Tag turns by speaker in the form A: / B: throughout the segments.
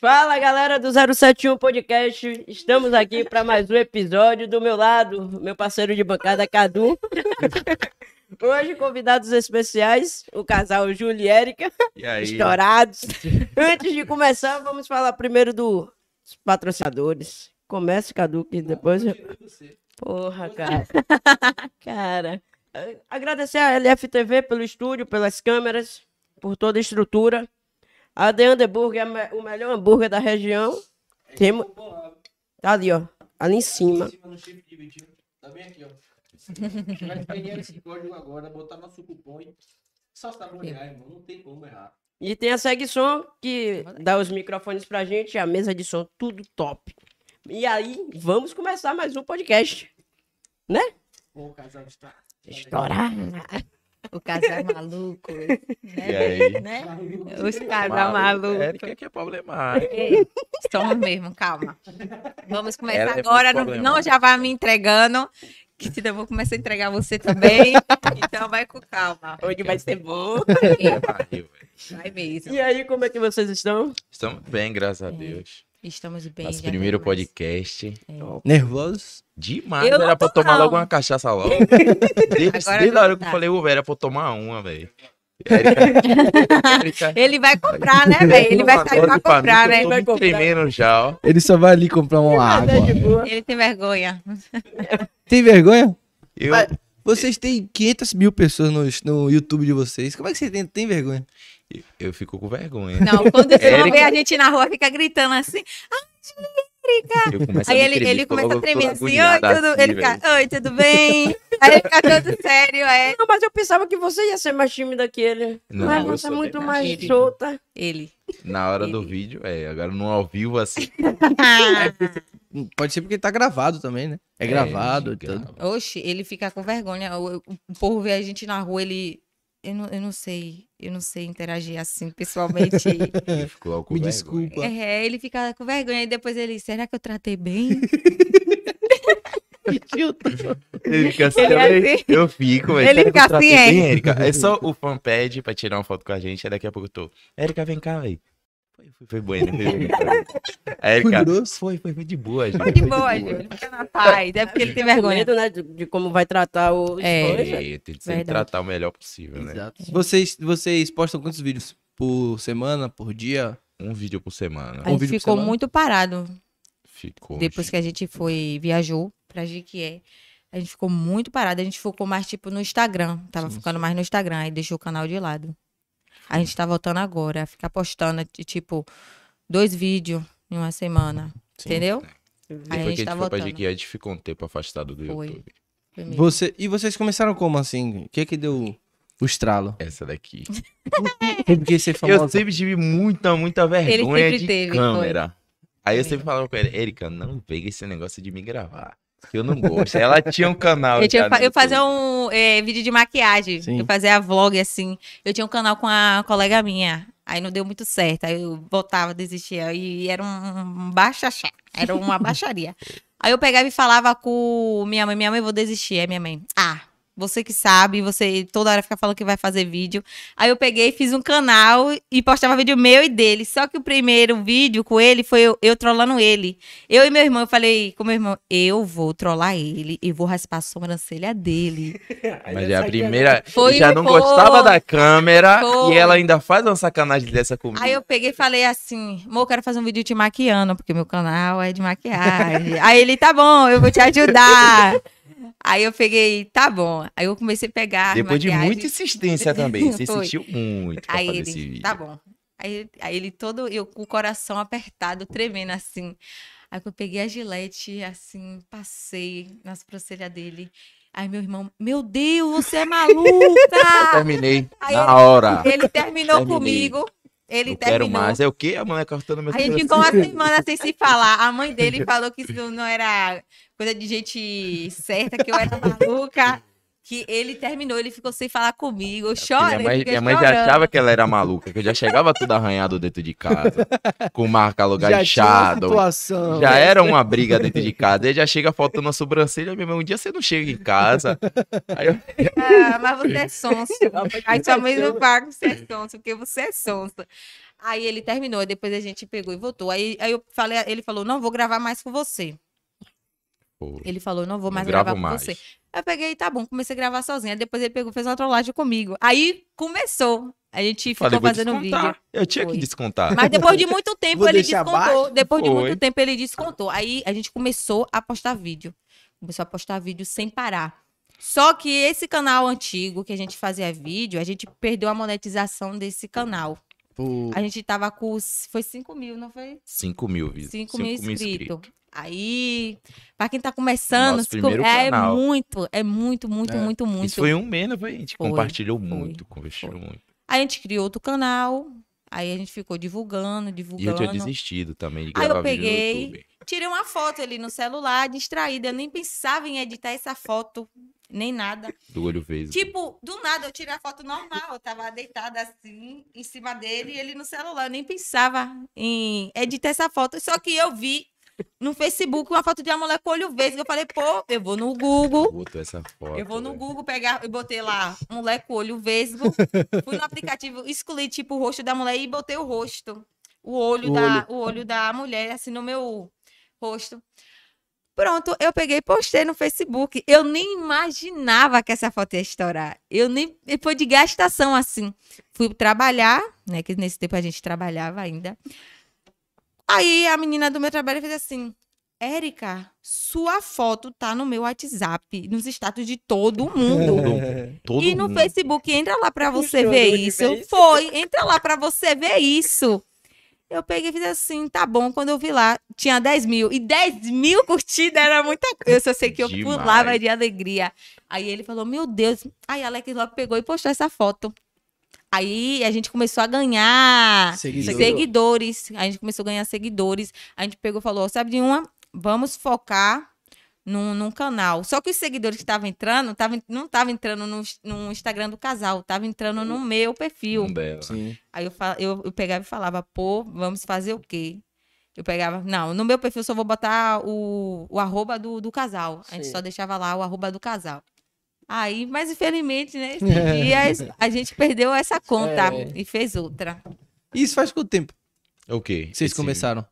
A: Fala galera do 071 Podcast, estamos aqui para mais um episódio do meu lado, meu parceiro de bancada Cadu. Hoje convidados especiais, o casal Júlio e Érica,
B: E aí?
A: estourados. Antes de começar, vamos falar primeiro dos patrocinadores. Comece, Cadu, que depois. eu- Porra, cara. cara. eh, Agradecer a LFTV pelo estúdio, pelas câmeras, por toda a estrutura. A The Hamburger é me- o melhor hambúrguer da região. Tem... Tá ali, ó. Ali em cima.
C: cima no chip dividido. Tá bem aqui, ó. Você vai escanear esse código agora, botar nosso cupom e só saborear, irmão. Não tem como errar.
A: E tem a Segson, que dá os microfones pra gente, a mesa de som, tudo top. E aí, vamos começar mais um podcast.
C: Bom, o casal está.
A: Estourar.
D: O casal maluco,
E: É
B: E
D: né?
B: aí?
D: né?
C: Maluco.
D: Os
E: tá
D: casal maluco.
B: Érica que é problemática.
D: Ei, Toma mesmo, calma. Vamos começar
B: Ela é muito
D: agora. não- não,
B: problemática.
D: já vai me entregando, que senão eu vou começar a entregar você também. Então vai com calma.
A: Hoje vai ser bom.
B: É barril, velho.
D: Vai mesmo.
A: E aí, como é que vocês estão?
B: Estamos bem, graças a Deus.
D: Estamos bem.
B: Nosso
D: já
B: primeiro
D: demais.
B: podcast.
E: Nervosos?
B: Demais,
D: É. Eu não
B: era pra
D: tô,
B: tomar
D: não.
B: logo uma cachaça logo. Desde,
D: Agora
B: desde a
D: não
B: hora que
D: tá.
B: eu falei, ô, velho, era pra eu tomar uma, velho. Érica. Érica.
D: Ele vai comprar, né, velho? Ele vai sair pra comprar, né?
B: Eu tô me tremendo já, ó.
E: Ele só vai ali comprar uma
A: Até de
E: água.
A: boa.
D: Ele tem vergonha.
E: Tem vergonha?
B: Eu,
E: Vocês têm 500 mil pessoas no, no YouTube de vocês. Como é que vocês têm, tem vergonha?
B: eu- eu fico com vergonha.
D: Não, quando você não
B: Érica-
D: vê a gente na rua, fica gritando assim.
B: Eu começo a
D: Aí
B: me
D: ele,
B: tremer,
D: ele
B: tô
D: começa a
B: logo
D: tremer
B: todo
D: assim, oi,
B: agoniado
D: tudo,
B: assim,
D: ele fica,
B: velho.
D: oi, tudo bem? Aí ele fica todo sério, é.
A: Não, mas eu pensava que você ia ser mais tímida que ele.
B: Não,
A: mas
B: eu
A: você é
B: sou
A: muito
B: bem
A: mais
D: tímido.
A: solta.
D: Ele.
B: Na hora do
D: Ele-
B: vídeo, é. Agora no ao vivo, assim.
D: É.
E: Pode ser porque tá gravado também, né? É gravado.
B: é,
E: e tudo.
B: grava.
D: Oxe, ele fica com vergonha. O, o povo vê a gente na rua, ele. Eu não, eu não sei, eu não sei interagir assim pessoalmente.
B: Eu fico logo com
E: Me
B: vergonha.
E: desculpa.
D: é, ele fica com vergonha e depois ele, será que eu tratei bem?
B: Ele fica assim,
D: Ele é
B: eu-
D: assim.
B: eu fico, velho.
D: Ele
B: Sério que eu
D: fica
B: tratei
D: assim,
B: bem, Érica? É só o fã pede pra tirar uma foto com a gente, aí daqui a pouco eu tô. Érica, vem cá, velho. Foi, foi, foi bueno, foi bueno. A Érica,
E: Foi grosso.
B: foi, foi, foi de boa, gente.
D: Foi de boa, Ju, ele fica na paz. É porque ele tem vergonha.
A: Medo, né, de, de como vai tratar o...
D: É.
B: É, tem que sempre
D: Verdade.
B: tratar o melhor possível, né?
E: Exato. Vocês, vocês postam quantos vídeos? Por semana? Por dia?
B: Um vídeo por semana.
D: A
E: Um
D: gente
E: vídeo por
D: ficou
E: semana?
D: muito parado
B: Ficou.
D: depois que a gente foi, viajou pra Jiquié. A gente ficou muito parado, a gente focou mais tipo no Instagram. Tava ficando mais no Instagram, aí deixou o canal de lado. A gente tá voltando agora, a ficar postando, t- tipo, dois vídeos em uma semana.
B: Sim. É.
D: entendeu? Aí
B: Depois
D: a
B: que
D: gente tá
B: foi pra
D: voltando.
B: GQ, a gente ficou um tempo afastado do
D: Foi.
B: YouTube.
D: Foi mesmo.
E: Você, e vocês começaram como assim? O que que deu o estralo?
B: Essa daqui.
E: Teve que ser é famoso.
B: Eu sempre tive muita, muita vergonha
D: sempre
B: de
D: teve,
B: câmera. Aí eu
D: Foi.
B: sempre falava com ela, Erika, não pega esse negócio de me gravar. que Eu não gosto. Ela tinha um canal.
D: Eu, tinha,
B: já
D: fa-
B: no
D: eu fazia
B: YouTube.
D: um eh, vídeo de maquiagem,
E: Sim.
D: eu fazia vlog assim. Eu tinha um canal com a colega minha, aí não deu muito certo, aí eu voltava, desistia, e era um, um baixa chá, era uma baixaria. Aí eu pegava e falava com minha mãe, minha mãe, vou desistir, é minha mãe. Ah, você que sabe, você toda hora fica falando que vai fazer vídeo. Aí eu peguei, fiz um canal e postava vídeo meu e dele. Só que o primeiro vídeo com ele foi eu, eu trollando ele. Eu e meu irmão, eu falei com meu irmão, eu vou trollar ele e vou raspar a sobrancelha dele.
B: Mas é a primeira.
D: Foi,
B: eu já não
D: foi.
B: gostava da câmera
D: Foi.
B: e ela ainda faz uma sacanagem dessa comigo.
D: Aí eu peguei e falei assim, amor, eu quero fazer um vídeo te maquiando, porque meu canal é de maquiagem. Aí ele, tá bom, eu vou te ajudar. Aí eu peguei, tá bom. Aí eu comecei a pegar. as
B: Depois de
D: maquiagens.
B: muita insistência também. Você
D: Foi.
B: sentiu muito pra
D: Aí
B: fazer
D: ele,
B: esse vídeo.
D: tá bom. Aí, aí ele todo, eu com o coração apertado, tremendo assim. Aí que eu peguei a gilete, assim, passei na sobrancelha dele. Aí meu irmão, meu Deus, você é
B: Eu
D: maluca!
B: terminei
D: Aí
B: na hora.
D: ele terminou
B: Terminei.
D: comigo. Ele
B: eu quero
D: terminou.
B: mais. É o quê? A mulher cortando meu
D: A gente ficou uma semana sem se falar. A mãe dele falou que isso não era coisa de gente certa, que eu era maluca. Que ele terminou, ele ficou sem falar comigo. Eu chorei.
B: É, Minha mãe,
D: fiquei
B: minha mãe já
D: chorando.
B: achava que ela era maluca, que eu já chegava tudo arranhado dentro de casa, com marca lugar
E: Já
B: de
E: tinha uma
B: shadow.
E: situação.
B: Já era uma briga dentro de casa. Aí já chega faltando a sobrancelha, meu irmão. Um dia você não chega em casa. Aí eu,
D: Ah, mas você é sonso. Aí sua mãe não fala que você é sonso, porque você é sonso. Aí ele terminou, aí depois a gente pegou e voltou. Aí, aí eu falei, ele falou, não vou gravar mais com você.
B: Pô,
D: Ele falou, não vou
B: não
D: mais
B: gravo
D: gravar com
B: mais.
D: você. Aí eu peguei, tá bom, comecei a gravar sozinha. Aí Depois ele pegou, fez uma trollagem comigo. Aí começou. A gente ficou
B: Falei, vou
D: fazendo um vídeo.
B: descontar. Eu tinha
D: Foi.
B: que descontar.
D: Mas depois de muito tempo
E: Vou
D: ele
E: deixar
D: descontou.
E: baixo?
D: Depois de
B: Foi.
D: muito tempo ele descontou. Aí a gente começou a postar vídeo. Começou a postar vídeo sem parar. Só que esse canal antigo que a gente fazia vídeo, a gente perdeu a monetização desse canal.
E: Pô,
D: A gente tava com. Foi 5 mil, não foi?
B: 5 mil, viu?
D: 5 mil inscritos. Aí, pra quem tá começando,
B: Nosso
D: ficou-
B: primeiro
D: é
B: canal.
D: muito, é muito, muito,
E: É.
D: muito, muito.
B: Isso foi um mês, não foi? A gente
D: Foi,
B: compartilhou muito, conversou
D: foi.
B: muito.
D: Aí a gente criou outro canal, aí a gente ficou divulgando,
B: E eu
D: divulgando.
B: tinha desistido também de
D: Aí eu
B: gravar vídeo no
D: peguei,
B: YouTube.
D: Tirei uma foto ali no celular, distraída. Eu nem pensava em editar essa foto, nem nada.
B: Do olho verde.
D: Tipo, do nada eu tirei a foto normal. Eu tava deitada assim, em cima dele, e ele no celular. Eu nem pensava em editar essa foto. Só que eu vi no Facebook uma foto de uma mulher com olho verde. Eu falei, pô, eu vou no Google.
B: Botou essa foto. é.
D: Eu vou no
B: velho.
D: Google pegar e botei lá mulher com olho vesgo. Fui no aplicativo, escolhi tipo o rosto da mulher e botei o rosto. O olho,
E: O
D: da, O olho da mulher, assim, no meu rosto. Pronto, eu peguei e postei no Facebook. Eu nem imaginava que essa foto ia estourar. Eu nem. e Foi de gastação assim. Fui trabalhar, né? Que nesse tempo a gente trabalhava ainda. Aí a menina do meu trabalho fez assim: Érica, sua foto tá no meu WhatsApp, nos status de todo mundo.
B: Todo, todo
D: e no
B: mundo.
D: Facebook, entra lá pra você
A: Puxou
D: ver
A: de
D: isso.
A: vez.
D: Foi, entra lá pra você ver isso. Eu peguei e fiz assim, tá bom. Quando eu vi lá, tinha 10 mil. E 10 mil curtidas era muita coisa. Eu só sei que eu
B: Demais.
D: pulava de alegria. Aí ele falou, meu Deus. Aí Alex logo pegou e postou essa foto. Aí a gente começou a ganhar
E: seguidor.
D: é seguidores. A gente começou a ganhar seguidores. A gente pegou e falou: sabe de uma? Vamos focar num, num canal. Só que os seguidores que estavam entrando, tava, en- não estavam entrando no, ins- no Instagram do casal, estavam entrando no meu perfil.
B: Não dela.
E: Sim.
D: Aí eu, fa- eu, eu pegava e falava, pô, vamos fazer o quê? Eu pegava, não, no meu perfil eu só vou botar o, o arroba do, do casal. A gente
A: Sim.
D: só deixava lá o arroba do casal. Aí, mas infelizmente, né, esses dias a gente perdeu essa conta
E: É.
D: e fez outra.
E: E Isso faz quanto tempo
B: É O quê?
E: que vocês
B: Esse-
E: começaram?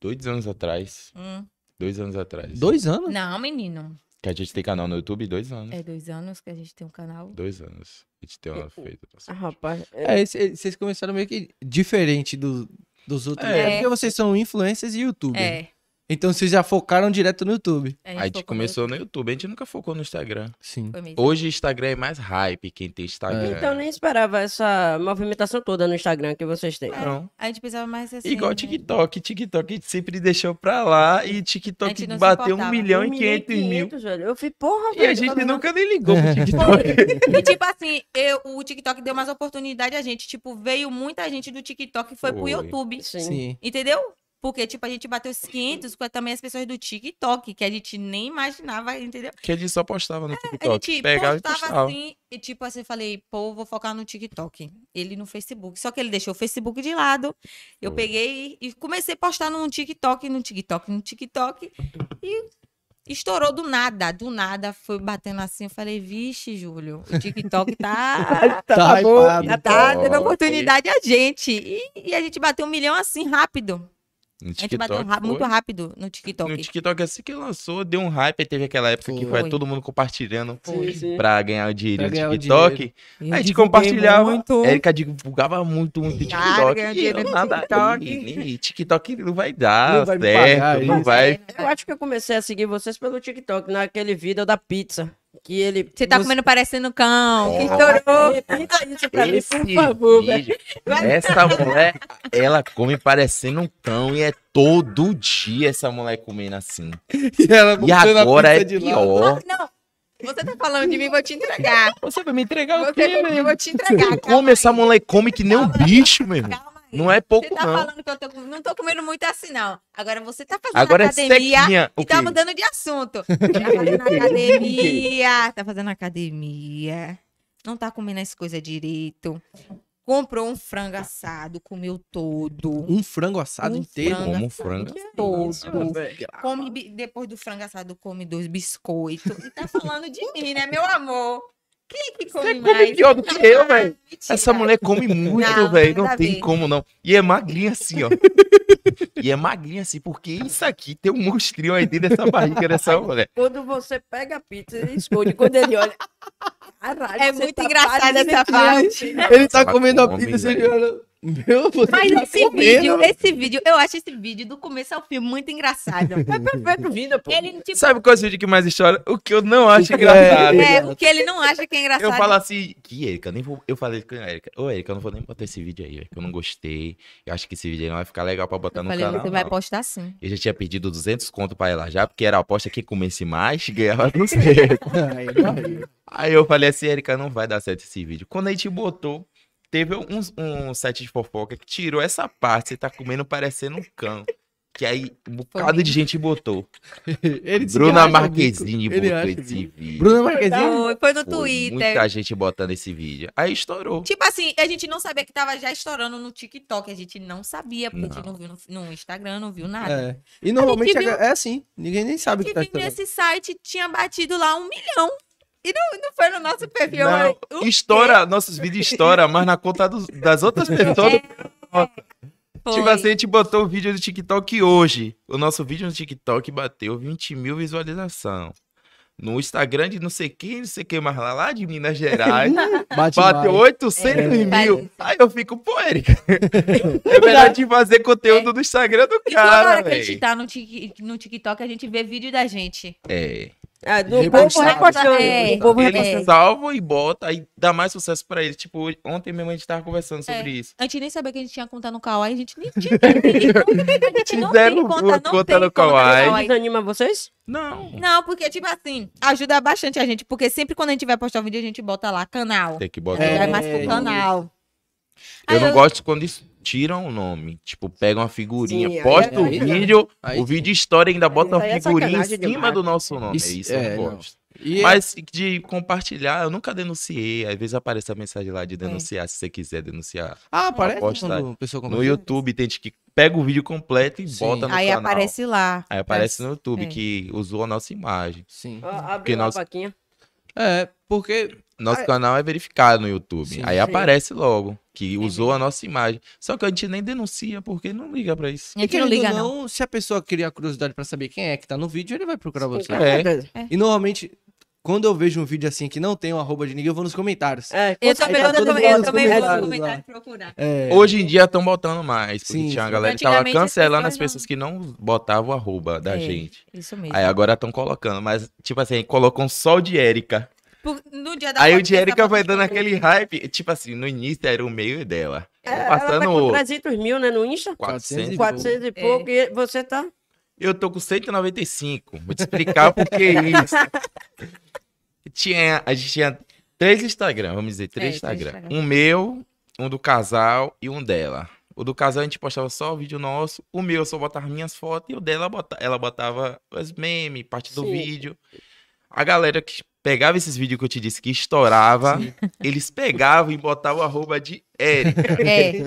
B: Dois anos atrás.
D: Hum.
B: Dois anos atrás.
E: Dois anos?
D: Não, menino.
B: Que a gente tem canal no YouTube, dois anos.
D: É dois anos que a gente tem um canal.
B: Dois anos. A gente tem uma feita.
A: Ah, rapaz, é,
E: É, esse- vocês começaram meio que diferente do- dos outros.
B: É.
E: É. porque vocês são influencers e youtuber.
D: É.
E: Então vocês já focaram direto no YouTube.
D: A
B: A gente
D: focou no
B: começou no YouTube, a gente nunca focou no Instagram.
E: Sim.
D: YouTube, foi mesmo.
B: Hoje o Instagram é mais hype, quem tem Instagram.
D: né?
A: Então nem esperava essa movimentação toda no Instagram que vocês têm.
B: Não.
D: A gente pensava mais assim.
B: Igual
D: né?
B: TikTok, TikTok sempre deixou pra lá e
D: A gente
B: TikTok
D: não se
B: bateu
D: importava.
B: 1 milhão e
A: 1.500,
B: 500 mil.
A: velho. Eu fui, porra,
B: E
A: velho.
B: a gente nunca nem ligou pro TikTok.
D: E tipo assim, eu, o TikTok deu mais oportunidade a gente. Tipo, veio muita gente do TikTok e foi, pro
B: Foi.
D: YouTube.
A: Sim.
E: Sim.
D: Entendeu? Porque, tipo, a gente bateu os 500 com também as pessoas do TikTok, que a gente nem imaginava, entendeu?
B: que a gente só postava no
D: É. A
B: TikTok.
D: gente
B: pegava e
D: postava
B: postava.
D: tipo, assim, e tipo assim, eu falei, pô, vou focar no TikTok. Ele no Facebook. Só que ele deixou o Facebook de lado. Eu
B: Foi.
D: peguei e comecei a postar no TikTok, no TikTok, no TikTok. E estourou do nada, do nada. Foi batendo assim, eu falei, vixe, Júlio, o TikTok tá...
E: Tá hypado.
B: Então,
D: tá- Tá dando
B: TikTok.
D: oportunidade a gente. E, e a gente bateu um milhão assim, rápido.
B: No
D: a gente
B: TikTok.
D: bateu ra-
B: foi.
D: muito rápido no TikTok.
B: No TikTok, assim que lançou, deu um hype. aí Teve aquela época que
E: Foi.
B: foi todo mundo compartilhando
A: Sim, sim.
B: pra ganhar o dinheiro
E: Pra ganhar
B: no
E: o
B: Tiktok.
D: Eu
B: A gente
D: divulguei
B: compartilhava.
D: muito.
B: Érica divulgava muito no
D: Claro,
B: TikTok.
D: ganhou
B: E
D: dinheiro
B: eu
D: no
B: nada
D: TikTok.
B: ali. TikTok não vai dar
E: Não vai me pagar
B: certo. Não
E: isso.
B: vai.
A: Eu acho que eu comecei a seguir vocês pelo TikTok, naquele vídeo da pizza. Que ele.
D: Você tá comendo parecendo cão. que
A: Estourou! Repita isso
D: Tá
A: pra mim,
B: Esse
A: por favor, velho.
B: vídeo, essa mulher, ela come parecendo um cão e é todo dia essa mulher comendo assim.
E: E, ela
B: E
E: comprando a
B: agora
E: pizza
B: é
E: de lá.
B: pior.
D: Não, você tá falando de mim, vou te entregar.
B: Você vai me entregar
D: Você tá comigo, eu vou te entregar.
B: Tu
D: calma
B: come, essa
D: aí,
B: mulher come que nem um bicho, meu irmão.
D: calma aí.
B: Não é pouco,
D: Você tá
B: não.
D: falando que eu tô, com- não tô comendo muito assim, não. Agora você tá fazendo
B: Agora é
D: academia
B: sequinha.
D: e
B: O
D: tá
B: quê?
D: mudando de assunto. Tá fazendo academia, tá fazendo academia. Não tá comendo as coisas direito. Comprou um frango assado, comeu todo.
E: Um frango assado
D: Um
E: inteiro.
D: frango.
B: Como frango.
D: Todo.
E: Gra-
D: Come, bi- depois do frango assado, come dois biscoitos. E tá falando de mim, né, meu amor? Quem que come
B: Você é
D: mais? Tá
B: come pior do que eu, velho.
D: Mentira.
B: Essa mulher come muito,
D: Não,
B: velho. Não,
D: nada a
B: tem
D: ver.
B: como, não. E é magrinha assim, ó. e é magrinha assim, porque isso aqui tem um monstrinho aí dentro dessa barriga dessa mulher.
A: Quando você pega a pizza e esconde, quando ele olha. Caralho,
D: É
A: você
D: muito
A: tá
D: engraçada essa
A: parecendo-
D: parte.
E: Ele tá
B: Ela
E: comendo a
B: come,
E: pizza sem
B: velho.
E: olhar. Meu, você
D: Mas
E: tá
D: esse
E: comendo,
D: vídeo,
E: velho.
D: esse vídeo, eu acho esse vídeo do começo ao fim muito engraçado.
A: É perfeito, vida, pô.
D: Ele, tipo,
B: Sabe qual é o vídeo que mais chora? O que eu não acho
E: O que é-
B: engraçado.
D: é, o que ele não acha que é engraçado.
B: Eu falo assim, que Erika, eu nem vou. Eu falei com a Erika, ô Erika, eu não vou nem botar esse vídeo aí, velho, que eu não gostei. Eu acho que esse vídeo aí não vai ficar legal pra botar
D: Eu
B: no
D: falei,
B: canal.
D: você vai
B: não."
D: postar sim.
B: Eu já tinha pedido 200 conto pra ela já, porque era a aposta que comesse mais, ganhava 200.
E: Ai, vai.
B: Aí eu falei assim, Erika, não vai dar certo esse vídeo. Quando a gente botou, teve uns, um site de fofoca que tirou essa parte, você tá comendo parecendo um cão. Que aí um bocado de gente botou.
E: Ele disse que
B: Bruna
E: acha
B: Marquezine
E: rico. Ele
B: botou
E: acha
B: esse
E: rico.
B: vídeo.
E: Bruna Marquezine?
D: Foi, foi no
B: Foi
D: Twitter.
B: Muita gente botando esse vídeo. Aí estourou.
D: Tipo assim, a gente não sabia que tava já estourando no TikTok. A gente não sabia, porque a gente
B: Não.
D: não viu no, no Instagram, não viu nada.
E: É. E normalmente
D: A gente
E: é é assim. Ninguém nem sabe o
D: que
E: que tá
D: vindo
E: estourando.
D: nesse site tinha batido lá um milhão. E não, não foi no nosso perfil.
B: Não,
D: eu falei, "O
B: estoura, nossos vídeos estoura, mas na conta dos- das outras
E: É.
B: pessoas.
D: quê
B: Tipo
D: foi?"
B: assim, a gente botou o vídeo do TikTok hoje. O nosso vídeo no TikTok bateu 20 mil visualização. No Instagram de não sei quem, não sei quem mais lá, lá de Minas Gerais,
E: Bate
B: bateu
E: mais.
B: 800
D: É, faz
B: mil.
D: isso.
B: Aí eu fico, pô, Erika, é melhor de fazer conteúdo do Instagram do
D: É. E toda
B: cara,
D: hora que a gente
B: velho.
D: tá no, tik- no TikTok, a gente vê vídeo da gente.
B: É.
A: Ah, do povo
E: Repostado.
A: repostando.
D: É.
A: do povo
D: É.
A: repostando.
B: Ele salva e bota, aí dá mais sucesso pra ele. Tipo, hoje- ontem mesmo a gente tava
D: É.
B: conversando sobre isso.
D: A gente nem sabia que a gente tinha conta no Kawaii, a gente nem tinha. A gente não tem
B: Fizeram
D: conta, não
B: conta
D: tem
B: no
D: conta no
B: Kawaii.
D: Kawaii.
A: Desanima vocês?
B: Não.
D: Não, porque, tipo assim, ajuda bastante a gente. Porque sempre quando a gente vai postar um vídeo, a gente bota lá canal.
B: Tem que botar.
D: Aí
E: É,
D: vai mais pro canal. Aí
B: Eu não gosto quando isso- tiram o nome. Tipo, pega uma figurinha,
A: Sim, aí
B: posta
A: é-
B: o
A: aí-
B: vídeo,
E: aí-
B: o vídeo história ainda bota
A: aí
B: uma
A: é
B: figurinha em
A: sacanagem
B: cima
A: demais.
B: do nosso nome.
E: Isso-
B: Isso, isso eu
E: é,
B: não
E: não.
B: gosto.
E: E
B: Mas de compartilhar, eu nunca denunciei. Às vezes aparece a mensagem lá
A: É.
B: de denunciar, se você quiser denunciar.
E: Ah, aparece
B: Aposta-
E: quando a pessoa
B: No
E: comenta.
B: YouTube tem gente que pega o vídeo completo e
E: assim? Sim.
B: bota no
D: Aí
B: canal.
D: aparece lá.
B: Aí aparece no YouTube
D: É.
B: que usou a nossa imagem.
E: Sim.
A: Ó, Abre
B: Porque
A: lá a
B: nós-
A: vaquinha.
E: assim. É, porque
B: Nosso
E: Ah, é.
B: canal é verificado no YouTube.
E: Sim.
B: aí
A: Sim.
B: aparece logo que usou a nossa imagem. Só que a gente nem denuncia porque não liga pra isso.
D: A gente não liga,
E: querendo ou
D: não.
E: Se a pessoa criar curiosidade pra saber quem é que tá no vídeo, ele vai procurar você.
B: É.
E: E normalmente, quando eu vejo um vídeo assim que não tem um arroba de ninguém, eu vou nos comentários.
A: É, com
D: Eu também,
E: tá
A: certeza.
D: eu
E: todo
D: também,
E: mundo
D: eu
E: nos
D: também vou nos
E: comentários lá.
D: comentários procurar.
E: É.
B: Hoje em dia estão botando mais, porque
E: Sim,
B: tinha uma
E: sim.
B: galera que tava
D: Antigamente, as
B: cancelando
D: pessoas
B: as pessoas que não botavam o arroba da
D: É,
B: gente.
D: Isso mesmo.
B: Aí agora estão colocando, mas tipo assim, colocam só o de Erika.
D: Por- no dia da
B: Aí o
D: foto,
B: de Erika
D: essa
B: vai
D: foto
B: dando
D: ficou-
B: aquele hype, tipo assim, no início era o meio dela.
A: É, ela tá com
B: passando
A: 300 mil, né, no Insta?
B: 400 e
A: 400
D: É.
A: e pouco. E você tá...
B: Eu tô com 195. Vou te explicar por que isso. Tinha, a gente tinha três Instagram, vamos dizer, três
D: É, três
B: Instagram.
D: Instagram.
B: Um meu, um do casal e um dela. O do casal a gente postava só o vídeo nosso. O meu eu só botava minhas fotos e o dela bota, ela botava as memes, parte do
A: Sim.
B: vídeo. A galera que pegava esses vídeos que eu te disse que estourava, eles pegavam e botavam o arroba de Érica.
D: É.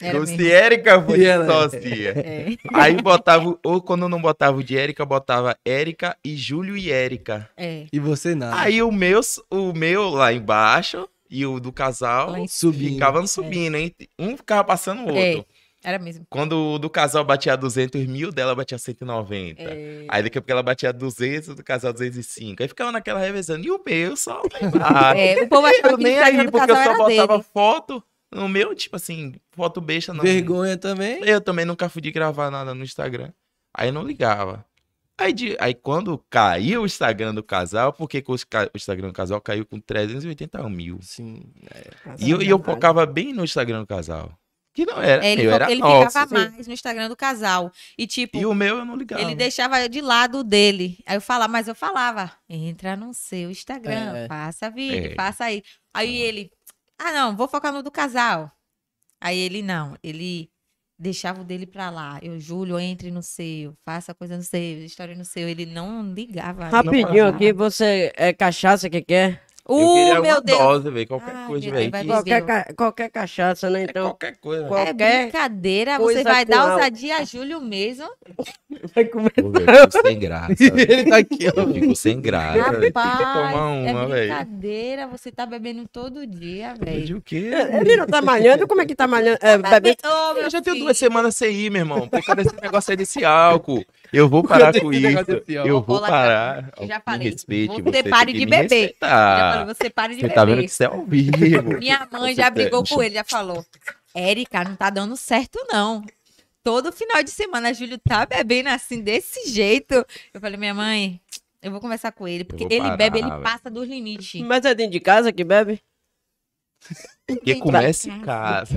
D: Era
B: Como
D: mesmo.
B: se Érica fosse
E: E ela-
B: sócia.
D: É.
B: Aí botava, o- ou quando não botava o de Érica, botava Érica e Júlio e Érica.
D: É.
E: E você nada.
B: Aí o meu, o meu lá embaixo e o do casal
D: Lá em
E: subindo.
B: ficavam subindo, hein? Um ficava passando o outro.
D: É. Era mesmo.
B: Quando o do casal batia 200 mil, o dela batia 190.
D: É.
B: Aí daqui a pouco ela batia 200, o do casal 205. Aí ficava naquela revezando. E o meu só lá embaixo.
D: É, o povo achava
B: tá Eu
D: que o
B: nem
D: Instagram
B: aí,
D: do
B: porque eu
D: casal
B: só
D: era
B: botava
D: dele.
B: foto. No meu, tipo assim, foto besta não.
E: Vergonha também.
B: Eu também nunca fui de gravar nada no Instagram. Aí não ligava. Aí, de- aí quando caiu o Instagram do casal, porque que os ca- o Instagram do casal caiu com 381 mil.
E: Sim.
B: E eu, e eu focava bem no Instagram do casal. Que não era
D: É, Ele,
B: meu,
D: fo-
B: era
D: ele
B: nosso.
D: ficava mais no Instagram do casal. E tipo,
B: E o meu eu não ligava.
D: ele deixava de lado o dele. Aí eu falava, mas eu falava, entra no seu Instagram,
E: É.
D: faça vídeo,
B: É.
D: faça aí. Aí ele, ah não, vou focar no do casal. Aí ele, não, ele deixava o dele pra lá. Eu, Júlio, entre no seu, faça coisa no seu, história no seu. Ele não ligava.
A: Rapidinho
D: Não
A: aqui,
D: falava.
A: você é cachaça que quer?
B: Eu
D: Uh,
B: queria
D: meu
B: uma
D: Deus.
B: dose, velho. Qualquer
D: Ai,
B: coisa,
D: meu
B: velho.
D: Deus,
B: que-
D: vai
A: Qualquer, ca- qualquer cachaça, né?
B: é
A: Então,
B: qualquer coisa.
A: qual-
D: É
A: Qualquer
D: brincadeira,
A: coisa
D: você vai
A: com
D: dar
A: álcool.
D: ousadia a Júlio mesmo.
A: vai começar.
B: Pô, velho, eu fico sem graça. velho.
E: Ele tá aqui,
B: Eu
E: ó.
B: fico sem graça. velho. Tem que tomar
D: Rapaz, é
B: uma, velho.
D: brincadeira, você tá bebendo todo dia,
B: De
D: velho.
B: o quê?
A: Ele não tá malhando? Como é que tá malhando? É, bebendo?
D: Ô, meu
B: Eu já tenho
D: filho.
B: duas semanas sem ir, meu irmão. Por causa desse negócio aí desse álcool. Eu vou parar
E: desse
B: com
E: negócio
B: isso.
E: desse álcool.
B: Eu vou
D: Olá,
B: parar.
D: eu já
B: Me
D: falei,
B: Respeite,
D: você
B: tem
D: pare
B: que
D: de
B: me
D: beber.
B: respeitar.
D: Já falei, você para de
B: Você
D: beber.
B: tá vendo que isso é ao vivo.
D: Minha mãe já
B: Você
D: brigou
B: tá-
D: com ele, já falou. Érica, não tá dando certo, não. Todo final de semana, Júlio tá bebendo assim, desse jeito. Eu falei, minha mãe, eu vou conversar com ele, porque
B: vou
D: ele
B: parar,
D: bebe, ele
B: velho.
D: passa dos limites.
A: Mas é dentro de casa que bebe?
B: Porque começa em casa.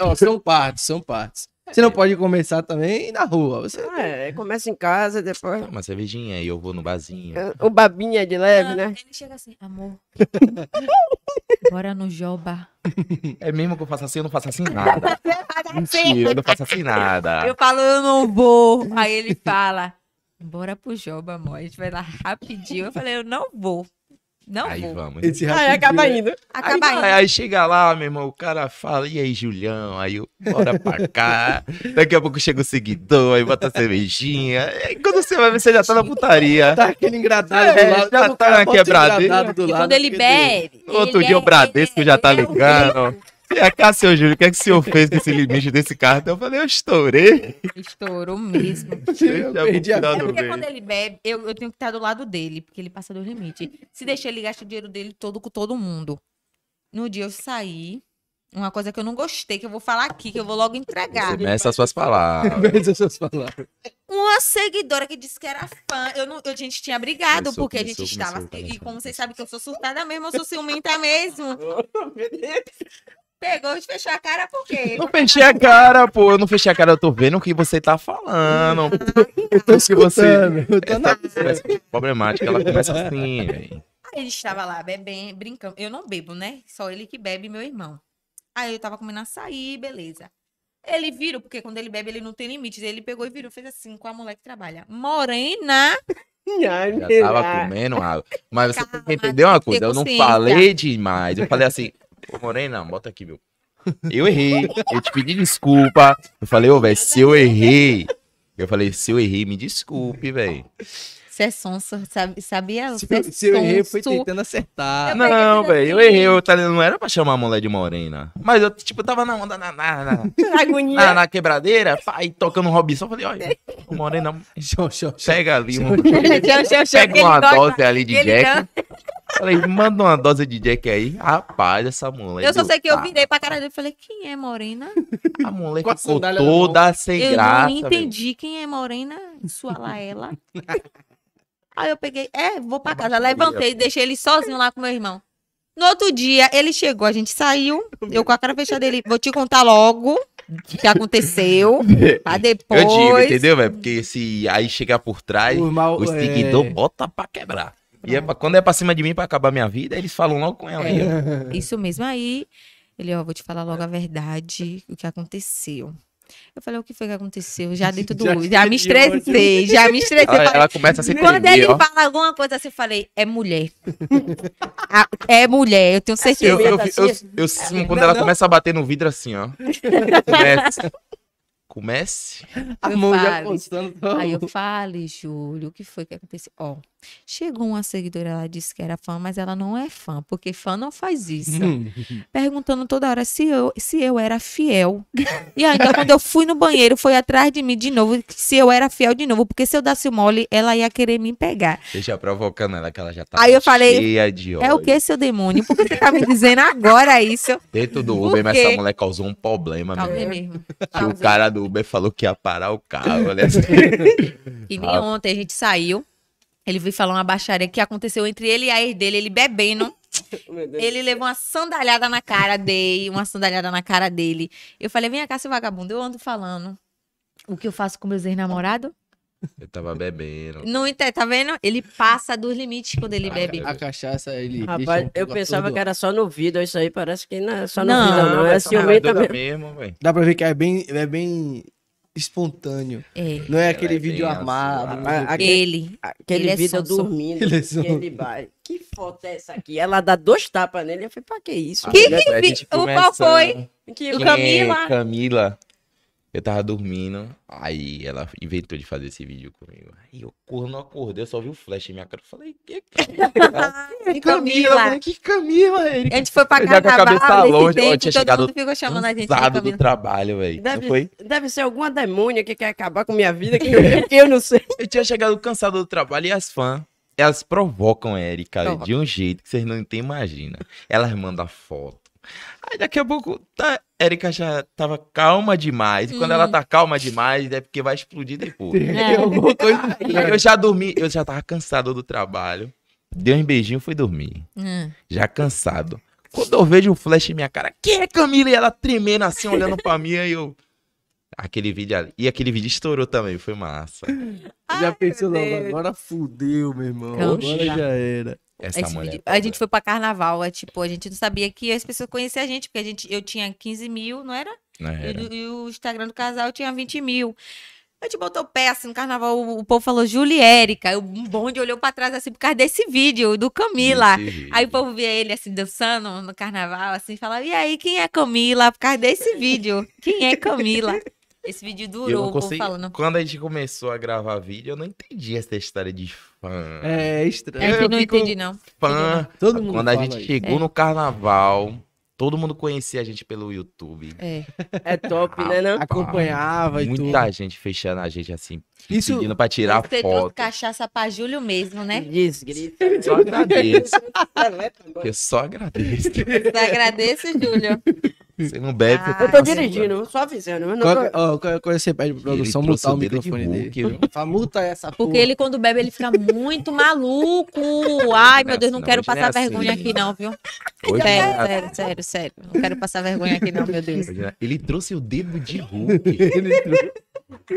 E: Ó, são partes, são partes. Você não pode começar também na rua. Você...
A: Ah, é, começa em casa, depois. eh,
B: Toma uma cervejinha e eu vou no barzinho.
A: O babinha de leve, né?
D: Ele chega assim, amor. Bora no Joba.
B: É mesmo que eu faço assim, eu não faço assim nada. Mentira, eu não faço assim nada.
D: Eu falo, eu não vou. Aí ele fala, bora pro Joba, amor. A gente vai lá rapidinho. Eu falei, eu não vou. Não
B: Aí
D: vou.
B: vamos.
E: Esse
A: Aí Ah,
B: né?
A: acaba
E: rapidinho,
A: indo.
D: Acaba
B: aí,
D: indo.
B: vai, aí chega lá, meu irmão, o cara fala, e aí, Julião? Aí eu, bora pra cá. Daqui a pouco chega o seguidor, aí bota a cervejinha. Aí quando você vai ver, você já tá na putaria.
E: Tá aquele engradado
B: É,
E: do lado.
B: já
E: quando o
B: tá
E: cara
B: na
E: bota o
B: quebradeira.
E: engradado do
D: E
E: lado,
D: quando ele
E: porque
D: bebe.
B: No outro
D: ele
B: dia o
D: é-
B: Bradesco já tá
D: ele é um
B: ligando. E a cá, seu Júlio, o que é que o senhor fez com esse limite desse carro? Então eu falei, eu estourei.
D: Estourou um mesmo.
E: Eu perdi a
D: É porque quando ele bebe, eu, eu tenho que estar do lado dele, porque ele passa do limite. Se deixar, ele gasta o dinheiro dele todo com todo mundo. No dia eu saí, uma coisa que eu não gostei, que eu vou falar aqui, que eu vou logo entregar.
B: Começa as suas palavras.
E: Mas essas palavras.
D: Uma seguidora que disse que era fã. Eu não, a gente tinha brigado,
B: Começou,
D: porque
B: começou, tá
D: a gente estava.
B: começou,
D: e
B: começou,
D: como vocês
B: começou.
D: sabem que eu sou surtada mesmo, eu sou ciumenta mesmo.
B: Oh,
D: Pegou e fechou a cara por quê?
B: Eu fechei a cara, pô. Eu não fechei a cara, eu tô vendo o que você tá falando. Eu tô tá
E: escutando, Tá, eu tô na-
B: é Problemática, ela começa assim, velho.
D: Aí a gente tava lá bebendo, brincando. Eu não bebo, né? Só ele que bebe, e meu irmão. Aí eu tava comendo açaí, beleza. Ele virou, porque quando ele bebe, ele não tem limites. Ele pegou e virou, fez assim com a mulher que trabalha. Morena!
A: Ai,
B: Já
A: meu
B: tava
A: Deus.
B: comendo água. Mas você tem que
D: É Calma,
B: entender uma
D: tem que
B: coisa,
D: ter
B: eu não
D: consciência.
B: falei demais. Eu falei assim, "Ô, Morena, bota aqui, meu. Eu errei, eu te pedi desculpa. Eu falei, ô, velho, se eu errei. Eu falei, se eu errei, me desculpe, velho.
D: Você é sonso, sabe- sabia?
E: Se
D: Cê é
E: eu- Se eu errei, foi
D: sonso.
E: tentando acertar.
D: Eu
B: Não,
D: pensei
B: velho, eu
D: assim.
B: errei. Eu tá- não era pra chamar a mulher de Morena. Mas eu, tipo, tava na onda, na, na, na, na,
A: Agonia.
B: na quebradeira, pai, tocando um Robinson. Eu falei, olha, o Morena,
E: Show, show, show.
B: pega ali um.
D: Tchau, tchau, tchau, que
B: Pega
D: ele
B: uma
D: gosta.
B: dose ali de
D: Ele
B: Jack. Falei, manda uma dose de Jack aí. Rapaz, essa mulher.
D: Eu só sei que eu
B: tá.
D: virei pra cara dele e falei, quem é Morena?
B: A mulher
E: Com a
B: ficou
E: sandália na
B: toda sem
D: eu não
B: graça. velho.
D: entendi quem é Morena, sua Laela. Aí eu peguei, é, vou pra casa. Levantei, deixei ele sozinho lá com meu irmão. No outro dia, ele chegou, a gente saiu. Eu com a cara fechada ele, vou te contar logo o que aconteceu. Pra depois.
B: Eu digo, entendeu, velho? Porque se aí chegar por trás,
E: O mal-
B: o
E: é,
B: seguidor bota pra quebrar. E é pra- quando é pra cima de mim pra acabar minha vida, eles falam logo com ela. aí,
D: É.
B: ó.
D: Isso mesmo. Aí ele, ó, vou te falar logo a verdade, o que aconteceu. Eu falei, o que foi que aconteceu? Já dentro do.
E: Já
D: Já, me
B: um
E: de ódio.
D: estressei, já me estressei.
B: Ela,
D: Eu falei,
B: ela começa a se
D: Quando
B: tremer,
D: ele
B: ó.
D: fala alguma coisa assim, eu falei, é mulher. Ah, é mulher, eu tenho certeza.
B: Eu, eu,
A: assim,
B: eu, eu sinto quando
E: Não,
B: ela
E: não.
B: começa a bater no vidro assim, ó. Comece. Comece.
E: é, A
D: Eu
E: mão já
D: falo.
E: postando.
D: Aí eu falei, Júlio, o que foi que aconteceu? Ó, chegou uma seguidora, ela disse que era fã, mas ela não é fã, porque fã não faz isso.
B: Hum.
E: Hum.
D: Perguntando toda hora se eu, se eu era fiel. E aí, então, quando eu fui no banheiro, foi atrás de mim de novo, se eu era fiel de novo, porque se eu desse o mole, ela ia querer me pegar.
B: Deixa provocando ela que ela já tá
D: Aí eu falei,
B: cheia de ódio.
D: É o que, seu demônio? Por que você tá me dizendo agora isso?
B: Dentro do
D: Por
B: Uber, mas
D: quê?
B: essa mulher causou um problema, meu
D: Talvez
B: irmão.
D: mesmo.
B: Que o cara do Uber falou que ia parar o carro, olha assim.
D: E nem
B: Ah.
D: ontem a gente saiu. Ele veio falar uma baixaria que aconteceu entre ele e a ex dele, ele bebendo.
A: Meu Deus.
D: Ele levou uma sandalhada na cara dele, uma sandalhada na cara dele. Eu falei, vem cá, seu vagabundo, eu ando falando. O que eu faço com meus ex-namorados?
B: Eu tava bebendo.
D: Não entende, tá vendo? Ele passa dos limites quando ele bebe.
E: A cachaça, ele.
B: um
E: um
A: Rapaz, eu pensava que era só no vidro, isso aí parece que não é só no
D: Não,
A: vidro, não. É
B: essa
A: ciumenta
B: mulher é doida
A: mesmo.
B: mesmo, velho.
E: Dá pra ver que é bem, é bem espontâneo.
D: É.
E: Não é
B: Ela
E: aquele
B: é bem
E: vídeo armado.
B: azul,
E: não sei o
A: a- a-
E: quê.
D: Ele.
A: Aquele
D: Ele é
A: vidro
D: sonso.
A: dormindo.
E: Ele é
A: que ele vai. Que foto é essa aqui? Ela dá dois tapas nele. Eu falei, pra que isso?
D: Que-
B: Olha, a gente
D: o qual
B: começando.
D: foi?
A: Que-
D: O
B: Quem é
D: Camila.
B: Camila. Eu tava dormindo, aí ela inventou de fazer esse vídeo comigo. Aí eu corro, não acordei, eu só vi o flash em minha cara. Eu falei, que é
D: E
B: Camila?
D: Camila. né?
B: Camila, eu falei, que Camila, ele.
D: A gente foi pra
B: Eu já com a cabeça
D: carnaval nesse
B: longe, ó,
D: tempo,
B: tinha
D: todo
B: chegado
D: mundo ficou chamando a gente de
B: Cansado do
D: Camila.
B: trabalho, velho. Não foi?
A: Deve, deve ser alguma demônia que quer acabar com minha vida, que eu, que eu não sei.
B: Eu tinha chegado cansado do trabalho e as fãs, elas provocam a Erika velho,
D: Provoca.
B: de um jeito que vocês não tem imagina. Elas mandam foto. Aí daqui a pouco tá, Erika já tava calma demais. E quando
E: Hum.
B: ela tá calma demais, é porque vai explodir depois.
D: É.
E: Alguma coisa
B: Aí eu já dormi, eu já tava cansado do trabalho. Dei um beijinho e fui dormir.
D: Hum.
B: já cansado. Quando eu vejo um flash em minha cara, que é Camila? E ela tremendo assim, olhando pra mim, aí eu. Aquele vídeo ali. E aquele vídeo estourou também, foi massa.
E: Já pensou,
D: meu
E: não,
D: Deus.
E: agora fudeu, meu irmão.
D: Calma.
E: Agora já era.
B: Essa
D: Esse
B: mulher. é
D: vídeo- a gente foi pra carnaval, é tipo, a gente não sabia que as pessoas conheciam a gente, porque a gente, eu tinha 15 mil, não era?
B: né,
D: E,
B: era.
D: do- e o Instagram do casal tinha 20 mil. A gente botou o pé assim no carnaval, o, o povo falou Juliérica. Aí O bonde olhou pra trás assim por causa desse vídeo do Camila.
B: Esse vídeo.
D: Aí o povo via ele assim dançando no carnaval, assim, falava: E aí, quem é Camila? Por causa desse vídeo. Quem é Camila? Esse vídeo
B: E eu
D: durou,
B: não
D: o povo
B: consegui-
D: falando.
B: Quando a gente começou a gravar vídeo, eu não entendi essa história de fã.
E: É
D: É,
E: estranho.
D: eu
B: eu
D: não
B: fico-
D: entendi, não.
B: Fã.
E: Todo mundo
B: Quando a
E: fala
B: gente
E: isso.
D: É.
B: chegou no carnaval, todo mundo conhecia a gente pelo YouTube.
D: É.
A: É top, né, não?
E: Acompanhava e tudo.
B: Muita gente fechando a gente assim,
E: Isso,
B: pedindo pra tirar
D: Você trouxe
B: foto.
D: cachaça pra Júlio mesmo, né?
A: Desgrita.
B: Eu só agradeço.
A: Ah, é
B: Eu só agradeço.
D: Eu agradeço, Júlio.
B: Você não bebe,
D: Ah.
B: você tá
D: Eu
A: Eu tô dirigindo, só avisando. Eu não
E: Qual-
B: é?
A: tô...
E: ó, qual- quando você pede pra produção mutar o microfone dele. Fala, muta essa
D: Porque
E: porra.
D: ele, quando bebe, ele fica muito maluco. Ai, meu Deus, não
B: Não,
D: quero
B: hoje não é
D: passar
B: assim.
D: vergonha aqui, não, viu? Ah,
B: Hoje
D: Sério,
B: é-
D: sério, sério, sério. Não quero passar vergonha aqui, não, meu Deus.
B: hoje é- Ele trouxe o dedo de Hulk.
E: Ele entrou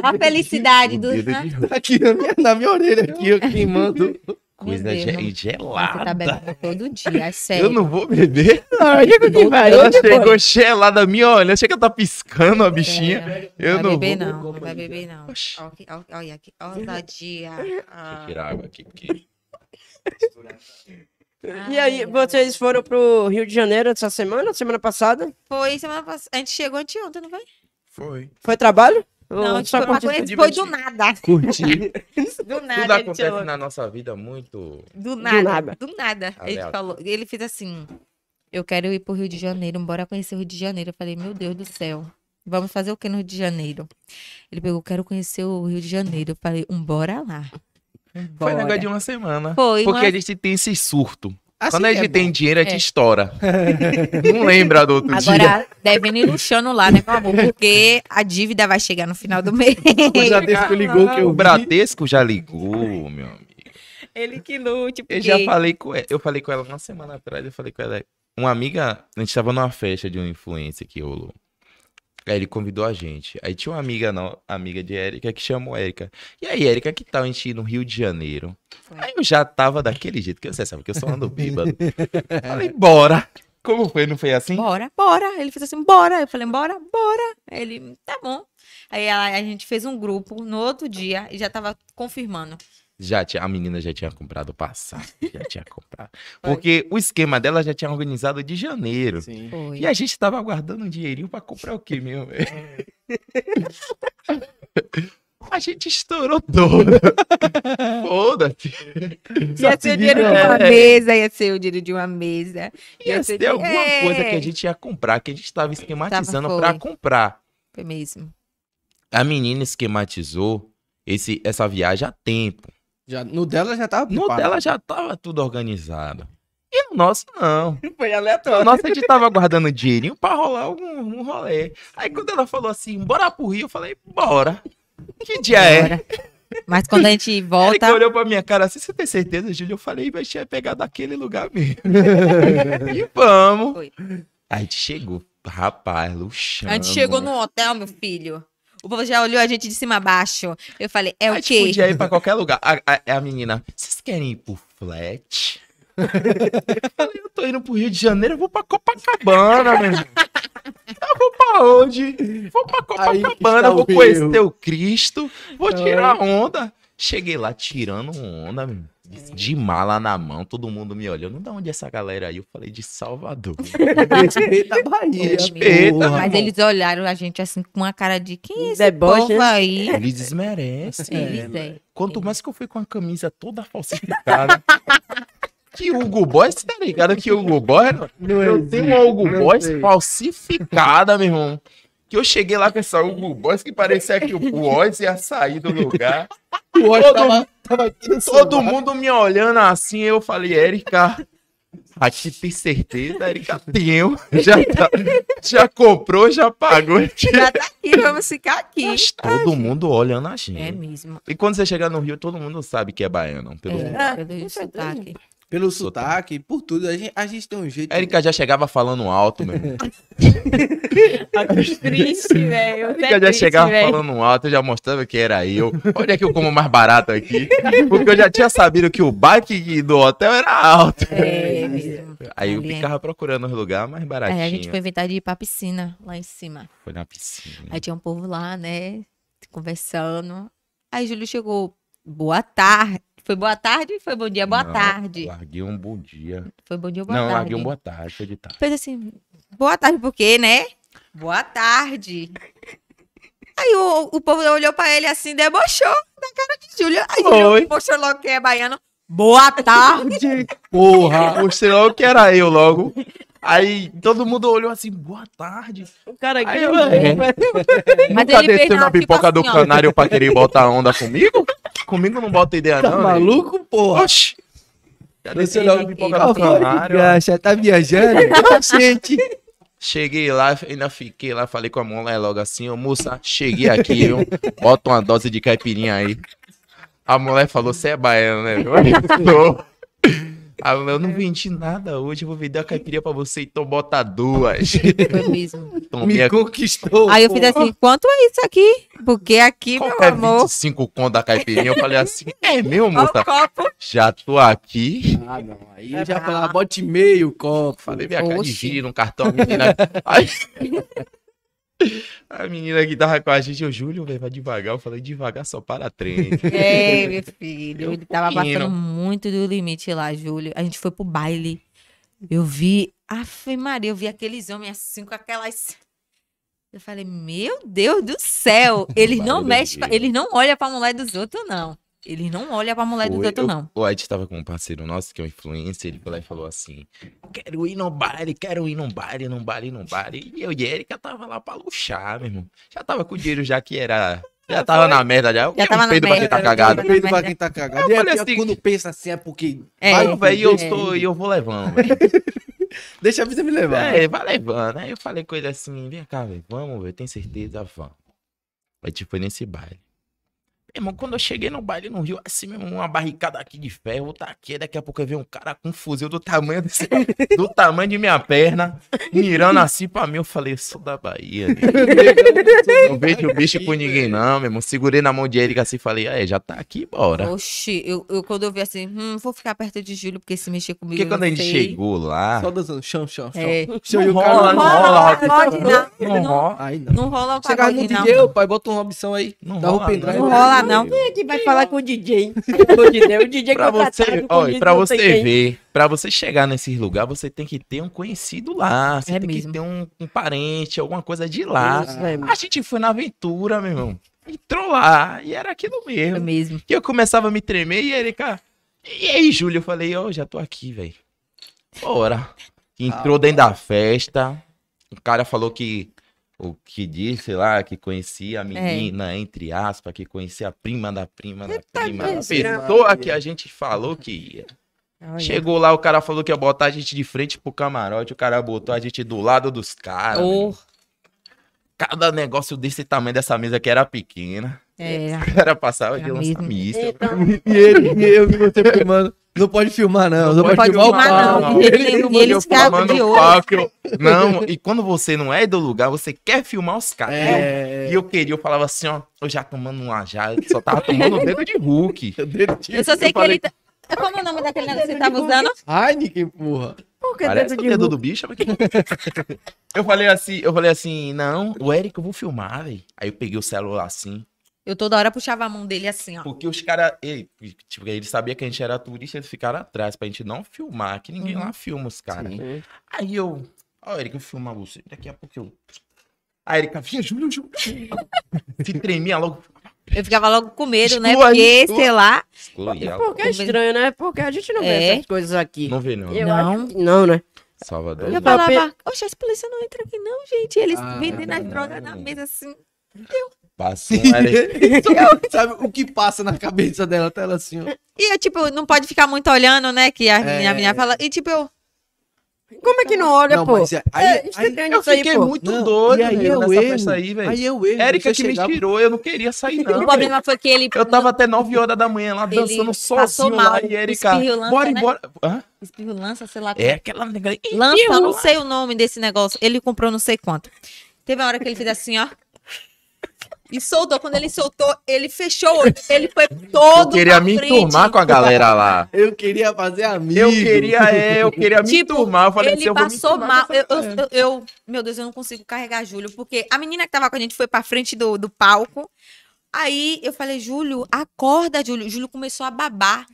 D: A felicidade
B: o
D: do.
B: dedo de Hulk.
E: Tá aqui na minha, na minha orelha aqui, eu queimando.
B: Coisa né?
D: Deus,
B: ge-
D: não- Você tá
B: gelada.
D: bebendo todo dia, é
B: eu
D: sério.
B: não vou beber.
E: Ah,
A: que
B: Ela chegou gelada minha, olha. Chega que tá piscando
D: É.
B: a bichinha.
D: Sério.
B: Eu
D: vai
B: não
D: beber,
B: vou. Uhum.
D: não. Não vai beber, não.
B: Oxi.
D: Ó, que- ó, Olha aqui, ousadia.
B: Deixa
D: Ah,
B: eu tirar água aqui. Porque...
A: E aí, vocês foram pro Rio de Janeiro essa semana, semana passada?
D: Foi semana passada. A gente chegou anteontem, não foi?
B: Foi.
A: Foi trabalho?
D: Não, a gente foi pra conhecer. Foi do nada.
E: Curti.
D: Do
B: Tudo
D: nada, a Ah, gente
B: acontece
D: chegou.
B: na nossa vida muito.
D: Do nada.
A: nada.
D: Do nada. Ele
B: Aleatório.
D: falou, ele fez assim: Eu quero ir pro Rio de Janeiro, bora conhecer o Rio de Janeiro. Eu falei, meu Deus do céu. Vamos fazer o que no Rio de Janeiro? Ele pegou, quero conhecer o Rio de Janeiro. Eu falei, um bora lá.
B: Foi
D: Bora.
B: um negócio de uma semana. Ah,
D: Foi
B: Porque
D: uma-
B: a gente tem esse surto.
E: Assim
B: Quando a
E: que é
B: gente
E: bom.
B: tem dinheiro, a gente
D: É.
B: estoura. não lembra do outro dia.
D: Agora, devem ir luxando lá, né, meu amor? Porque a dívida vai chegar no final do mês.
E: Eu já desse que ligou que eu
B: O
E: vi.
B: Bradesco já ligou, meu amigo.
D: Ele que lute.
B: Eu
D: porque-
B: já falei com ela. Eu falei com ela uma semana atrás. Eu falei com ela. Uma amiga. A gente tava numa festa de um influencer que rolou. Aí ele convidou a gente. Aí tinha uma amiga, não, amiga de Érica, que chamou Érica. E aí, Érica, que tal a gente ir no Rio de Janeiro?
D: Foi.
B: Aí eu já tava daquele jeito, que você sabe que eu só ando bêbado. falei, bora. Como foi? Não foi assim?
D: Bora, bora. Ele fez assim, bora. Eu falei, bora, bora. Ele, tá bom. Aí ela- a gente fez um grupo no outro dia e já tava confirmando.
B: Já tinha, a menina já tinha comprado passagem, já tinha comprado. Porque o esquema dela já tinha organizado de janeiro.
E: Sim.
D: Foi.
B: E a gente tava guardando um dinheirinho pra comprar o quê, meu? velho? a gente estourou todo. Foda-se.
D: Ia ser o dinheiro de uma mesa, ia ser o dinheiro de uma mesa.
B: Ia ser
D: de-
B: alguma
D: É,
B: coisa que a gente ia comprar, que a gente tava esquematizando
D: Tava,
B: pra
D: foi.
B: comprar.
D: Foi mesmo.
B: A menina esquematizou esse, essa viagem a tempo.
E: Já, no dela já tava
B: No
E: preparado.
B: dela já tava tudo organizado. E o nosso não.
A: Foi
B: Então,
A: aleatório.
B: nossa, a gente tava guardando dinheirinho pra rolar algum um rolê. Aí quando ela falou assim, bora pro Rio, eu falei, bora. Que dia é?
D: Bora. Mas quando a gente
B: Ela que
D: volta,
B: olhou pra minha cara assim, você tem certeza, Júlio? Eu falei, vai tinha pegar daquele lugar mesmo. e vamos.
D: Foi.
B: Aí a gente chegou, rapaz, luxando.
D: a gente chegou no hotel, meu filho. O povo já olhou a gente de cima a baixo. Eu falei, é
B: A
D: o
B: gente
D: quê?
B: podia ir pra qualquer lugar. A, a- a menina, vocês querem ir pro flat? eu falei, eu tô indo pro Rio de Janeiro, eu vou pra Copacabana, meu irmão. Eu vou pra onde? Vou pra
E: Aí que
B: Copacabana,
E: está
B: eu vou
E: o erro.
B: conhecer o Cristo, vou tirar onda. Cheguei lá tirando onda, meu. irmão. de, de mala na mão, todo mundo me olhando. De onde é essa galera aí? Eu falei, de Salvador.
E: Respeita a Bahia.
B: Respeita,
E: porra.
D: Mas eles olharam a gente assim com uma cara de quem é esse
A: Deboche,
D: povo
A: né?
D: aí?
B: Eles desmerecem.
D: Eles, é.
B: Quanto mais que eu fui com a camisa toda falsificada. que Hugo Boss, tá ligado? Que Hugo Boss.
E: Não é.
B: Eu tenho uma um Hugo
E: não
B: Boss
E: sei.
B: falsificada, meu irmão. Que eu cheguei lá com essa Hugo Boss que parecia que o Boss ia sair do lugar.
E: O Osh
B: Todo-
E: tava, tava aqui no
B: Todo
E: celular.
B: mundo me olhando assim, eu falei, Érica. Aqui tem certeza, Erika tenho. Já, tá- já comprou, já pagou.
D: Já tá aqui, vamos ficar aqui.
B: Mas todo mundo olhando a
D: É
B: gente.
D: mesmo.
B: E quando você chegar no Rio, todo mundo sabe que é baiano. Pelo
D: É,
A: Ah,
D: pelo
A: com certeza.
D: sotaque.
E: Pelo sotaque, por tudo. A gente, a gente tem um jeito.
B: Érica já chegava falando alto, meu irmão.
A: Triste, velho.
B: Érica já chegava falando alto, eu já mostrava que era eu. Olha que eu como mais barato aqui. Porque eu já tinha sabido que o bike do hotel era alto.
D: É mesmo.
B: Aí eu
D: Ali é.
B: ficava procurando os lugares mais baratinho.
D: Aí a gente foi inventar de ir pra piscina lá em cima.
B: Foi na piscina.
D: Aí tinha um povo lá, né? Conversando. Aí Júlio chegou. Boa tarde. Foi boa tarde? Foi bom dia, boa
B: Não,
D: tarde.
B: Larguei um bom dia.
D: Foi bom dia, boa
B: não,
D: tarde.
B: larguei um boa tarde, foi de tarde.
D: Fez assim, boa tarde por quê, né? Boa tarde. Aí o, o povo olhou pra ele assim, debochou da cara de Júlio. Aí
B: Oi.
D: Júlio mostrou logo que é baiano. Boa tarde.
B: Porra! Mostrei logo que era eu logo. Aí todo mundo olhou assim, boa tarde.
A: O cara aqui.
B: Aí eu-
A: É.
D: Mas
B: Nunca
D: ele fez
B: desceu na
D: nada, tipo
B: pipoca do
D: assim, ó.
B: canário pra querer botar onda comigo? Comigo não bota ideia,
E: Tá
B: não. né?
E: maluco, porra?
B: Oxi! Já desci
E: Você
B: logo
E: olhou
B: a
E: a
B: pipoca
E: Ó,
B: do
E: fora de
B: canário.
E: graxa, tá viajando? Gente,
B: Cheguei lá, ainda fiquei lá, falei com a mão lá logo assim, ô moça, cheguei aqui, viu? Bota uma dose de caipirinha aí. A mulher falou, você é baiano, né? Eu falei, "Tô." A mulher, eu não vendi nada hoje, eu vou vender a caipirinha pra você, então bota duas.
D: Foi mesmo.
B: Tomei
E: me
B: a
E: conquistou.
D: Aí eu fiz assim, quanto é isso aqui? Porque aqui, meu
B: qualquer
D: amor,
B: 25 conto da caipirinha, eu falei assim, é meu,
D: ó o
B: moça?
D: copo.
B: Já tô aqui.
E: Ah, não. Aí eu já falava, bote meio copo.
B: Falei, minha cara de
D: Oxi.
B: giro, um cartão, a menina. Aí- A menina que tava com a gente, eu, Júlio, velho, vai devagar. Eu falei, devagar só para trem.
D: É, meu filho.
B: Eu
D: Ele tava
B: pouquinho.
D: passando muito do limite lá, Júlio. A gente foi pro baile. Eu vi. Afe Maria, eu vi aqueles homens assim com aquelas. Eu falei, meu Deus do céu! Eles não
B: Baile do
D: mexem, pra-
B: Júlio.
D: eles não olham pra mulher dos outros, não. Eles não olham pra mulher dos
B: Foi,
D: outros,
B: eu-
D: não.
B: O Ed tava com um parceiro nosso, que é um influencer, ele foi lá e falou assim: quero ir num baile, quero ir num baile, num baile, num baile. E eu e Erika tava lá pra luxar, meu irmão. Já tava com o dinheiro, já que era. Já tava na merda, já. Eu quero
D: Ah, tava
B: um
D: na
B: peido pra quem
D: merda, né?
B: tá
D: já tava
B: cagado.
D: na
E: Peido pra
D: merda.
E: quem tá cagado.
B: Eu
E: E é
B: falei
E: pior
B: assim-
E: quando pensa assim, é porque.
D: É.
E: vai,
B: Aí, velho, eu,
E: é.
B: estou- eu vou levando, velho.
E: Deixa a vida me levar.
B: É, vai levando. Aí eu falei com ele assim, vem cá, velho, vamos, velho, tem certeza, vamos. Aí tipo, foi nesse baile. Meu irmão, quando eu cheguei no baile no Rio, assim mesmo, uma barricada aqui de ferro, outra aqui, daqui a pouco eu vi um cara com um fuzil do tamanho desse- do tamanho de minha perna, mirando assim pra mim, eu falei, eu sou da Bahia, né? não vejo bicho com ninguém não, meu irmão. Segurei na mão de Erika assim, e falei, é, já tá aqui, bora.
D: Oxi, eu, eu- quando eu vi assim, hum, vou ficar perto de Júlio, porque se mexer comigo.
B: Porque
D: eu
B: quando
D: não
B: a gente
D: sei.
B: chegou lá,
E: Só dançando. Chão, chão, chão.
D: É.
E: Chão e o
B: Não
E: cara.
B: rola,
D: Não
E: Não
D: rola, não
B: rola,
D: pode não.
B: não rola,
E: Ai, não.
D: Não rola o
E: Chegava no
D: pagode, não.
E: DJ, ô pai, bota uma opção aí.
B: não
E: Dá um
B: rola,
E: pendrive.
D: Não rola, não.
A: Quem é que vai falar com o DJ? Pelo amor de Deus, o DJ
B: Pra você,
A: contratado é com
B: olha,
A: gente
B: pra
A: não tem
B: você
A: quem.
B: ver, pra você chegar nesses lugares, você tem que ter um conhecido lá, você
D: É
B: tem
D: mesmo. é
B: que ter um, um parente, alguma coisa de lá.
A: Isso, velho.
B: A gente foi na aventura, meu irmão. Entrou lá e era aquilo
D: Eu
B: mesmo.
D: mesmo.
B: E eu começava a me tremer e ele, cara. E aí, Júlio, eu falei, ó, já tô aqui, velho. Bora. Entrou
D: Ah,
B: dentro da festa. O cara falou que o que disse lá, que
D: É.
B: conhecia a menina, entre aspas, que conhecia a prima da prima da
D: tá
B: prima. A
E: pensando.
B: pessoa que a gente falou que ia. Chegou lá, o cara falou que ia botar a gente de frente pro camarote, o cara botou a gente do lado dos caras. meu
D: Ô,
B: irmão. Cada negócio desse tamanho dessa mesa que era pequena.
D: é,
B: O cara passava de
D: Era
B: lançar
D: mesmo.
B: míssil.
A: Então,
E: E ele, e eu vi você filmando. Não pode filmar, não. Não,
B: Não
E: pode
B: pode
E: filmar o
B: filmar,
E: pau.
B: Ah, não.
E: Não.
B: E
D: ele- e ele
B: Eu
D: Ficava
B: filmando
D: de
B: o
D: olho.
B: palco. Não, e quando você não é do lugar, você quer filmar os caras.
E: É.
B: E eu queria, eu falava assim, ó, eu já tomando uma já, eu só tava tomando o dedo de Hulk.
D: Eu só sei que ele. tá- Como é o nome daquele negócio que você tava usando?
E: Heineken, porra.
A: por que
B: Parece
A: tanto
B: o
A: de
B: dedo
A: louco?
B: do bicho, mas que- é Eu falei assim, eu falei assim, não, o Eric, eu vou filmar, velho. Aí eu peguei o celular assim,
D: Eu toda hora puxava a mão dele assim, ó.
B: Porque os caras. Tipo, ele sabia que a gente era turista, eles ficaram atrás pra gente não filmar, que ninguém lá filma os caras.
E: Sim.
B: Aí eu. Ó, Erika, eu filmar você. Daqui a pouco eu. A Erika vinha, Júlio, Júlio. Se tremia logo.
D: Eu ficava logo com medo, né?
B: Exclua,
D: Porque,
B: exclua.
D: sei lá.
B: Excluía
A: É
B: logo.
A: porque é estranho, né? Porque a gente não vê
D: É.
A: essas coisas aqui.
B: Não vê, não.
A: Eu
D: Não.
A: acho que não, né?
B: Salvador.
A: Eu
D: Eu
B: não.
A: falava,
D: falava, oxe, as polícias não entram aqui, não, gente. Eles
E: Ah,
D: vendendo as
B: não.
D: drogas na mesa assim.
B: Passou um Erika.
E: Só- Sabe o que passa na cabeça dela? Tá ela assim, ó.
D: E eu, tipo, não pode ficar muito olhando, né? Que a menina, a menina fala. E tipo, eu.
A: Como é que não olha,
E: Não,
A: pô?
E: mas é- aí,
A: É,
E: aí,
A: estranho
B: Eu
A: isso aí,
B: fiquei
A: pô.
B: muito
E: Não,
B: doido
E: e aí
B: nego,
E: eu
B: nessa
E: erro.
B: festa aí, velho.
E: aí eu erro.
B: Érica
E: você
B: que me
E: chegar-
B: tirou, eu não queria sair,
D: O
B: não.
D: problema foi que ele.
B: Eu tava até 9 horas da manhã lá
D: ele
B: dançando
D: passou
B: sozinho lá e Erika.
D: espirro lança,
B: Bora
D: né?
B: embora. Hã?
D: Espirro lança, sei lá.
B: É aquela negra. aí.
D: Lança,
B: Espirro
D: eu um, não
B: lança.
D: sei o nome desse negócio. Ele comprou não sei quanto. Teve uma hora que ele fez assim, ó. E soltou. Quando ele soltou, ele fechou o olho. Ele foi todo.
B: Eu queria
D: pra
B: me
D: frente.
B: enturmar com a galera lá.
E: Eu queria fazer amigo.
B: Eu queria, é, eu queria me
D: Tipo,
B: enturmar. Eu falei assim,
D: ele
B: eu "É." vou me
D: passou
B: enturmar
D: mal.
B: com
D: Eu,
B: essa
D: eu,
B: galera.
D: eu- eu- meu Deus, eu não consigo carregar Júlio, porque a menina que tava com a gente foi pra frente do, do palco. Aí eu falei, Júlio, acorda, Júlio. Júlio começou a babar.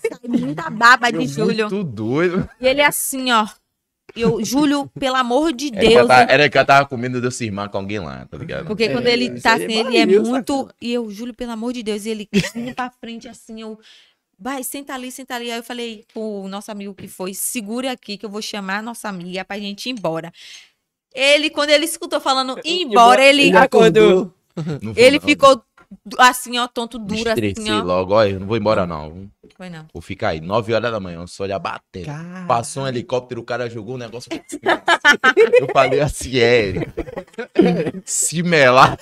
D: Saiu Muita baba de Júlio.
B: Muito doido.
D: E ele assim, ó. E eu, Júlio, pelo amor de
B: Erika
D: Deus.
B: tá-
D: hein?
B: Erika tava com medo de eu cismar com alguém lá, tá ligado?
D: Porque
E: É,
D: quando ele
E: isso
D: tá
E: aí é
D: assim, ele é
E: maravilhoso,
D: muito.
E: cara.
D: E eu, Júlio, pelo amor de Deus, e ele indo pra frente assim, eu. Vai, senta ali, senta ali. Aí eu falei pro nosso amigo que foi, segura aqui que eu vou chamar a nossa amiga pra gente ir embora. Ele, quando ele escutou falando ir embora, ele,
E: Ele acordou.
B: Não vou
D: ele
B: não.
D: ficou du- assim, ó, tonto,
B: Me
D: duro, assim,
B: estressei
D: ó.
B: logo. Olha, eu não vou embora, não.
D: Foi não.
B: Vou ficar aí. 9 horas da manhã, o sol já batendo.
E: Cara,
B: Passou um helicóptero, o cara jogou um negócio. pra cima. Eu falei assim, é. Se melar.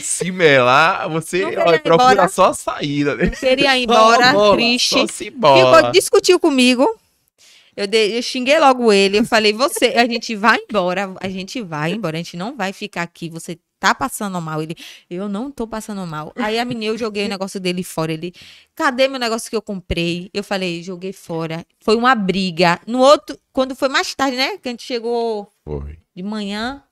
B: Se melar, você
D: Não
B: ó,
D: queria ir
B: procura
D: embora.
B: só a saída, né?
D: Queria ir embora,
E: bola,
D: triste.
B: Só se bola.
D: Ficou, discutiu comigo. Eu, dei- eu xinguei logo ele. Eu falei, você, a gente vai embora, a gente vai embora, a gente não vai ficar aqui. Você tá passando mal. Ele, eu não tô passando mal. Aí a menina, eu joguei o negócio dele fora. Ele, cadê meu negócio que eu comprei? Eu falei, joguei fora. Foi uma briga. No outro, quando foi mais tarde, né? Que a gente chegou
B: Foi.
D: de manhã.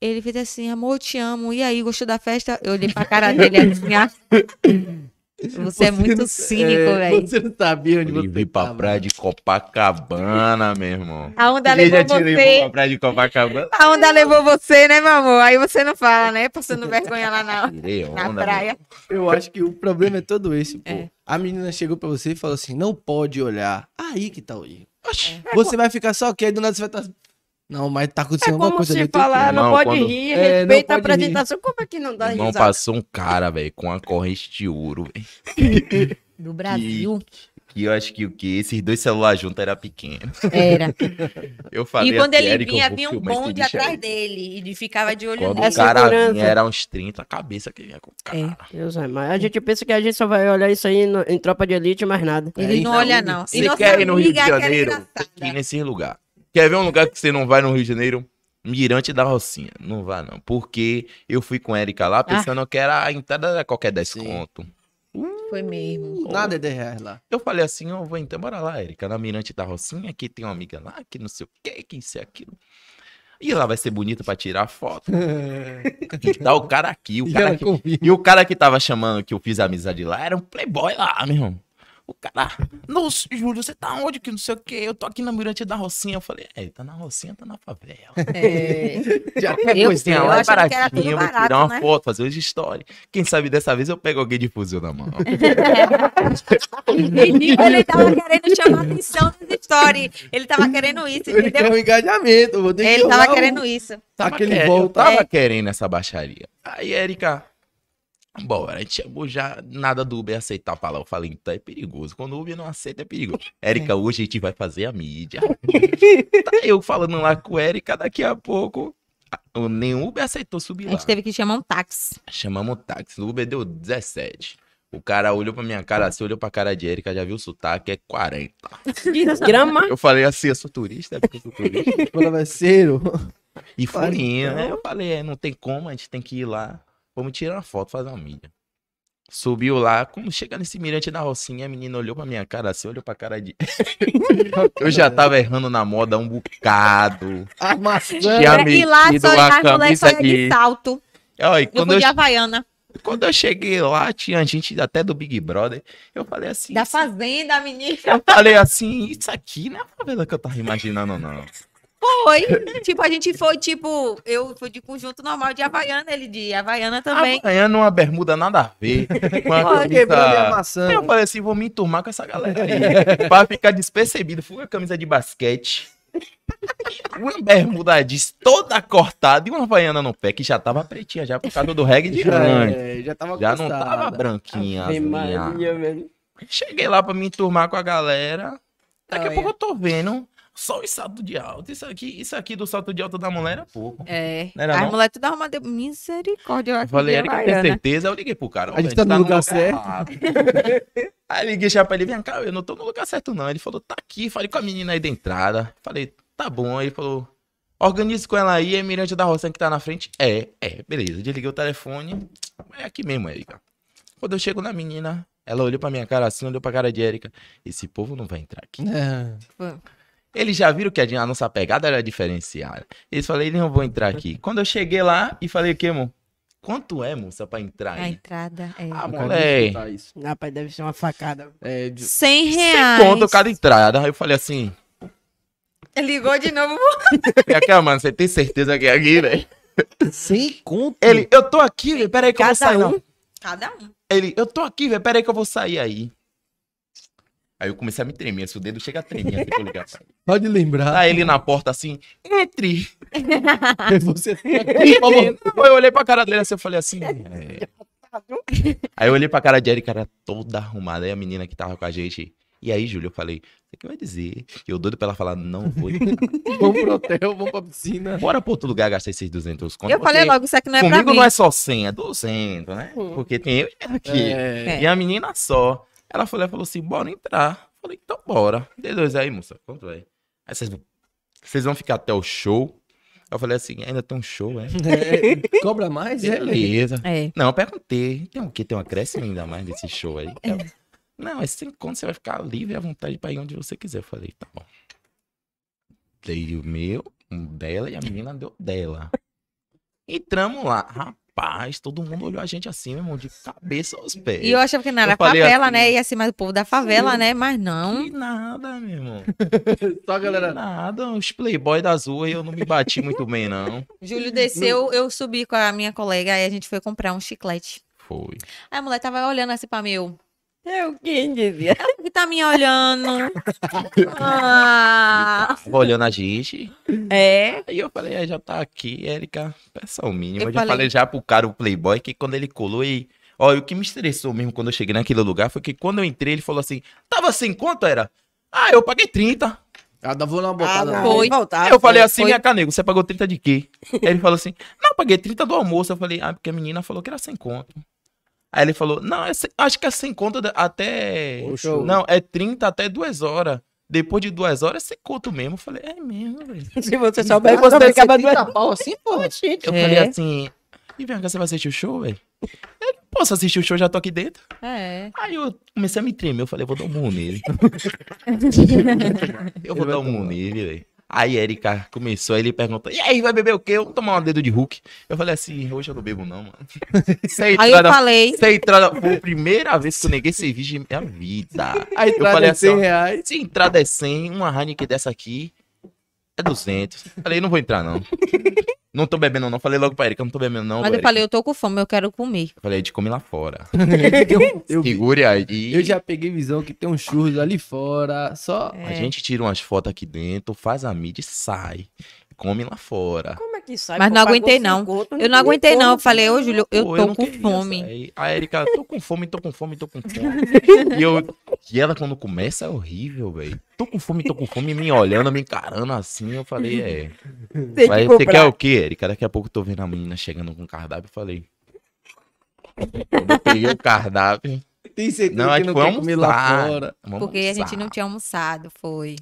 D: Ele fez assim, amor, eu te amo. E aí, gostou da festa? Eu olhei pra cara dele assim, ah. Você, é muito
E: não-
D: cínico,
E: é,
D: velho.
E: Você não sabia onde
B: Ele
E: você
B: veio pra
E: tava. né?
B: praia de Copacabana, meu irmão.
D: A onda
B: Ele já
D: levou
B: te levou pra
D: você.
B: praia de Copacabana.
D: A onda levou você, né, meu amor? Aí você não fala, né? Passando vergonha lá na,
B: Tirei onda.
D: na
B: meu.
D: praia.
E: Eu acho que o problema é todo esse, pô.
D: É.
E: A menina chegou pra você e falou assim, não pode olhar. Aí que tá o erro.
B: Oxi.
D: É
E: Você vai ficar só ok, aí do nada você vai estar... Não, mas tá
A: É
E: acontecendo alguma
A: como
E: coisa
A: se
E: ali. eu tenho que
A: falar,
E: olhar."
B: Irmão,
A: não pode
B: quando-
A: rir,
E: É, não
A: respeita a
E: pode rir.
A: apresentação. Como é que não dá
B: Irmão,
A: risada?
B: passou um cara, velho, com a corrente de ouro, velho.
D: Do Brasil.
B: Que eu acho que o que? Esses dois celulares juntos era pequeno.
D: Era.
B: Eu falei
D: e quando
B: assim,
D: ele
B: Érica, eu
D: vinha,
B: vou
D: vinha um
B: filmar esse
D: bonde
B: bicho aí.
D: atrás dele. E ele ficava de olho
B: Quando
D: nele.
B: o cara
A: segurança.
B: vinha, era uns 30, a cabeça que vinha com o cara.
D: É.
A: Deus é mais. A gente pensa que a gente só vai olhar isso aí no- em tropa de elite, mais nada.
D: Ele não
E: Eita,
D: olha,
E: Uni.
D: não. E
B: Você
D: nossa
B: quer ir no Rio de
D: amiga, aquela
B: Janeiro?
D: engraçada.
B: Tem que ir nesse lugar. Quer ver um lugar que você não vai no Rio de Janeiro? Mirante da Rocinha. Não vá, não. Porque eu fui com a Erika
D: Ah.
B: lá pensando que era a entrada era qualquer desconto.
D: Foi mesmo.
E: Nada é 10 reais lá.
B: Eu falei assim, ó, vou então, bora lá, Erika, na Mirante da Rocinha, que tem uma amiga lá, que não sei o que, que isso e aquilo. E lá vai ser bonito pra tirar foto. E tá o cara aqui, o
E: E
B: cara
E: ela
B: aqui.
E: comigo.
B: E o cara que tava chamando que eu fiz amizade lá era um playboy lá, meu irmão. O cara, nossa, Júlio, você tá onde? Que não sei o que, eu tô aqui na Mirante da Rocinha. Eu falei, é, tá na Rocinha, tá na favela.
D: É.
E: Já
B: Qualquer
D: Eu-
B: coisinha
D: eu
B: lá é
D: achava que era tudo
B: baratinha, eu vou
D: barato,
B: tirar uma
D: né?
B: foto, fazer hoje história. Quem sabe dessa vez eu pego alguém de fuzil na mão.
D: Entendeu? Ele tava querendo chamar a atenção nas stories. Ele tava querendo isso,
E: Ele
D: entendeu?
E: quer um engajamento. eu Vou ter que
D: Ele tava
E: olhar o-
D: querendo é. isso.
B: Tava
E: Aquele
B: quer-
E: volta.
B: Eu tava querendo essa baixaria. Aí, Erika, bora, a gente chegou já, nada do Uber aceitar pra lá. Eu falei, então é perigoso. Quando o Uber não aceita, é perigoso. Erika, hoje a gente vai fazer a mídia. tá eu falando lá com Erika, daqui a pouco. a- o- Nenhum Uber aceitou subir
D: A
B: lá.
D: gente teve que chamar um táxi.
B: Chamamos o táxi. O Uber deu 17. O cara olhou pra minha
D: Tá.
B: cara assim, olhou pra cara de Erika, já viu o sotaque, é 40.
A: Desgrama.
B: Eu falei assim, eu sou turista, é porque eu sou turista.
E: Tipo, ela vai ser o-
B: E
E: Faz
B: furinha, né?
E: então.
B: Eu falei, é, não tem como, a gente tem que ir lá. Vamos tirar uma foto, fazer uma mídia. Subiu lá, quando chega nesse mirante da Rocinha, a menina olhou pra minha cara assim, olhou pra cara de. Eu já tava errando na moda um bocado.
E: A maçã.
B: Tinha
D: e lá
B: metido
D: só
B: a
D: as mulheres só
B: camisa
D: iam de
B: de-
D: salto.
B: Ó, e
D: Eu
B: quando,
D: fui
B: eu,
D: de Havaiana.
B: quando eu cheguei lá, tinha gente até do Big Brother. Eu falei assim.
D: Da
B: "Isso
D: fazenda, menina.
B: Eu falei assim, isso aqui não é a favela que eu tava imaginando, não.
D: Foi. tipo, a gente foi, tipo, eu fui de conjunto normal de Havaiana, ele de Havaiana também.
B: Ganhando uma bermuda nada a ver. Com a
E: Olha, quebrou minha
B: camisa...
E: maçã.
B: Eu falei assim, vou me enturmar com essa galera aí. pra ficar despercebido. Fui com a camisa de basquete. Uma bermuda jeans toda cortada e uma havaiana no pé, que já tava pretinha, já por causa do reggae de
E: Já,
B: grande.
E: é, já tava
B: Já não
E: cansada.
B: tava branquinha.
A: Ave
B: azulinha.
A: Maria, velho.
B: Cheguei lá pra me enturmar com a galera. Daqui
A: Ah,
B: a
D: Olha.
B: pouco
A: é.
B: eu tô vendo só os salto de alto. Isso aqui, isso aqui do salto de alto da mulher é pouco.
D: É.
B: Não era
D: As
B: não?
D: mulheres tudo arrumada. Misericórdia, eu
B: Eu
D: acho
B: falei,
D: que é
B: Erika, tem
D: Havaiana.
B: certeza? Eu liguei pro cara. ó,
E: A gente tá no lugar certo.
B: errado. aí liguei já pra ele, vem cá, eu não tô no lugar certo não. Ele falou, tá aqui, falei com a menina aí da entrada. Falei, tá bom. Ele falou, organize com ela aí, é Mirante da Rocinha que tá na frente. É, é, beleza. Desliguei o telefone. É aqui mesmo, Erika. Quando eu chego na menina, ela olhou pra minha cara assim, olhou pra cara de Erika. Esse povo não vai entrar aqui.
E: É.
B: Eles já viram que a a nossa pegada era diferenciada. Eles falaram, eles não vão entrar aqui. Quando eu cheguei lá e falei, o que, amor? Quanto é, moça, pra entrar
D: A
B: aí?
D: entrada é.
B: Ah,
E: Eu quero
B: moleque.
E: escutar tá isso.
A: Rapaz, deve ser uma facada.
E: É, de-
D: 100
B: Sem
D: reais.
B: conto cada entrada. Aí eu falei assim,
D: Ligou de novo.
B: é aqui, mano, você tem certeza que é aqui, velho?
E: Sem conta.
B: Ele, eu tô aqui, velho, peraí que eu vou
A: Cada
B: sair, não.
D: Cada um.
B: Ele, eu tô aqui, velho, peraí que eu vou sair aí. Aí eu comecei a me tremer, se o dedo chega a tremer, assim, tô ligado.
E: Pode lembrar.
B: Aí ele na porta assim, entre.
E: Você tem
B: Ele-
E: aqui, por favor.
B: Não, eu olhei pra cara dele assim, eu falei assim. é. Aí eu olhei pra cara de Erika, era toda arrumada. Aí a menina que tava com a gente. E aí, Júlio, eu falei, você que vai dizer? E eu doido pra ela falar, não vou.
E: Vamos pro hotel, vamos pra piscina.
B: Bora pra outro lugar gastar esses 200 conto.
D: Eu falei
B: porque
D: logo, isso aqui não é pra
B: Comigo
D: mim. Hum.
B: não é só 100, é 200, né? Porque tem eu e ela aqui.
E: É.
B: E a menina só. Ela falou, ela falou assim, bora entrar. Eu falei, então bora. Dê dois aí, moça. Quanto é? Aí vocês, vocês vão ficar até o show? Eu falei assim, ainda tem um show, é?
E: É, Cobra mais? É, velho.
B: Beleza.
D: É.
B: Não, eu perguntei. Tem o quê? Tem um acréscimo ainda mais nesse show aí? Ela, Não, é sem conto, você vai ficar livre à vontade pra ir onde você quiser. Eu falei, tá bom. Dei o meu, um dela e a menina deu dela. Entramos lá. Rapaz, todo mundo olhou a gente assim, meu irmão, de cabeça aos pés.
D: E eu achava que não era
B: Eu falei
D: favela,
B: assim.
D: né? E assim, mas o povo da favela, né? Mas não.
B: Que nada, meu irmão.
E: Só a
B: Que
E: galera.
B: nada. Os playboy das ruas, eu não me bati muito bem, não.
D: Júlio desceu, eu subi com a minha colega, aí a gente foi comprar um chiclete.
B: Foi.
D: Aí a mulher tava olhando assim pra mim, eu,
A: Eu quem dizia.
D: que tá me olhando? Ah,
B: Tava olhando a gente.
D: é.
B: Aí eu falei, ah, já tá aqui, Érica, peça o mínimo.
D: Eu
B: Eu, já
D: falei-
B: falei já pro cara, o Playboy, que quando ele colou e. Ó, e o que me estressou mesmo quando eu cheguei naquele lugar foi que quando eu entrei, ele falou assim: tava sem quanto era? Ah, eu paguei 30.
E: Ah, dá- vou dar uma botada.
D: não. Foi.
A: Voltar,
B: Aí eu falei assim,
D: foi-
B: minha canego, você pagou 30 de quê? Aí ele falou assim, não, paguei 30 do almoço. Eu falei, ah, porque a menina falou que era sem conto. Aí ele falou, não, é sem- acho que é sem conto da- até.
E: Poxa.
B: Não, é 30 até duas horas. Depois de duas horas, é sem conto mesmo. Eu falei, é mesmo, velho.
A: assim, Se você souber,
E: Ah,
A: você
E: deve ser
A: acaba
E: 30
A: doendo.
E: pau assim, pô.
B: Eu
D: É.
B: falei assim, e vem cá, você vai assistir o show, velho? Eu não Posso assistir o show, já tô aqui dentro.
D: É.
B: Aí eu comecei a me tremer, eu falei, vou dar um murro nele. eu vou
E: Ele vai
B: dar um murro
E: tomar.
B: nele, velho. Aí Erika começou, aí ele perguntou, e aí, vai beber o quê? Eu vou tomar um dedo de Hulk. Eu falei assim, hoje eu não bebo não, mano. Isso aí,
D: Aí eu
B: entrada,
D: falei,
B: essa entrada foi a primeira vez que eu neguei cerveja em minha vida.
E: Aí
B: eu falei assim,
E: 100
B: ó,
E: reais.
B: se entrada é 100, uma Heineken dessa aqui é 200. Falei, não vou entrar, não. Não tô bebendo, não. Falei logo pra Erika, não tô bebendo, não.
D: mas eu
B: Erika.
D: falei, eu tô com fome, eu quero comer.
B: Eu falei, a gente come lá fora.
E: Eu, eu,
B: Segure aí.
E: eu já peguei visão que tem um churros ali fora. Só.
D: É.
B: A gente tira umas fotos aqui dentro, faz a mídia e sai. Come lá fora.
A: Como é que sai? assim,
D: Mas
A: Pô,
D: não
A: pagou
D: aguentei,
A: cinco
D: não.
A: conto,
D: Eu não
A: tem
D: aguentei, não. Eu
A: como.
D: falei, ô, Júlio, eu
B: Pô,
D: tô
B: não
D: com
B: queria
D: fome.
B: sair. A Erika, tô com fome, tô com fome, tô com fome. E, eu, e ela, quando começa, é horrível, velho. Tô com fome, tô com fome, me olhando, me encarando assim. Eu falei, é.
A: Tem que
B: Mas você
A: comprar.
D: é
B: quer o quê, Erika? Daqui a pouco eu tô vendo a menina chegando com o cardápio e falei. Quando eu peguei o cardápio.
E: Tem certeza
B: Não, a
E: que
B: gente
E: não
B: foi
E: quer comer lá
B: almoçar.
E: fora.
B: Vamos
D: Porque a gente
B: almoçar.
D: não tinha almoçado, foi.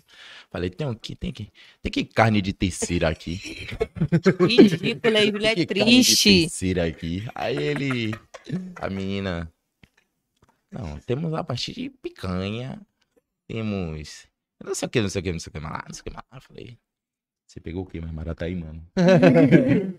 B: Falei, tem o que, tem que, tem que carne de terceira aqui.
D: Ridículo, aí, Júlio, é
B: Que carne de
D: triste.
B: terceira aqui. Aí ele. A menina. Não, temos a partir de picanha. Temos. Não sei o que, não sei o que, não sei o que mais lá, não sei o que mais lá. Eu Falei. Você pegou o que mais barato aí, mano?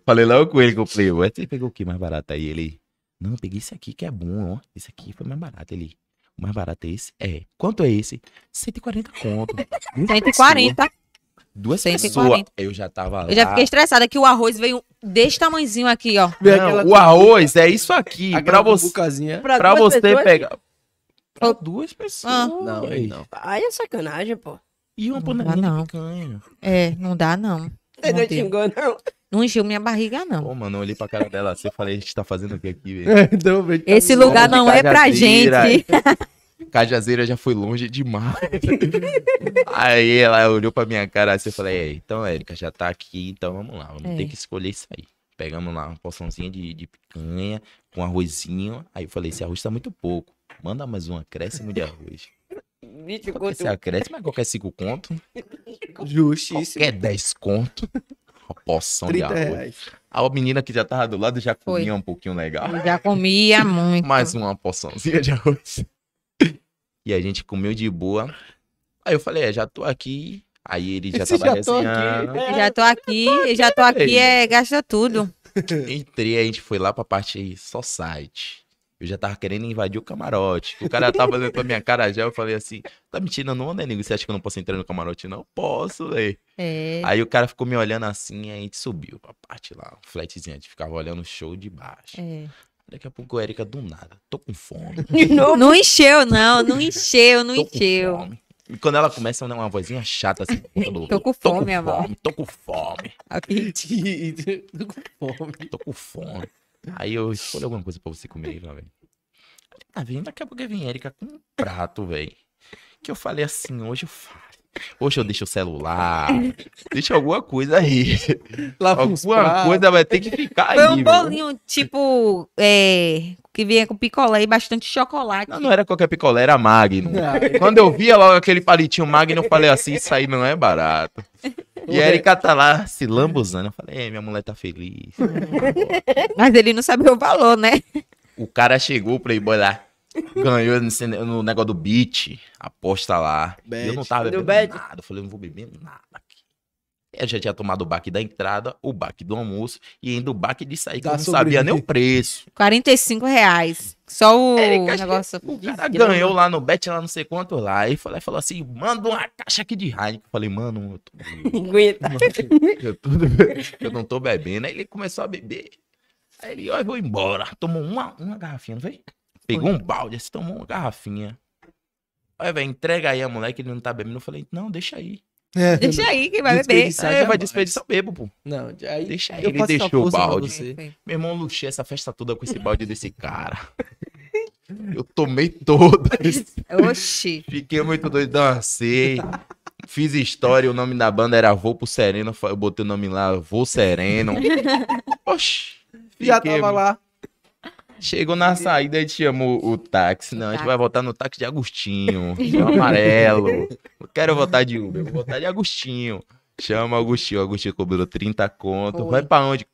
B: Falei logo com ele que eu falei, ué, você pegou o que mais barato aí? Ele, não, eu peguei esse aqui que é bom, ó. Esse aqui foi mais barato. Ele, o mais barato é esse? É. Quanto é esse? 140 conto. Duas
D: 140.
B: pessoas- Duas
D: 140.
B: pessoas. Eu já tava lá.
D: Eu já fiquei estressada que o arroz veio desse tamanhozinho aqui, ó.
E: Vem
B: Não,
E: aquela-
B: o arroz é isso aqui. Pra
E: aquela
B: você,
E: bucazinha.
B: pra
A: duas
B: você
A: pessoas?
B: pegar. Pra duas pessoas.
D: Ah.
E: Não, aí não.
A: Aí é sacanagem, pô.
B: E uma
D: Não,
B: panelinha
D: não.
B: de picanha.
D: É, não dá não.
A: Ele
D: Não
A: não te
D: deu.
A: enganou, não.
D: Não encheu minha barriga, não.
B: Pô, mano, eu olhei pra cara dela assim e falei, a gente tá fazendo o que aqui, velho?
E: Então, vem cá,
D: Esse
E: menina.
D: lugar
B: tá de
D: não é pra
B: Cajazeira.
D: gente.
B: Cajazeira já foi longe demais. aí ela olhou pra minha cara assim e falei, é, então, Érica, já tá aqui, então vamos lá, vamos
D: É.
B: ter que escolher isso aí. Pegamos lá uma porçãozinha de, de picanha, com arrozinho. Aí eu falei, esse arroz tá muito pouco. Manda mais um acréscimo de arroz.
A: Bicho,
B: Qualquer esse
A: quanto...
B: acréscimo é qualquer cinco conto,
E: Justíssimo.
B: qualquer 10 conto. Uma porção um de
E: 30
B: arroz.
E: reais.
B: A menina que já tava do lado já
D: Foi.
B: comia um pouquinho legal.
D: Eu já comia muito.
B: mais uma porçãozinha de arroz. E a gente comeu de boa. Aí eu falei, é, já tô aqui. Aí ele já
E: Esse
B: tava
E: já tô aqui.
B: resenhando.
D: Eu Já tô aqui, eu já tô aqui, é, gasta tudo.
B: Entrei, a gente foi lá pra parte só site. Eu já tava querendo invadir o camarote. O cara tava olhando pra minha cara já, eu falei assim, tá mentindo não, né, nego? Você acha que eu não posso entrar no camarote? Não, posso, velho.
D: É.
B: Aí o cara ficou me olhando assim, aí a gente subiu pra parte lá, um flatzinho. A gente ficava olhando o show de baixo.
D: é.
B: Daqui a pouco, Erika, do nada, tô com fome.
A: De novo.
D: Não encheu, não, não encheu, não
B: Tô com
D: encheu.
B: fome. E quando ela começa, né, uma vozinha chata assim. Tô,
D: Tô com fome, amor."
B: Tô com fome,
D: Aqui.
E: Tô com fome.
B: tô com fome. Aí eu escolho alguma coisa pra você comer aí, lá, velho. Tá vendo? Daqui a pouco vem Erika com um prato, velho. Que eu falei assim, hoje eu falo. Hoje eu deixo o celular. deixa alguma coisa aí.
E: Lava uns
B: Alguma
E: pratos.
B: coisa vai ter que ficar
D: Foi um
B: aí, velho.
D: bolinho, tipo, é, que vinha com picolé e bastante chocolate.
B: Não, não era qualquer picolé, era Magnum.
E: Ah,
B: Quando eu via logo aquele palitinho Magnum, eu falei assim, isso aí não é barato. E a Erika tá lá se lambuzando. Eu falei, "É, minha mulher tá feliz. é-
D: Mas ele não sabia o valor, né?
B: o cara chegou, o Playboy lá, ganhou no, cine- no negócio do beat, aposta lá. E eu não
E: Bet.
B: tava
A: Do
B: bebendo
A: bet.
B: nada. Eu falei, eu não vou beber nada aqui. Eu já tinha tomado o baque da entrada, o baque do almoço e ainda o baque de sair, que
E: Da
B: eu não sabia nem o
E: sobremesa.
B: preço.
D: 45 reais. Só o
B: Érica,
D: negócio.
B: O cara
E: né?
B: ganhou lá no bet, lá não sei quanto lá. E falei, falou assim, manda uma caixa aqui de Heineken. Eu falei, mano, eu tô...
A: Aguenta.
B: eu, tô- eu não tô bebendo. Aí ele começou a beber. Aí ele, ó, eu vou embora. Tomou uma, uma garrafinha, não foi? Pegou um balde, assim, tomou uma garrafinha. Olha, velho, entrega aí a mulher que ele não tá bebendo. Eu falei, não, deixa aí.
E: É.
D: Deixa aí que vai beber.
E: Desperdiçar
B: É, vai
E: jamais.
B: desperdiçar, bebo, pô.
E: Não, aí
B: Deixa
E: eu
B: ele,
E: faço essa
B: deixou o
E: força pra
B: balde.
E: você.
B: Meu irmão, eu luxei essa festa toda com esse balde desse cara. Eu tomei todas.
D: Oxi.
B: Fiquei muito doido, dancei. Fiz história, o nome da banda era Vou pro Sereno. Eu botei o nome lá, Vou Sereno. Oxi.
E: Já
B: fiquei-
E: tava lá.
B: Chegou na saída, a gente chamou o táxi. Não, a gente
D: táxi.
B: vai votar no táxi de Agostinho. Chama amarelo. Não quero votar de Uber, vou votar de Agostinho. Chama Agostinho. Agostinho cobrou 30 conto.
D: Foi.
B: Vai pra onde?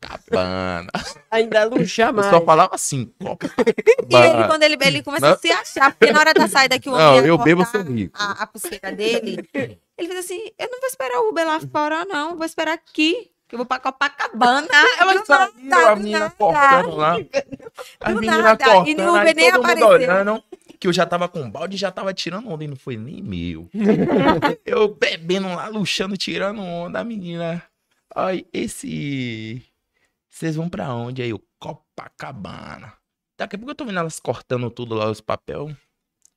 B: Copacabana.
A: Ainda luxa
B: Eu
A: mais.
B: só falava assim,
D: E ele,
B: Copacabana.
D: quando ele, ele começa a
B: Não.
D: se achar, porque na hora da saída que o homem
B: Não,
D: ia
B: eu bebo,
D: cortar
B: sou rico.
D: a, a pulseira dele, ele fez assim: eu não vou esperar o Uber lá fora, não. Vou esperar aqui. Que eu vou pra Copacabana. Eu vou
B: Só viram a menina cortando lá. A
D: Do
B: menina
D: nada.
B: cortando,
D: E não
B: aí
D: veio nem
B: todo mundo
D: aparecer.
B: olhando, que eu já tava com um balde e já tava tirando onda, e não foi nem meu. eu bebendo lá, luxando, tirando onda, a menina. Ai, esse... Vocês vão pra onde aí? O Copacabana. Daqui a pouco eu tô vendo elas cortando tudo lá, os papel.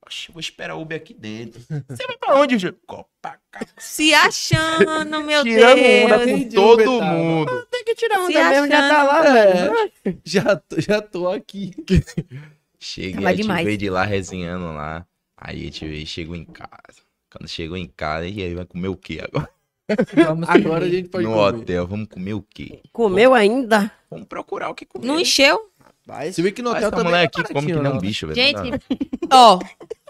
B: Oxe, vou esperar o Uber aqui dentro. Você vai pra onde, Ju? Copacabana.
D: Se achando, meu
B: Tirando onda
D: Deus.
B: com
E: Entendi,
B: todo
E: Uber tava.
B: mundo.
A: Tem que tirar onda
D: Se
A: mesmo, já tá lá,
E: achando.
A: velho.
E: Já tô, já tô aqui.
B: Cheguei,
D: Tava
B: a gente
D: demais.
B: veio de lá resenhando lá. Aí a gente veio, chegou em casa. Quando chegou em casa, e aí vai comer o quê agora?
D: Vamos
E: Agora a gente pode
B: no
E: comer.
B: hotel, vamos comer o quê?
A: Comeu ainda?
B: Vamos procurar o que comer.
D: Não encheu?
E: Se vê que no
B: Mas
E: hotel
B: essa
E: também
B: mulher
E: tá
B: aqui come que
E: baratinho,
B: nem um
E: né?
B: bicho, velho.
D: Gente,
B: Não,
D: ó,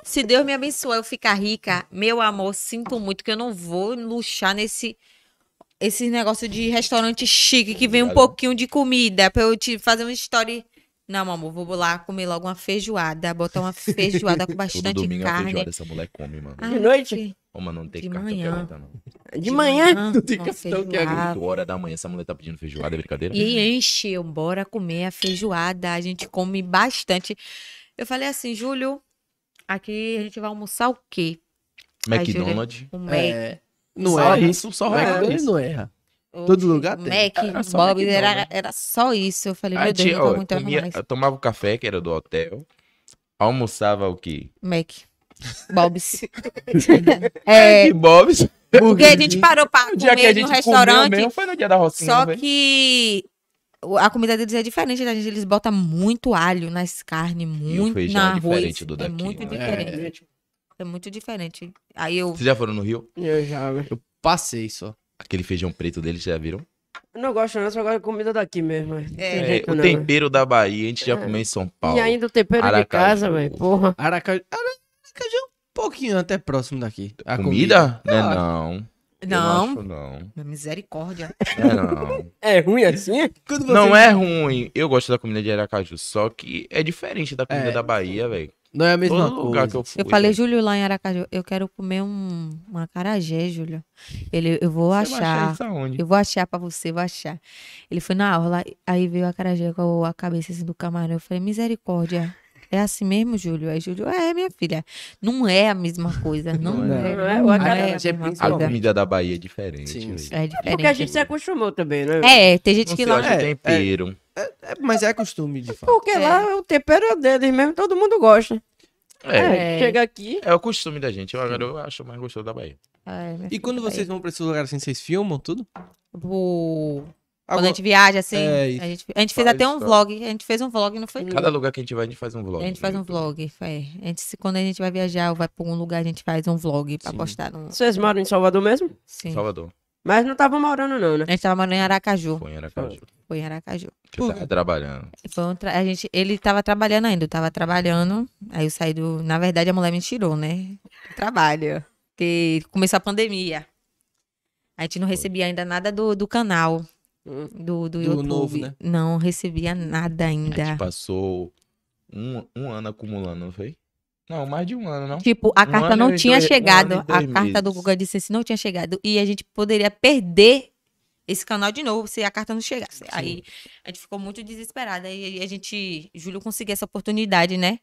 D: se Deus me abençoar eu ficar rica, meu amor, sinto muito que eu não vou luxar nesse esse negócio de restaurante chique que vem um
B: Obrigado.
D: pouquinho de comida pra eu te fazer uma história. Não, meu amor, vou lá comer logo uma feijoada, botar uma feijoada com
B: Todo
D: bastante
B: domingo é uma
D: carne.
B: feijoada essa mulher come, mano.
D: Ah,
A: De noite?
B: Ô, mano, não tem
D: De
B: cartão
D: manhã.
B: pergunta, tá, não.
A: De manhã?
D: com feijoada.
B: 8 horas da manhã, essa mulher tá pedindo feijoada, é brincadeira?
D: E encheu, bora comer a feijoada. A gente come bastante. Eu falei assim, Júlio, aqui a gente vai almoçar o quê? Ai,
B: McDonald's.
D: O Mac.
E: É, não
B: só
E: erra.
B: isso, só
E: Só erra,
B: é
E: ele
B: isso.
E: não erra.
D: o-
E: Todo lugar
D: o
E: tem.
D: Mac,
B: Era só
D: Bob,
B: McDonald's.
D: era, era só isso. Eu falei,
B: Aí,
D: meu Deus,
B: tia,
D: não tô
B: ó,
D: aguentando
B: comia-
D: mais.
B: eu tomava o café, que era do hotel. Almoçava o quê?
D: Mac. Bob's. é,
B: E Bob's.
D: porque a gente parou pra
B: O dia que a
D: comer no
B: gente comeu
D: restaurante.
B: mesmo foi no dia da Rocinha, né,
D: Só
B: não foi?
D: que o- a comida deles é diferente da gente. Eles botam muito alho nas carnes, muito
B: feijão é
D: na arroz.
B: diferente do
D: é
B: daqui,
D: muito
B: né?
D: diferente.
C: tipo,
D: É. muito diferente. Aí eu.
B: Vocês já foram no Rio?
A: Eu já.
E: Eu passei só.
B: Aquele feijão preto deles, já viram?
A: Eu não gosto, não, só gosto de comida daqui mesmo.
D: É,
A: Tem jeito
B: o
A: não, né?
B: tempero da Bahia, a gente já
A: É.
B: comeu em São Paulo.
A: E ainda o tempero de
B: Aracaju.
A: casa, velho. Porra.
E: Aracaju. Aracaju é um pouquinho até próximo daqui. A
B: Comida? Não, é
E: Ah.
B: não. Eu
D: Não,
B: acho não.
D: misericórdia.
B: Não é não.
A: É ruim assim?
E: Quando você-
B: Não é ruim. Eu gosto da comida de Aracaju, só que é diferente da comida
E: É.
B: da Bahia, velho.
E: Não é a mesma
B: Todo lugar
E: coisa.
B: que eu fui.
D: Eu falei,
B: velho.
D: Júlio, lá em Aracaju, eu quero comer um, um acarajé, Júlio. Ele, eu vou
B: Você vai
D: achar.
B: isso aonde?
D: Eu vou achar pra você, vou achar. Ele foi na aula, aí veio a carajé com a cabeça assim do camarão. Eu falei, misericórdia. É assim mesmo, Júlio? Aí, Júlio, é, minha filha. Não é a mesma coisa. Não,
E: Não
D: é.
A: é. Não é, o
E: acarajé
D: a mesma
E: principalmente.
B: A
D: coisa.
B: comida da Bahia é diferente,
E: Sim,
B: velho.
E: sim.
D: É
A: Porque a gente
D: diferente.
A: se acostumou também, né?
D: É, tem gente
B: Não
D: que
B: sei,
D: lá.
B: eu acho o
E: É,
B: tempero.
E: É, mas é costume, de fato.
A: Porque lá o tempero é deles mesmo, todo mundo gosta.
B: É. É.
A: É, chega aqui.
B: o costume da gente. Eu agora eu acho mais gostoso da Bahia.
D: É, minha
E: E
D: filha,
E: quando vocês vão pra esse lugar assim, vocês filmam tudo?
D: Tipo, Quando
E: Agora-
D: a gente viaja, assim.
E: É, isso.
D: a, gente, a gente fez
B: Faz
D: até um
B: isso.
D: vlog. A gente fez um vlog, não foi?
B: Cada lugar que a gente vai, a gente faz um vlog.
D: A gente faz
B: né?
D: um vlog. Foi. A gente, se- quando a gente vai viajar ou vai pra algum lugar, a gente faz um vlog pra
E: Sim.
D: postar no.
A: Vocês moram em Salvador mesmo?
D: Sim.
B: Salvador.
A: Mas não estavam morando, não, né?
D: A gente tava morando em Aracaju.
B: Foi em Aracaju.
D: Foi em Aracaju.
B: Que eu tava trabalhando.
D: Foi um tra- a gente, ele tava trabalhando ainda, eu tava trabalhando. Aí eu saí do. Na verdade, a mulher me tirou, né? do Trabalho. Porque começou a pandemia. A gente não recebia ainda nada do, do canal.
A: Hum.
D: Do, do, YouTube.
E: novo, né?
D: Não recebia nada
B: A gente
D: ainda.
B: passou um, um ano acumulando, não foi? Não, mais de um ano, não.
D: Tipo, a
B: Um
D: carta
B: ano
D: não
B: e
D: tinha
B: dois- um
D: chegado.
B: ano e
D: a
B: dois
D: carta do
B: meses.
D: Google AdSense não tinha chegado. E a gente poderia perder esse canal de novo se a carta não chegasse. Aí a gente ficou muito desesperada. E a gente. Júlio conseguiu essa oportunidade, né?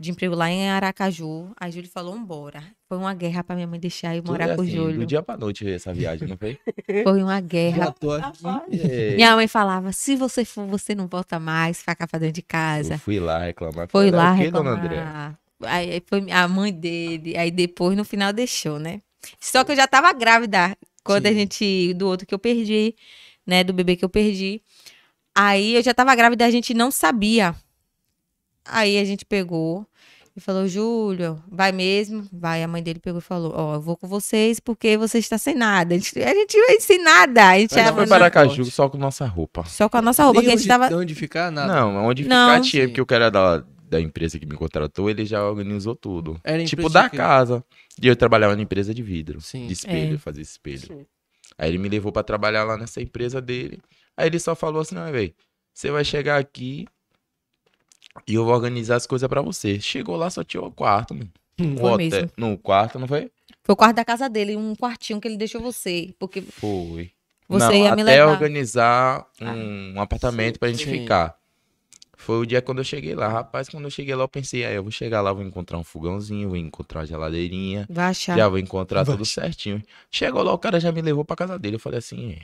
D: De emprego lá em Aracaju. Aí Júlio falou: embora. Foi uma guerra pra minha mãe deixar eu
B: Tudo
D: morar
B: é
D: com o
B: assim, Do
D: Júlio.
B: dia pra noite essa viagem, não foi?
D: Foi uma
E: Já
D: guerra.
E: tô aqui.
B: É.
D: Minha mãe falava: se você for, você não volta mais, fica pra dentro de casa.
B: Eu fui lá reclamar.
D: Foi
B: Falei,
D: lá
B: "O quê, dona Andréa?"
D: reclamar. Aí aí foi a mãe dele. Aí depois, no final, deixou, né? Só que eu já tava grávida quando a
E: Sim.
D: gente. Do outro que eu perdi, né? Do bebê que eu perdi. Aí eu já tava grávida, a gente não sabia. Aí a gente pegou e falou: Júlio, vai mesmo? Vai. A mãe dele pegou e falou: Ó, eu vou com vocês porque você está sem nada. A gente, a gente vai sem nada. A gente
E: Mas
B: A tá.
D: tava
B: gente
E: não
B: foi
E: no
B: para Aracaju
E: transporte.
B: só com nossa roupa.
D: só com a nossa roupa,
E: Nem
D: que a gente
E: onde-
D: tava.
E: Onde ficar, nada.
B: Não, onde
D: Não.
B: ficar tinha, porque o cara da, da empresa que me contratou, ele já organizou tudo.
E: Era
B: Tipo,
E: empresa
B: da
E: que-
B: casa. E eu trabalhava na empresa de vidro,
E: assim. Sim.
B: de espelho,
D: É.
B: fazer espelho.
A: Sim.
B: Aí ele me levou pra trabalhar lá nessa empresa dele. Aí ele só falou assim, não, velho, você vai chegar aqui e eu vou organizar as coisas pra você. Chegou lá, só tinha o quarto, mano.
E: Hum.
B: O
D: Foi
B: hotel-
D: mesmo.
B: No quarto, não foi?
D: Foi o quarto da casa dele, um quartinho que ele deixou você. Porque
B: Foi.
D: Você
B: Não,
D: ia me
B: até
D: levar. Ah,
B: organizar um, apartamento pra gente
E: sim.
B: ficar. Foi o dia quando eu cheguei lá. Rapaz, quando eu cheguei lá, eu pensei, aí eu vou chegar lá, vou encontrar um fogãozinho, vou encontrar uma geladeirinha,
D: Vai achar.
B: já vou encontrar
E: Vai.
B: tudo certinho. Chegou lá, o cara já me levou pra casa dele. Eu falei assim, é.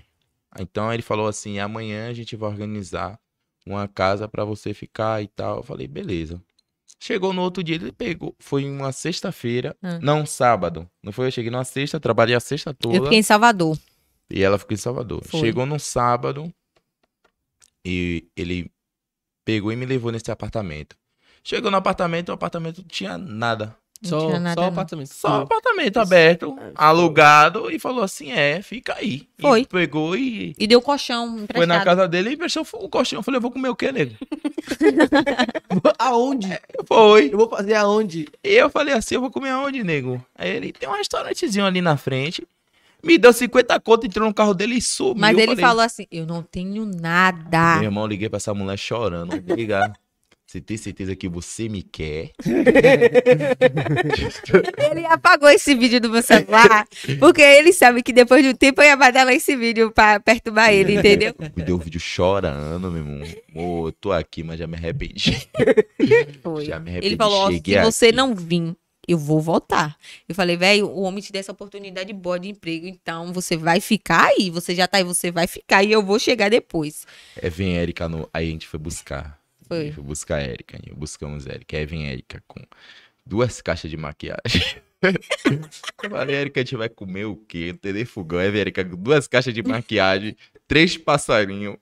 B: então ele falou assim, amanhã a gente vai organizar uma casa pra você ficar e tal. Eu falei, beleza. Chegou no outro dia, ele pegou. Foi uma sexta-feira,
D: Ah.
B: não um sábado. Não foi? Eu cheguei numa sexta, trabalhei a sexta toda.
D: Eu fiquei em Salvador.
B: E ela ficou em Salvador.
D: Foi.
B: Chegou num sábado e ele pegou e me levou nesse apartamento. Chegou no apartamento, o apartamento não tinha nada.
D: Não
E: Só,
D: tinha nada,
E: só
D: não.
E: apartamento.
B: Só um apartamento aberto, alugado, e falou assim: é, fica aí. E
D: Foi.
B: pegou e
D: E deu colchão emprestado.
B: foi na casa dele e fechou o colchão. Eu falei: eu vou comer o quê, nego?
E: Aonde?
B: Foi.
E: Eu vou fazer aonde?
B: E eu falei assim: eu vou comer aonde, nego? Aí ele tem um restaurantezinho ali na frente. Me deu 50 conto, entrou no carro dele e sumiu.
D: Mas
B: Eu
D: ele
B: falei,
D: falou assim: eu não tenho nada.
B: Meu irmão, liguei pra essa mulher chorando. Ligar. Você tem certeza que você me quer?
D: Ele apagou esse vídeo do meu celular, porque ele sabe que depois de um tempo eu ia badalar esse vídeo pra perturbar ele, entendeu?
B: Me deu um vídeo chorando, meu irmão. Ô, eu tô aqui, mas já me arrependi.
D: Foi.
B: Já me arrependi.
D: Ele falou, ó,
B: Cheguei
D: se você
B: aqui.
D: não vir, eu vou voltar. Eu falei, velho, o homem te deu essa oportunidade boa de emprego, então você vai ficar aí, você já tá aí, você vai ficar e eu vou chegar depois.
B: É, vem Erika no. Aí a gente foi buscar. A gente
D: Foi.
B: foi buscar a Erika. e Buscamos Erika. Aí vem Erika com duas caixas de maquiagem. Eu falei, Erika, a gente vai comer o quê? Não tem nem fogão. Aí vem Erika com duas caixas de maquiagem, três passarinhos.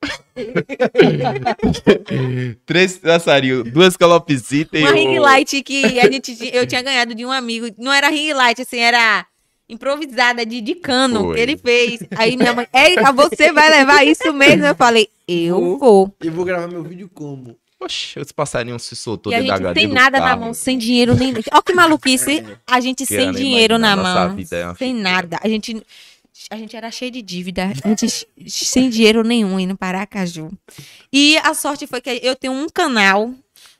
B: três passarinhos, duas calopsitas e
D: Uma ring
B: o-
D: light que a gente, ti- eu tinha ganhado de um amigo. Não era ring light, assim, era improvisada de, de cano
B: Foi.
D: que ele fez. Aí minha mãe, Érica, você vai levar isso mesmo? Eu falei, eu vou.
E: Eu vou gravar meu vídeo como?
B: Oxe, esse passarinho se soltou
D: E a
B: dentro
D: gente
B: da HD
D: sem
B: do
D: nada na
B: carro.
D: mão, sem dinheiro nem. Olha que maluquice. A gente
B: Queira
D: sem
B: nem
D: dinheiro na
B: imaginar, nossa
D: mão.
B: vida é uma
D: sem
B: figura.
D: nada. A gente. A gente era cheio de dívida, a gente sem dinheiro nenhum indo para Aracaju. E a sorte foi que eu tenho um canal,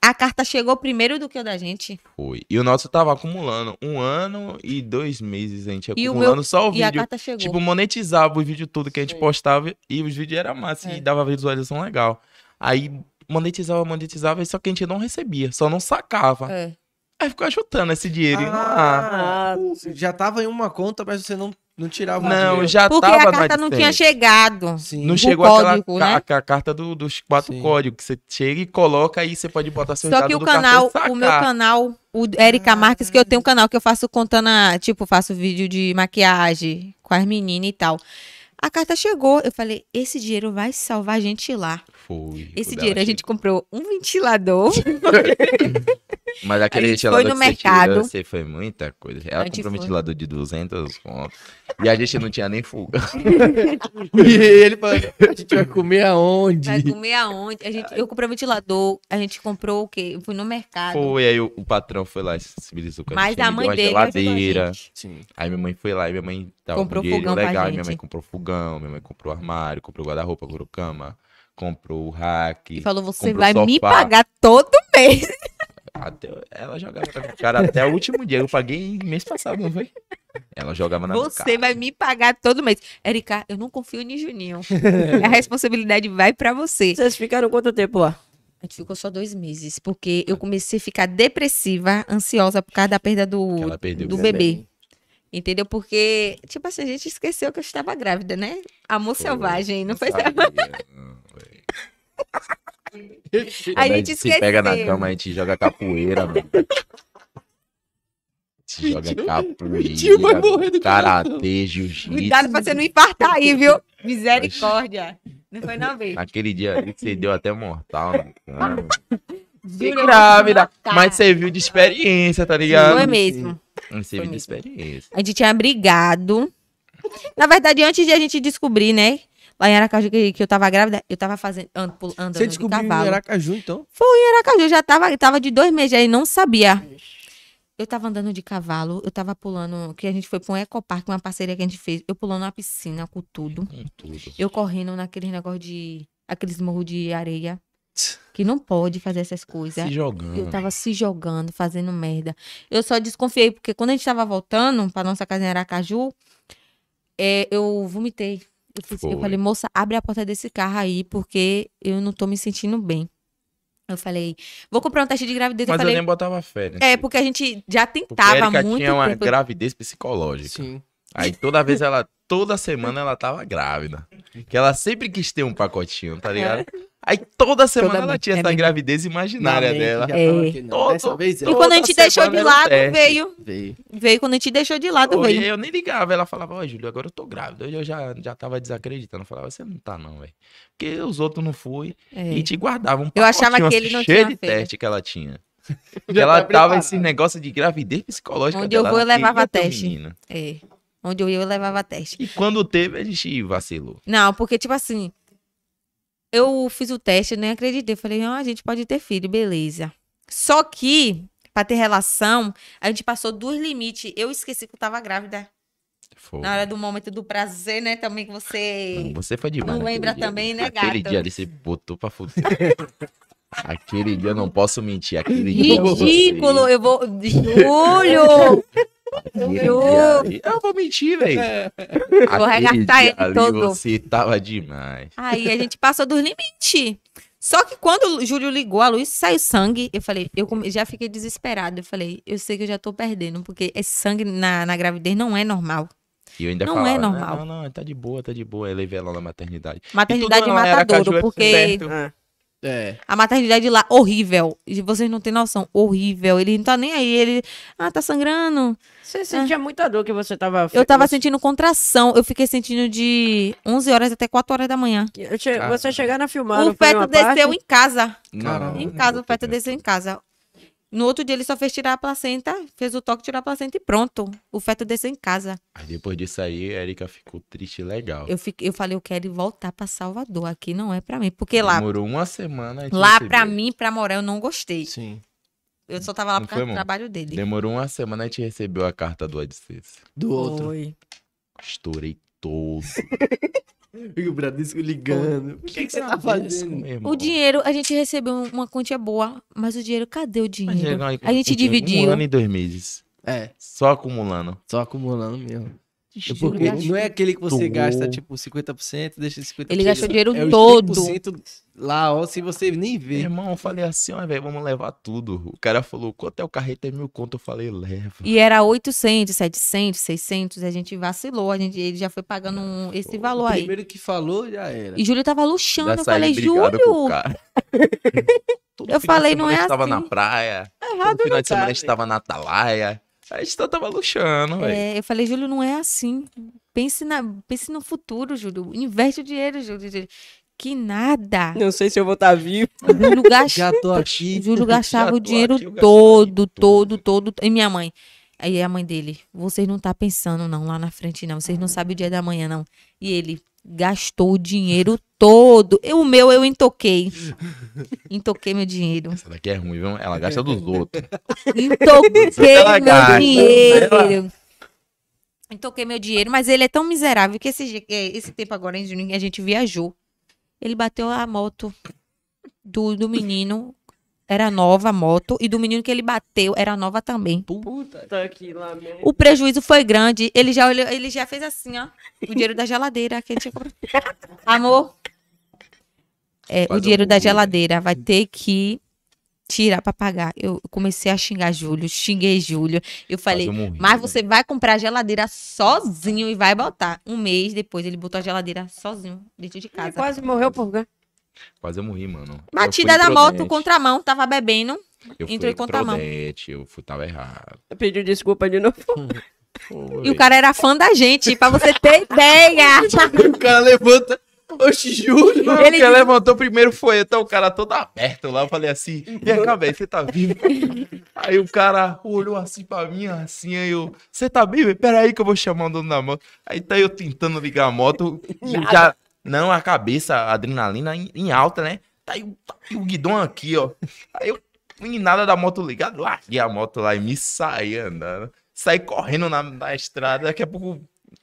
D: a carta chegou primeiro do que o da gente.
B: Foi. E o nosso tava acumulando um ano e dois meses, a gente
D: E o meu-
B: acumulando só o
D: e a
B: vídeo.
D: carta chegou.
B: Tipo, monetizava o vídeo tudo que a gente
C: Sim.
B: postava e os vídeos eram massa
D: É.
B: e dava visualização legal. Aí monetizava, monetizava, só que a gente não recebia, só não sacava.
D: É.
B: Aí ficou chutando esse dinheirinho lá.
A: Ah,
E: Já tava em uma conta, mas você não, não tirava o
B: Não,
E: dinheiro.
B: já
D: Ah, Porque
B: tava Tipo
D: a
B: na
D: carta não
B: AdSense.
D: tinha chegado.
E: Sim.
B: Não
D: o
B: chegou
D: código,
B: aquela
D: né?
B: ca- a carta do- dos quatro
E: Sim.
B: códigos que você chega e coloca aí você pode botar seu
D: Só
B: dado
D: que o
B: assim, do cartão Ah,
D: canal,
B: e sacar.
D: o meu canal, o Erika Marques, que eu tenho um canal que eu faço contando, a- tipo, faço vídeo de maquiagem com as meninas e tal. A carta chegou, eu falei, esse dinheiro vai salvar a gente lá.
B: Foi. o
D: Esse
B: dela
D: dinheiro a
B: chegou.
D: gente comprou um ventilador.
B: Mas aquele
D: A gente foi
B: ventilador
D: no
B: que você
D: mercado.
B: tirou, você foi muita coisa. Ela
D: A gente
B: comprou um
D: foi.
B: ventilador de 200 conto. E a gente não tinha nem fuga.
E: E ele falou, a gente vai comer aonde?
D: Vai comer aonde? A gente, eu comprei um ventilador, a gente comprou o quê? Eu fui no mercado.
B: Foi, aí o, o patrão foi lá e sensibilizou com a
D: Ah, Mas
B: gente.
D: a
B: ele
D: mãe
B: deu uma
D: dele ajudou a
B: geladeira.
D: gente.
E: Sim.
B: Aí minha mãe foi lá e minha mãe tava
D: Comprou
B: com dinheiro
D: fogão pra
B: legal. e Minha
D: gente.
B: mãe comprou fogão, minha mãe comprou armário, comprou guarda-roupa, comprou cama, comprou rack.
D: E falou, você
B: Comprou
D: vai me
B: sofá.
D: pagar todo mês.
B: Até, ela jogava na minha cara até o último dia. Eu paguei mês passado, não foi? Ela jogava na minha
D: Você
B: cara.
D: vai me pagar todo mês. Erika, eu não confio em Juninho. a responsabilidade vai pra você.
A: Vocês ficaram quanto tempo lá?
D: A gente ficou só dois meses, porque eu comecei a ficar depressiva, ansiosa por causa da perda
B: Que
D: do,
B: ela perdeu né?
D: do
B: o
D: bebê. Entendeu? Porque, tipo assim, a gente esqueceu que eu estava grávida, né? Amor
B: Foi.
D: selvagem, não foi
B: Sabia,
D: selvagem.
B: não, velho.
D: A
B: Quando
D: gente
B: se pega na
D: esqueceu.
B: cama, a gente joga capoeira, mano. A gente joga
E: Vitinho vai
B: capoeira,
E: morrer do
B: karatê, jiu-jitsu.
D: Cuidado pra você não infartar aí, viu? Misericórdia. Não foi não, vez.
B: Naquele dia ali que você deu até mortal né? na cama. Que
D: Juro, eu
B: grávida.
D: vou te
B: Mas
D: matar.
B: serviu de experiência, tá
D: Não é
B: ligado?
D: mesmo.
B: Serviu de
D: mesmo.
B: experiência.
D: A gente tinha brigado. Na verdade, antes de a gente descobrir, né? Lá em Aracaju, que, que eu tava grávida, eu tava fazendo, an- pul- andando
E: Você
D: de
E: descobriu em
D: cavalo.
E: Aracaju, então?
D: Aracaju já tava, tava de dois meses aí, não sabia. Eu tava andando de cavalo, eu tava pulando, que a gente foi pra um ecoparque, uma parceria que a gente fez. Eu pulando na piscina com tudo.
B: Com tudo.
D: Eu correndo naqueles negócio de. aqueles morros de areia. Que não pode fazer essas coisas.
B: Se jogando.
D: Eu tava se jogando, fazendo merda. Eu só desconfiei, porque quando a gente tava voltando pra nossa casa em Aracaju, é, eu vomitei. Eu, fiz- eu
B: Foi.
D: falei, moça, abre a porta desse carro aí, porque eu não tô me sentindo bem. Eu falei, vou comprar um teste de gravidez.
B: Mas
D: eu falei,
B: eu nem botava fé, né?
D: é, porque a gente já
B: Porque
D: tentava
B: a Erika
D: muito
B: tinha uma
D: tempo.
B: gravidez psicológica.
E: Sim.
B: Aí toda vez ela, toda semana ela tava grávida. Que ela sempre quis ter um pacotinho, tá
D: É.
B: ligado? Aí toda semana
D: Toda
B: ela
D: vez,
B: tinha
D: é
B: essa
D: verdade.
B: gravidez imaginária
E: Na mente
B: dela.
E: já tava
D: É.
E: aqui, não. Dessa
B: Todo-
E: vez
D: E
E: ela
D: quando a gente
B: toda
D: deixou de
B: semana era um
D: lado,
B: teste.
D: veio.
E: veio.
D: Veio quando a gente deixou de lado,
B: Pô,
D: veio.
B: e eu nem ligava, ela falava, ó, Júlio, agora eu tô grávida. Eu já, já tava desacreditando. Eu falava, você não tá, não, velho. Porque os outros não foi.
D: É.
B: E te guardavam um
D: Eu achava
B: pacotinho,
D: que
B: assim,
D: ele não
B: cheio
D: tinha
B: de
D: feito.
B: teste que ela tinha.
E: Já
B: ela
E: tá
B: tava
E: preparada.
B: esse negócio de gravidez psicológica.
D: Onde eu
B: dela,
D: vou,
B: ela
D: eu levava
B: queria ter um
D: teste.
B: menino.
D: É. Onde eu ia, eu levava teste.
B: E quando teve, a gente vacilou.
D: Não, porque, tipo assim, eu fiz o teste, eu nem acreditei. Falei, ah, a gente pode ter filho, beleza. Só que, pra ter relação, a gente passou dos limites. Eu esqueci que eu tava grávida.
B: Foi.
D: Na hora do momento do prazer, né? Também que você.
B: Você foi demais.
D: Não
B: naquele
D: lembra
B: dia.
D: também, né,
B: Aquele
D: gato?
B: dia ali você botou pra fuder. Aquele dia eu não posso mentir. Aquele dia eu vou-
D: Ridículo, eu vou. Júlio!
B: Aquele
D: Eu-
B: dia ali- Eu vou mentir, velho. Aquele
D: arregaçar
B: dia
D: ele
B: ali
D: todo.
B: Você tava demais.
D: Aí a gente passou dos limites. Só que quando o Júlio ligou a luz, saiu sangue. Eu falei, eu come- já fiquei desesperada. Eu falei, eu sei que eu já tô perdendo, porque esse sangue na, na gravidez não é normal.
B: E eu ainda
D: Não é
B: falava, né,
D: normal.
B: Não, não, tá de boa, tá de boa. Eu levei ela na maternidade.
D: Maternidade
B: tudo lá era
D: matadouro,
B: caju, é
D: porque
B: certo.
A: Ah,
E: É.
D: a maternidade lá, horrível. E vocês não têm noção, horrível. Ele não tá nem aí, ele. Ah, tá sangrando.
A: Você sentia muita dor que você É. tava.
D: Eu tava sentindo contração. Eu fiquei sentindo de 11 horas até 4 horas da manhã.
A: Eu che-
E: Cara.
A: Você chegar na filmada.
D: o feto desceu em casa.
E: Caramba.
D: Em
B: não
D: casa,
B: vou
D: o feto é
B: ter
D: desceu em casa. No outro dia ele só fez tirar a placenta, fez o toque, tirar a placenta e pronto. O feto desceu em casa.
B: Aí depois disso aí, a Erika ficou triste legal.
D: Eu, fiquei, eu falei, eu quero ir voltar pra Salvador. Aqui não é pra mim. Porque lá,
B: Demorou uma semana. a gente
D: lá
B: recebeu.
D: pra mim, pra morar, eu não gostei.
E: Sim.
D: Eu só tava lá
B: Não
D: por causa
B: foi,
D: do
B: amor?
D: trabalho dele.
B: Demorou uma semana a gente recebeu a carta do AdSense.
E: Do outro.
A: Foi.
B: Estourei todo.
E: E o Bradesco ligando. O que, que você tá fazendo?
B: Então.
D: O dinheiro, a gente recebeu um, uma quantia boa, mas o dinheiro, cadê o dinheiro?
B: A gente,
D: A gente dividiu.
B: Um ano e dois meses.
E: É,
B: Só acumulando.
E: só acumulando mesmo. É
D: Juro,
E: Porque
D: gastou.
E: não é aquele que você
B: Tudo.
E: gasta, tipo, 50%, deixa 50%.
D: Ele gastou o dinheiro
E: é os
D: todo. É,
E: 100% lá, ó, se você nem
B: Meu
E: vê.
B: irmão, eu falei assim, ó, velho, vamos levar tudo. O cara falou, quanto é o carreta? É mil conto. Eu falei, leva.
D: E era 800, 700, 600. A gente vacilou. A gente, ele já foi pagando um- esse valor
E: o
D: aí.
E: primeiro que falou já era.
D: E Júlio tava luxando.
B: Já
D: Eu
B: saí
D: falei,
B: brigado com o
D: Júlio,
B: cara. Todo
D: Eu
B: final de
D: falei, não
B: semana
D: é
B: a gente tava
D: assim.
B: na praia.
A: Errado
B: no final
A: não
B: de semana
A: tá,
B: a gente tava na Atalaia. A gente só tava luxando, velho.
D: É, eu falei, Júlio, não é assim. Pense, na, pense no futuro, Júlio. Investe o dinheiro, Júlio. Júlio. Que nada.
A: Não sei se eu vou estar vivo.
D: Júlio, gasta-
E: Já tô aqui.
D: Júlio
B: Já
D: gastava
B: tô
D: o dinheiro
B: aqui, eu gastei
D: todo,
B: tudo.
D: todo, todo. E minha mãe. Aí a mãe dele, vocês não tá pensando não lá na frente não, vocês não sabem o dia da manhã não. E ele gastou o dinheiro todo. Eu, o meu eu entoquei. Entoquei meu dinheiro.
B: Essa daqui é ruim, viu? Ela gasta dos outros.
D: Entoquei
B: Ela
D: meu
B: gasta,
D: dinheiro. Entoquei meu dinheiro, mas ele é tão miserável que esse, je- eh, esse tempo agora em junho a gente viajou. Ele bateu a moto do, do menino. Era nova a moto. E do menino que ele bateu era nova também.
E: Puta.
A: Tá aqui, lamento.
D: O prejuízo foi grande. Ele já olhou, ele já fez assim, ó. O dinheiro da geladeira que ele tinha comprado. Amor. É,
B: Fazer
D: o
B: um
D: dinheiro da
B: pouquinho, né?
D: geladeira vai ter que tirar pra pagar. Eu comecei a xingar Júlio, xinguei Júlio. Eu falei,
B: Quase eu morri,
D: mas
B: né?
D: você vai comprar a geladeira sozinho e vai botar. Um mês depois ele botou a geladeira sozinho dentro de
A: Ele
D: casa.
A: quase morreu por ganhar.
B: Quase eu morri, mano.
D: Batida da moto, contramão, tava bebendo.
B: Eu fui
D: entrou em contramão.
B: imprudente, Eu fui, tava errado.
A: Pediu desculpa de novo.
D: E o cara era fã da gente, pra você ter ideia.
E: o cara levanta. Oxi, Júlio.
B: Não,
D: Ele
B: quem levantou primeiro foi eu, então o cara todo aberto lá, eu falei assim, e aí, cara, velho, você tá vivo? aí o cara olhou assim pra mim, assim, aí eu, você tá vivo? Peraí que eu vou chamar o dono da moto. Aí tá eu tentando ligar a moto, e já, não, a cabeça, a adrenalina em, em alta, né? Tá aí, o- tá aí o guidão aqui, ó. Aí eu, em nada da moto ligada, larguei a moto lá e me saí andando. Saí correndo na, na estrada, daqui a pouco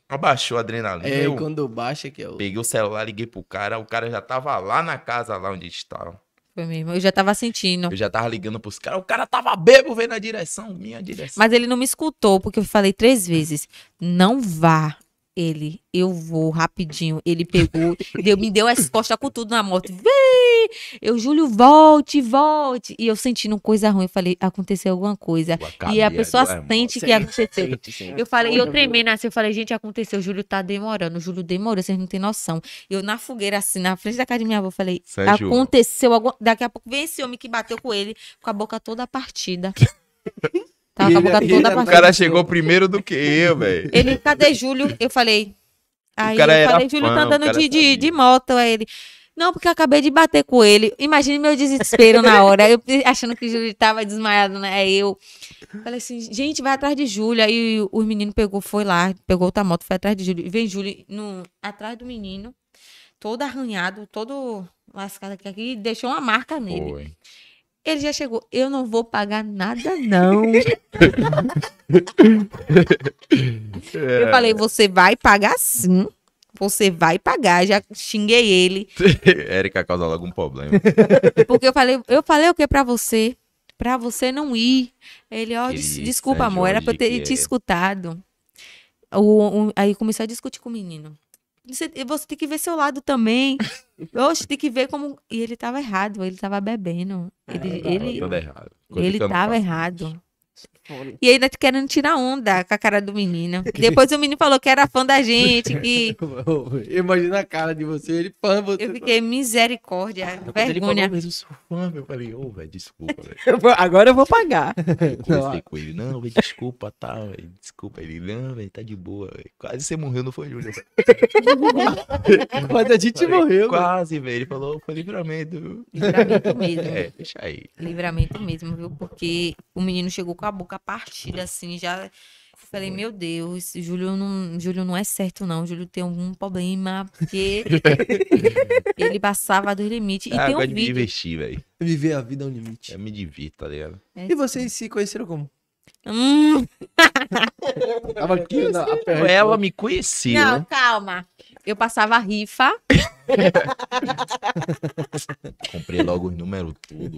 B: abaixou a adrenalina.
E: É,
B: eu-
E: quando baixa que é o...
B: Peguei o celular, liguei pro cara, o cara já tava lá na casa, lá onde estava.
D: Foi mesmo, eu já tava sentindo.
B: Eu já tava ligando pros caras, o cara tava bebo, veio na direção, minha direção.
D: Mas ele não me escutou, porque eu falei três vezes: não vá. Ele, eu vou rapidinho. Ele pegou, deu, me deu as costas com tudo na moto. Vem! Eu, Júlio, volte, volte. E eu sentindo coisa ruim. Eu falei: aconteceu alguma coisa.
B: Tua
D: E a
B: cabeça,
D: pessoa
B: irmão.
D: sente que
E: Sente,
D: aconteceu.
E: sente, sente.
D: Eu falei, e eu tremendo assim, eu falei, gente, aconteceu, o Júlio tá demorando, o Júlio demorou, vocês não têm noção. Eu na fogueira, assim, na frente da casa de minha avó, falei,
B: Sérgio.
D: aconteceu alguma... Daqui a pouco vem esse homem que bateu com ele, com a boca toda partida. Tava com a
E: Ele-
D: boca
E: ele-
D: toda
E: o
B: O
D: partida.
B: cara chegou primeiro do que eu, velho.
D: Ele, cadê Júlio? Eu falei. Aí
B: cara
D: eu
B: era
D: falei, Júlio
B: fã,
D: tá
B: o
D: andando
B: cara
D: de, de,
B: sabia.
D: de moto. Aí ele. Não, porque eu acabei de bater com ele. Imagine meu desespero na hora. Eu achando que o Júlio tava desmaiado, né? Aí eu falei assim, gente, vai atrás de Júlio. Aí o, o menino pegou, foi lá, pegou outra moto, foi atrás de Júlio. E Vem Júlio no, atrás do menino, todo arranhado, todo lascado aqui, aqui e deixou uma marca nele.
B: Foi.
D: Ele já chegou, eu não vou pagar nada, não.
B: É.
D: Eu falei, você vai pagar sim. Você vai pagar, já xinguei ele.
B: Érica causa logo um problema.
D: Porque eu falei, eu falei o que pra você? Pra você não ir. Ele, ó, des-
B: Aquele
D: desculpa,
B: San
D: amor, era pra eu
B: né, Jorge
D: ter
B: que
D: te
B: é-
D: escutado. O, o- aí começou a discutir com o menino. Você, você tem que ver seu lado também. Oxe, tem que ver como. E ele tava errado, ele tava bebendo. Ele,
B: Tava
D: ele,
B: todo errado. Coisa
D: ele
B: que eu não
D: tava
B: faço.
D: errado. E ainda querendo tirar onda com a cara do menino. Depois o menino falou que era fã da gente, que
E: Imagina a cara de você, ele fã você.
D: eu fiquei misericórdia,
B: Quando Ele falou
D: vergonha.
B: mesmo, sou fã, meu. Eu falei, ô, velho, desculpa, velho.
A: Eu vou- Agora eu vou pagar.
B: Eu conversei com ele, não, velho, desculpa, tá, velho, desculpa. Ele, não, velho, tá de boa, velho. Quase você morreu, não foi, Júlio?
E: Quando a gente
B: Falei,
E: morreu. mano.
B: Quase, velho. Ele falou, foi livramento. viu?
D: Livramento mesmo.
B: É, deixa aí.
D: Livramento mesmo, viu? Porque o menino chegou com a boca partida, assim, já. Eu Falei, meu Deus, Júlio não, Júlio não é certo, não. Júlio tem algum problema, porque ele passava dos limites. E
B: ah,
D: tem
B: gosto
D: um
B: de me
D: vídeo.
B: divertir, velho.
E: Viver a vida ao limite.
D: É.
B: Eu me divirto, tá ligado?
E: E vocês se conheceram como?
D: Hum,
E: Tava aqui na
B: Ela me conhecia,
D: não,
B: né?
D: calma. Eu passava a rifa.
B: Comprei logo os números tudo.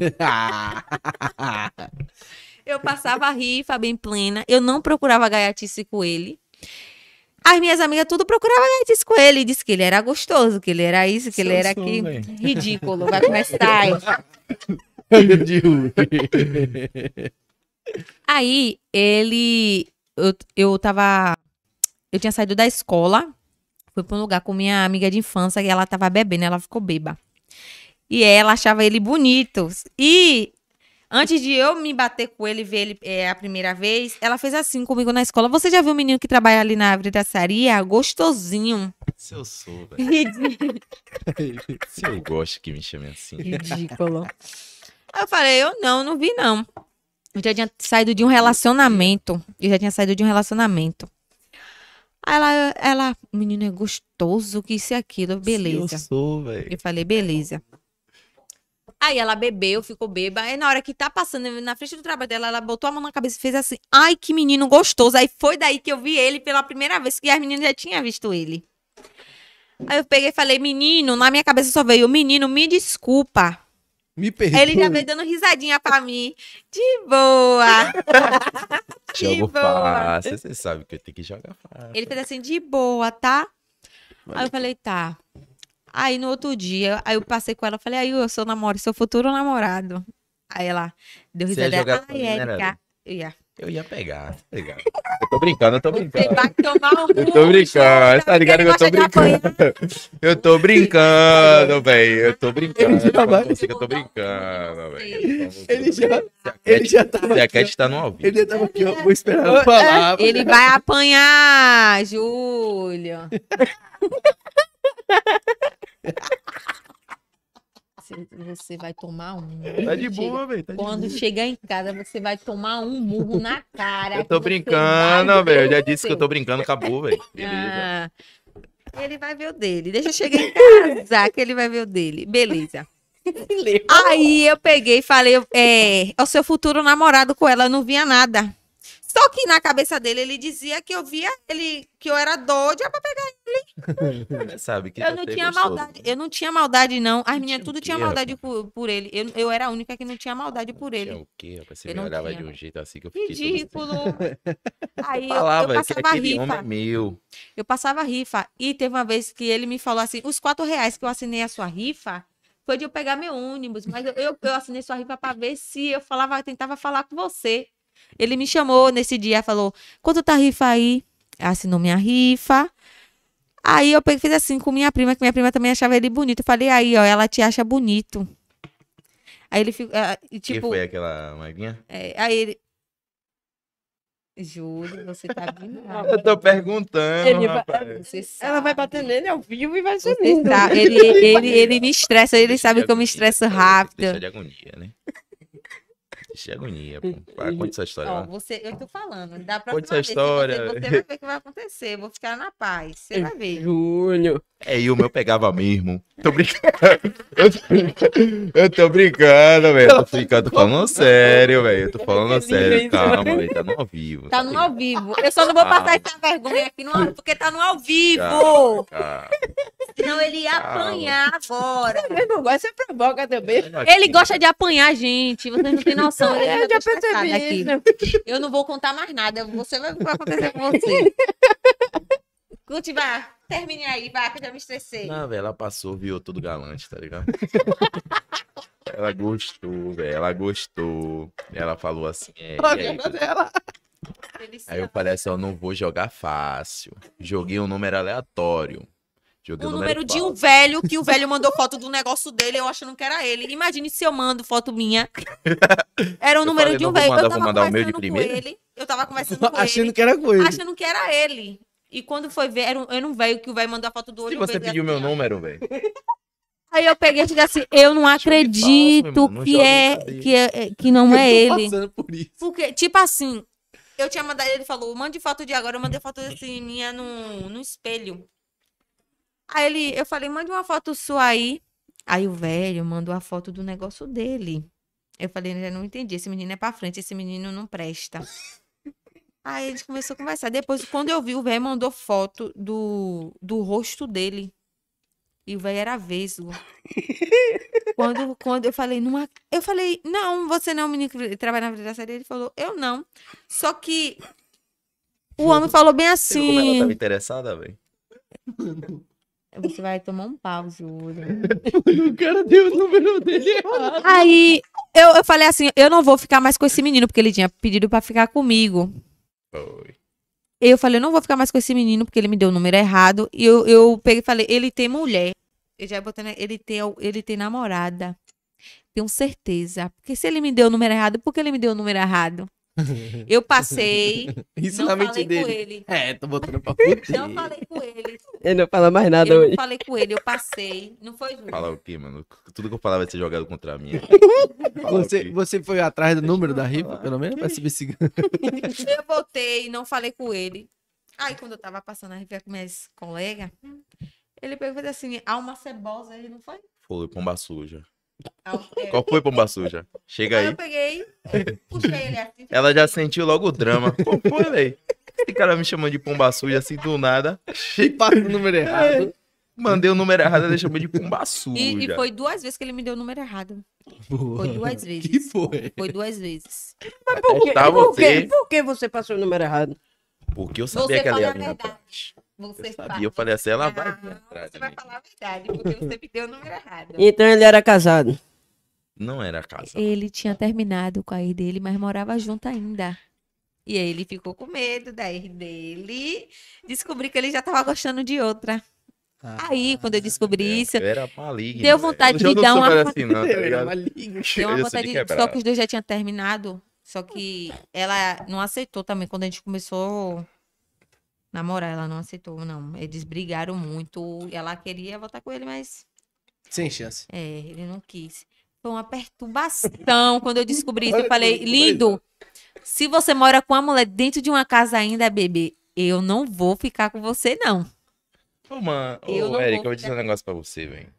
D: Eu passava a rifa bem plena. Eu não procurava gaiatice com ele. As minhas amigas tudo procurava gaiatice com ele. Disse que ele era gostoso, que ele era isso, que ele era
B: Sansão,
D: aquilo.
B: velho.
D: Ridículo, vai começar. hein? Aí ele. Eu, eu tava. Eu tinha saído da escola. Fui pra um lugar com minha amiga de infância e ela tava bebendo, ela ficou beba. E ela achava ele bonito. E antes de eu me bater com ele, ver ele é, a primeira vez, ela fez assim comigo na escola. Você já viu um menino que trabalha ali na vidraçaria? Gostosinho.
B: Se eu sou, velho.
D: Ridículo.
B: Se eu gosto que me chamem assim.
A: Ridículo.
D: Aí eu falei, eu não, não vi não. Eu já tinha saído de um relacionamento. Eu já tinha saído de um relacionamento. Aí ela, ela o menino é gostoso, que isso e aquilo,
B: Se eu
D: beleza.
B: sou, velho.
D: Eu falei, beleza. Aí ela bebeu, ficou bêbada. Aí na hora que tá passando na frente do trabalho dela, ela botou a mão na cabeça e fez assim: ai, que menino gostoso. Aí foi daí que eu vi ele pela primeira vez, que as meninas já tinham visto ele. Aí eu peguei e falei, menino, na minha cabeça só veio, menino, me desculpa.
E: Me perdoe.
D: Ele já veio dando risadinha pra mim. De boa.
B: Jogo
D: boa.
B: fácil. Você sabe que eu tenho que jogar fácil.
D: Ele fez assim, de boa, tá? Aí eu falei, tá. Aí no outro dia, aí eu passei com ela, eu falei, aí eu sou namoro, seu futuro namorado. Aí ela deu
B: Você ia
D: risada. "Ah,
B: jogar
D: Ai,
B: também, né,
D: Érica.
B: Nara?
D: ia.
B: Eu ia pegar, tá ligado? Eu tô brincando, eu tô
D: Você
B: brincando.
D: vai tomar um
B: Eu tô brincando, você tá ligado que eu tô brincando. Eu tô brincando, velho. Eu tô brincando.
E: Ele já
B: Fala
E: vai-
B: pra você que eu tô brincando, velho.
E: Ele já, ele já tava.
B: Se a Cat tá no ao vivo.
E: Ele já tava aqui, ó. Vou esperar eu falar.
D: É, Ele vai apanhar, Júlio. Você- Você vai tomar um.
B: Tá de
D: Chega-
B: boa, velho. Tá de boa.
D: Quando chegar em casa, você vai tomar um murro na cara.
B: Eu
D: que você
B: tô brincando,
D: vai ver
B: velho. Eu já
D: o
B: disse que eu
D: seu.
B: tô brincando, acabou, velho. Beleza.
D: Ah, ele vai ver o dele. Deixa eu chegar em casa, que ele vai ver o dele. Beleza. Aí eu peguei e falei, é, é o seu futuro namorado com ela, eu não via nada. Só que na cabeça dele, ele dizia que eu via ele, que eu era doida pra pegar.
B: Você sabe que tá
D: Eu não tinha maldade, eu não tinha maldade, não. As meninas tudo tinha maldade por, por ele. Eu, eu era a única que não tinha maldade por
B: Ele.
D: ele.
B: O quê, rapaz? Você
D: Eu
B: me
D: não
B: olhava
D: tinha.
B: de um jeito assim que eu fiquei. todo-
D: Ridículo. Aí eu, eu
B: Falava, que
D: passava
B: aquele homem é
D: rifa.
B: meu.
D: Eu passava rifa. E teve uma vez que ele me falou assim: os quatro reais que eu assinei a sua rifa foi de eu pegar meu ônibus. Mas eu, eu, eu assinei sua rifa para ver se eu falava, tentava falar com você. Ele me chamou nesse dia, falou: quanto tá a rifa aí? Assinou minha rifa. Aí eu peguei, e fiz assim com minha prima, que minha prima também achava ele bonito. Eu falei, aí, ó, ela te acha bonito. Aí ele ficou. ah, e,
B: Quem
D: Tipo,
B: foi aquela magrinha?
D: é, aí ele. Júlio, você tá vinado.
B: Ah, Eu tô perguntando,
A: Ele vai-
B: rapaz.
D: Você sabe.
A: Ela vai bater nele ao vivo e vai
D: Você
A: sumir.
D: sabe, ele, ele, ele me estressa, ele
B: Deixa
D: sabe
B: de
D: que eu me
B: agonia,
D: estresso
B: deixa de
D: rápido.
B: agonia, né? Ixi, agonia, pô. Vai, conta essa história.
D: Ó,
B: vai.
D: você, eu tô falando, da próxima
B: Conte essa
D: vez, se
B: história.
D: Você, você vai ver o que vai acontecer, vou ficar na paz, você vai ver.
A: Júnior.
B: É, e o meu pegava mesmo. Tô brincando. Eu tô- Eu tô brincando, velho. Tô brincando, tô falando sério, velho. Eu Tô falando sério. Calma, velho. Tá no ao vivo.
D: né? Tá no ao vivo. Eu só não vou passar essa vergonha aqui no ao, porque tá no ao vivo.
B: vivo. Ah. Calma.
D: Senão ele ia
B: Calma.
D: apanhar agora.
A: Ele não gosta, você provoca também.
B: é
D: Ele gosta de apanhar, gente. Vocês não têm noção. Ele
A: Eu
D: eu tô
A: já
D: estressada
A: percebi
D: aqui.
A: isso.
D: Eu não vou contar mais nada. Você vai, vai acontecer com você. Curte, vá. Termine aí, vá, que eu já me estressei.
B: Não, velho, ela passou, viu todo galante, tá ligado? ela gostou, velho. Ela gostou. Ela falou assim. É, e aí,
D: Ele se
B: Aí eu
D: ama.
B: falei assim, eu não vou jogar fácil. Joguei um número aleatório. Joguei
D: o número de um
B: falso.
D: velho que o velho mandou foto do negócio dele, eu achando que era ele. Imagine se eu mando foto minha. Era o
B: Eu
D: número
B: falei,
D: de um
B: não vou
D: velho.
B: mandar,
D: eu
B: vou
D: tava
B: mandar o meu de
D: conversando
B: primeira.
D: com ele. Eu tava conversando com
E: Achando
D: ele,
E: que era coisa.
D: achando que era ele. E quando foi ver, era um, era um velho que o velho mandou a foto do olho.
B: Se você
D: verde
B: pediu
D: assim,
B: meu
D: ó.
B: número, velho.
D: Aí eu peguei e disse assim: eu não acredito
B: falso, meu irmão, não
D: que,
B: joga
D: é,
B: isso aí.
D: que, é, que não é
E: Tô
D: ele.
E: passando por isso.
D: Porque, tipo assim, eu tinha mandado, ele falou, mande foto de agora, eu mandei foto assim, minha no, no espelho. Aí ele, eu falei, mande uma foto sua aí. Aí o velho mandou a foto do negócio dele. Eu falei, eu não entendi, esse menino é pra frente, esse menino não presta. Aí eles começaram a conversar. Depois, quando eu vi, o velho mandou foto do, do rosto dele. E o velho era vesgo. quando, quando eu falei, não, ac- eu falei, não, você não é um menino que trabalha na vidraçaria? Ele falou, eu não. Só que o homem falou bem
B: Você viu como ela tava
D: assim.
B: interessada, velho?
D: Você vai tomar um pau, Júlia.
E: O cara deu o número dele errado.
D: Aí eu, eu falei assim, eu não vou ficar mais com esse menino, porque ele tinha pedido pra ficar comigo.
B: Foi.
D: Eu falei, eu não vou ficar mais com esse menino, porque ele me deu o número errado. E eu, eu peguei e falei, ele tem mulher. Eu já botei, né, ele tem, al- ele tem namorada. Tenho certeza. Porque se ele me deu o número errado, por que ele me deu o número errado? Eu passei,
E: Isso
D: não
E: na
D: falei
E: mente
D: com
E: dele. Tá
D: ele.
E: É, tô botando pra fuder.
D: Não falei com ele.
A: Ele não fala mais nada
D: Eu
A: hoje.
D: não falei com ele, eu passei. Não foi Júlia.
B: Falar o quê, mano? Tudo que eu falava ia ser jogado contra mim. Falar o
E: Você,
B: quê?
E: você foi atrás do número da rifa, pelo menos, pra saber se ganha.
D: Eu voltei, não falei com ele. Aí, quando eu tava passando a revista com minhas colegas, ele pegou e fez assim: alma cebosa, ele não foi?
B: Foi pomba suja.
D: Al- é.
B: Qual foi pomba suja? Chega
D: Aí
B: aí.
D: eu peguei, puxei ele assim. tipo
B: Ela já
D: assim,
B: sentiu logo o drama. Qual foi, velho? Esse cara me chamando de pomba suja assim do nada.
E: Passa o número errado.
B: Mandei o número errado, ela chamou de pomba suja.
D: E, e foi duas vezes que ele me deu o número errado.
E: Boa.
D: Foi duas vezes.
E: Que foi?
D: Foi duas vezes.
A: Mas por quê?
B: Tá
A: Por quê?
B: você.
A: Por que você passou o número errado?
B: Porque eu sabia
D: Você
B: que ela
D: fala
B: ia
D: a
B: vir
D: verdade.
B: atrás.
D: Você
B: Eu
D: fala.
B: sabia, eu falei assim, ela vai vir
D: Não,
B: atrás.
D: Você
B: de
D: vai
B: mim.
D: falar a verdade, porque você me deu o número errado.
A: Então ele era casado.
B: Não era a casa.
D: Ele tinha terminado com a ex dele, mas morava junto ainda. E aí ele ficou com medo da ex dele. Descobri que ele já tava gostando de outra. Aí,
E: Ah,
D: quando eu descobri isso,
B: Eu era maligno.
D: Deu
B: velho.
D: vontade de
B: Eu não
D: dar
B: sou
D: uma-
B: mais Assim, não, tá
E: Eu era
B: ligado?
E: maligno.
D: deu
B: Eu
D: uma
B: sou
D: vontade
B: de
D: de... Só
B: quebrar.
D: que os dois já tinham terminado. Só que ela não aceitou também. Quando a gente começou a namorar, ela não aceitou, não. Eles brigaram muito. Ela queria voltar com ele, mas
E: Sem chance.
D: é, ele não quis. Foi uma perturbação quando eu descobri isso.
E: Olha
D: Eu
E: que
D: falei,
E: loucura.
D: lindo, se você mora com uma mulher dentro de uma casa ainda, bebê, eu não vou ficar com você, não.
B: Ô, mano, ô,
D: Eu não vou
B: Eric, eu vou dizer
D: ficar-
B: um negócio pra você, velho.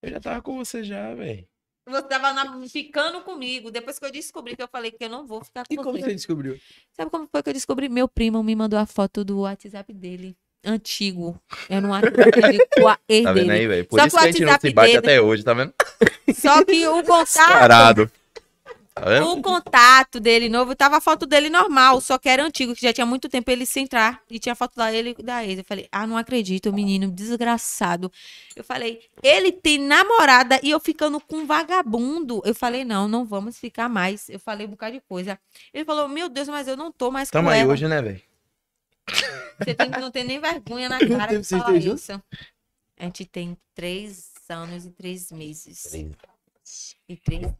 B: Eu já tava com você já, velho.
D: Você tava na- ficando comigo. Depois que eu descobri que eu falei que eu não vou ficar com
E: E como
D: você.
E: você descobriu?
D: Sabe como foi que eu descobri? Meu primo me mandou a foto do WhatsApp dele. Antigo. Eu não WhatsApp dele com a ex
B: Tá vendo
D: dele.
B: aí, velho? Por
D: Só
B: isso
D: que
B: que
D: o
B: a gente não se
D: WhatsApp
B: bate
D: dele-
B: até hoje, tá vendo?
D: Só que o contato,
B: Parado. Tá vendo?
D: o contato dele novo, tava a foto dele normal, só que era antigo, que já tinha muito tempo ele sem entrar. E tinha a foto lá ele da ex. Eu falei, ah, não acredito, menino, desgraçado. Eu falei, ele tem namorada e eu ficando com um vagabundo. Eu falei, não, não vamos ficar mais. Eu falei um bocado de coisa. Ele falou, meu Deus, mas eu não tô mais
B: Tamo
D: com
B: aí
D: ela.
B: hoje, né, velho?
D: Você tem- não tem nem vergonha na cara
E: tempo
D: de
E: vocês
D: falar
E: têm juntos?
D: isso. A gente tem três anos e três meses. E três meses.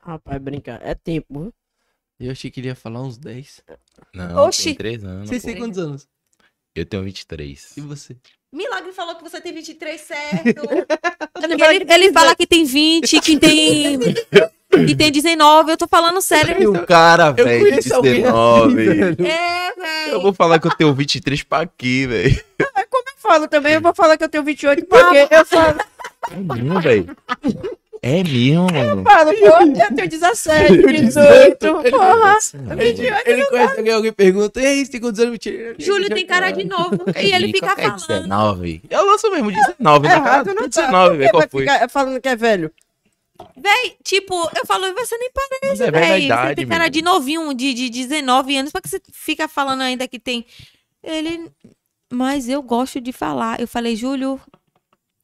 A: Rapaz, brincar. É tempo.
E: Eu achei que ele ia falar uns 10.
B: Não,
D: Oxi.
B: tem três anos.
E: Vocês
B: pô.
E: têm quantos anos?
B: Eu tenho 23.
E: E você?
D: Milagre falou que você tem 23 certo.
A: Ele,
D: ele, ele fala que tem 20, que tem E tem 19, eu tô falando
B: E
D: sério.
B: o cara, velho, de
E: conheço alguém assim,
B: 19.
D: É,
B: eu
D: velho.
B: vou falar que eu tenho 23 pra aqui, velho.
A: Como eu falo também, eu vou falar que eu tenho 28, porque eu falo,
B: É mesmo, velho. É mesmo, mano.
A: falo pô, eu tenho 17, 18, Então, porra.
B: assim, né,
E: Ele, ele conhece alguém, alguém pergunta, e aí, você tem quantos anos? Mentira.
D: Júlio tem cara de novo. E ele fica falando.
B: 19. É Eu lanço mesmo 19, né, cara?
A: Errado, não tá.
B: 19, velho,
A: Vai
B: qual foi?
A: ficar falando que é velho.
D: Véi, tipo, eu falo, você nem
B: Mas
D: parece,
B: é
D: véi.
B: verdade,
D: Você
A: tá
D: tem
B: meu
D: cara
B: irmão.
D: de novinho, de, de 19 anos. Pra que você fica falando ainda que tem. Ele. Mas eu gosto de falar. Eu falei, Júlio,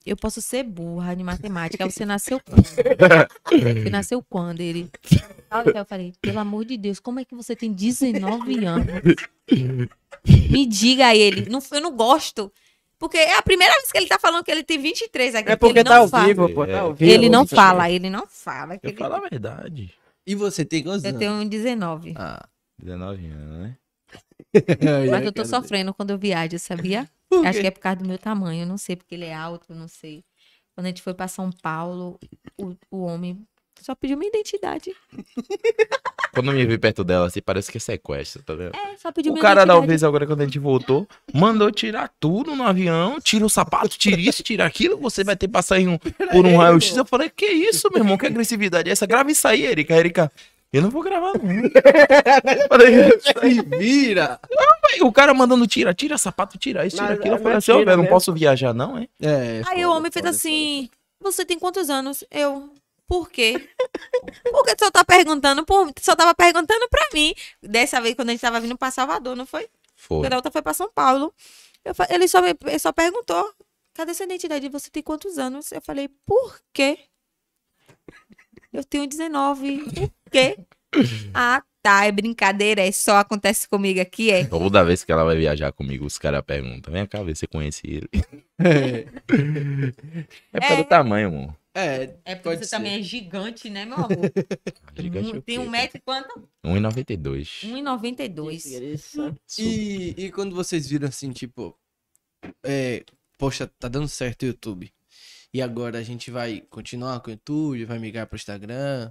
D: eu posso ser burra de matemática. Você nasceu quando? Você nasceu quando? Ele. Olha, Eu falei, pelo amor de Deus, como é que você tem 19 anos? Me diga aí, ele. Não, eu não gosto. Porque é a primeira vez que ele tá falando que ele tem 23 aqui.
A: É
D: que
A: porque
D: ele
A: tá
D: não
A: ao
D: fala.
A: vivo, pô, tá ao vivo.
D: Ele não fala, ele não fala. que
B: Eu
D: ele-
B: falo a verdade.
E: E você tem quantos
A: assim.
D: eu
E: anos?
D: tenho 19.
E: Ah.
B: 19 anos, né?
D: Mas eu tô sofrendo quando eu viajo, sabia?
E: Por
D: Acho
E: quê?
D: que é por causa do meu tamanho, eu não sei, porque ele é alto, eu não sei. Quando a gente foi pra São Paulo, o, o homem só pediu minha identidade.
B: Quando eu me vi perto dela, assim, parece que é sequestro, tá vendo?
D: É, só pediu
B: o
D: minha
B: cara, da
D: identidade.
B: vez agora, quando a gente voltou, mandou tirar tudo no avião. Tira o sapato, tira isso, tira aquilo. Você vai ter que passar em um- por um raio-x. Eu falei, que isso, meu irmão? Que agressividade é essa? Grava isso aí, Erika. A Erika, eu não vou gravar, não. Eu falei,
E: Se vira!
B: "Ué, o cara mandando tira, tira sapato, tira isso, tira
A: Mas
B: aquilo.
A: é
B: Eu falei assim, ó,
A: mentira
B: velho, não
A: mesmo.
B: posso viajar, não, hein?
E: É,
D: Aí o
E: foda,
D: homem fez
E: foda,
D: assim: Você tem quantos anos? Eu. Por quê? Porque só tá perguntando, por, só tava perguntando pra mim. Dessa vez, quando a gente tava vindo pra Salvador, não foi?
B: Foi.
D: Porque da outra foi pra São Paulo. Eu fa- ele, só me- ele só perguntou: cadê sua identidade? Você tem quantos anos? Eu falei: por quê? Eu tenho 19. Por quê? ah, tá. É brincadeira. É só acontece comigo aqui. É.
B: Toda vez que ela vai viajar comigo, os caras perguntam, vem cá ver se você conhece ele.
E: foda.
B: É por causa do tamanho, amor.
E: É, é,
D: É
E: porque Pode você ser. é também
D: é gigante, né, meu amor? um
B: Gigante o quê?
D: Hum, metro Hum, e quanto?
B: 1,92.
D: 1,92.
E: e, e quando vocês viram assim, tipo, é, poxa, tá dando certo o YouTube. E agora a gente vai continuar com o YouTube, vai migrar pro Instagram.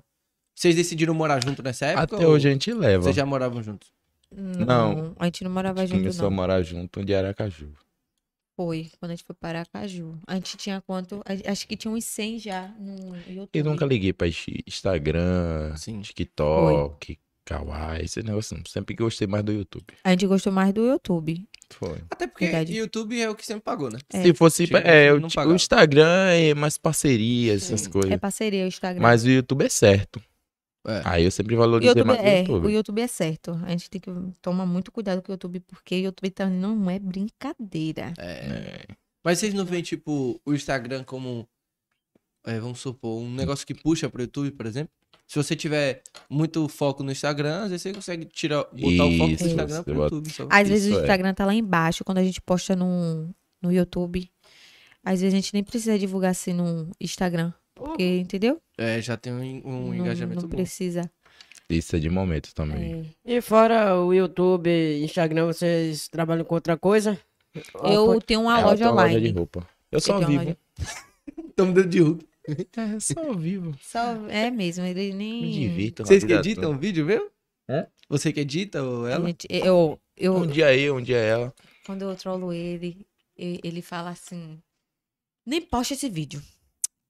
E: Vocês decidiram morar junto nessa época?
B: Até
E: ou
B: hoje a gente leva.
E: Vocês é já moravam juntos?
D: Não, a gente não morava junto,
B: Começou a
D: não.
B: morar junto de Aracaju.
D: Foi, quando a gente foi para Aracaju. A gente tinha quanto? A- Acho que tinha uns 100 já no YouTube.
B: Eu nunca liguei pra esse Instagram,
E: Sim.
B: TikTok, Kawaii, esse negócio. não. Sempre gostei mais do YouTube.
D: A gente gostou mais do YouTube.
B: Foi.
E: Até porque
D: Verdade.
E: YouTube é o que sempre pagou, né?
D: É.
B: Se fosse.
E: Tipo,
B: é,
E: não
B: o, ti-
E: pagava.
B: o Instagram é mais parcerias, essas
E: Sim.
B: coisas.
D: É parceria, o Instagram.
B: Mas o YouTube é certo.
E: É.
B: Aí eu sempre
D: o
B: valorizei
D: YouTube
B: mais o
D: é,
B: YouTube.
D: o YouTube é certo. A gente tem que tomar muito cuidado com o YouTube, porque o YouTube também não é brincadeira.
E: É. Mas vocês não veem, tipo, o Instagram como, é, vamos supor, um negócio que puxa pro YouTube, por exemplo? Se você tiver muito foco no Instagram, às vezes você consegue tirar, botar o foco
B: Isso,
E: do Instagram
B: você
E: pro
B: bota-
E: YouTube. Só.
D: Às vezes
B: Isso
D: o
B: é.
D: Instagram tá lá embaixo, quando a gente posta no, no YouTube. Às vezes a gente nem precisa divulgar assim no Instagram. Porque, entendeu?
E: É, já tem um, um
D: não,
E: engajamento
D: não
E: bom.
D: precisa.
B: Isso é de momento também.
D: É.
A: E fora o YouTube e Instagram, vocês trabalham com outra coisa?
D: Eu tenho uma
B: É, eu
D: loja
B: tenho uma de
D: online.
B: roupa. Eu só
D: tenho uma
B: vivo.
E: Estamos dando de Hulk.
B: É, só vivo.
D: Só- é mesmo, ele nem.
B: Me divirto. na
E: Vocês que
B: vida
E: editam
B: toda.
E: o vídeo mesmo?
B: Hã?
E: Você que edita ou
D: A
E: ela?
D: gente- eu, eu,
B: Um dia eu, um dia ela.
D: quando eu trollo ele, e- ele fala assim: nem posta esse vídeo.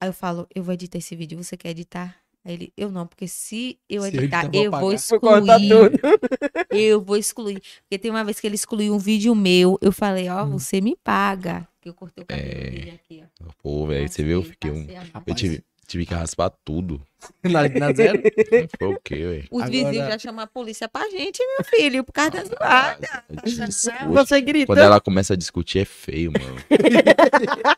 D: Aí eu falo: eu vou editar esse vídeo, você quer editar? Aí ele: eu não, porque se eu
E: Se eu
D: editar,
E: editar,
D: eu,
E: eu vou
D: vou,
E: apagar."
A: Vou cortar
D: excluir. Eu vou excluir. Porque tem uma vez que ele excluiu um vídeo meu, eu falei: ó, você me paga. Que eu cortei o cabelo
B: É.
D: dele aqui, ó.
B: Pô, velho, você viu? Eu fiquei um.
D: Passei a mão.
B: Eu tive, tive que raspar tudo.
E: Na, na zero?
B: Foi o quê, velho?
D: Os
E: Agora-
D: vizinhos já chamam a polícia pra gente, meu filho, por causa das zoada.
B: Discute.
A: Você
B: Quando
A: gritando.
B: ela começa a discutir é feio, mano.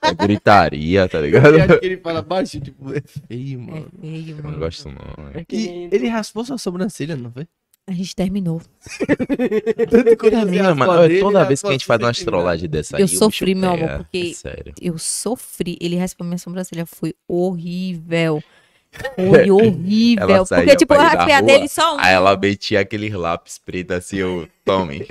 B: É gritaria, tá ligado?
E: Eu acho que ele fala baixo, tipo, é feio,
D: É
E: mano.
D: feio,
B: Eu não
D: mano.
B: gosto não. é.
E: E ele raspou sua sobrancelha, não foi?
D: A gente terminou.
E: É Tanto quando
B: Tá
E: você
B: vendo,
E: raspou
B: mano?
E: a dele,
B: Toda
E: raspou
B: vez que a gente faz
E: sua
B: umas trollagens dessa aí,
D: Eu
B: o bicho
D: sofri, meu amor,
B: pega.
D: porque-
B: É sério.
D: eu sofri. Ele raspou minha sobrancelha, foi horrível. Foi horrível.
B: Ela saía
D: porque, tipo, eu
B: pra ir na
D: raspei a
B: rua,
D: dele só um.
B: Aí ela metia aquele lápis preto assim, eu, tome.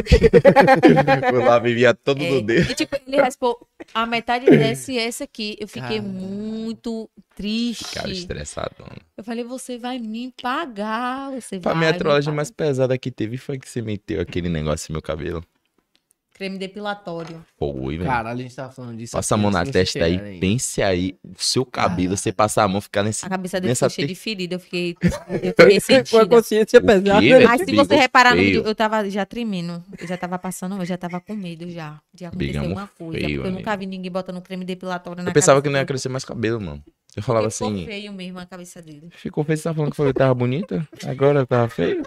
B: o lápis vinha todo
D: É.
B: no dedo.
D: E, tipo, ele raspou a metade desse e esse aqui. Eu fiquei
E: Cara.
D: muito triste.
B: Cara, é estressado.
D: Eu falei, você vai me pagar. Você
B: Pra mim,
D: vai
B: a
D: me
B: trollagem
D: pagar.
B: mais pesada que teve foi que você meteu aquele negócio no meu cabelo.
D: Creme depilatório.
B: Foi, velho.
E: Caralho, a gente tava falando disso.
B: Passa a
E: aqui
B: mão
E: antes
B: na
E: de vocês
B: testa aí,
E: chegarem.
B: pense aí, o seu cabelo, você passar a mão, ficar nesse.
D: A cabeça dele
B: Nessa
D: ficou cheia
B: te-
D: de ferida. Eu fiquei, eu fiquei
A: Com a
D: sentida.
A: consciência
B: O quê,
A: pesada.
B: velho?
D: Mas se
B: Bigo
D: você reparar no vídeo,
B: feio.
D: eu tava já tremendo. Eu já tava passando, eu já tava com medo já de acontecer
B: Bigamo
D: alguma coisa.
B: é um feio,
D: porque eu nunca
B: amigo.
D: vi ninguém botando creme depilatório na
B: Eu pensava
D: cabeça
B: que não ia
D: dele.
B: crescer mais cabelo, mano. Eu falava
D: Ficou
B: assim,
D: feio mesmo a cabeça dele.
B: ficou feio, você tava falando que eu tava bonita? Agora eu tava feio?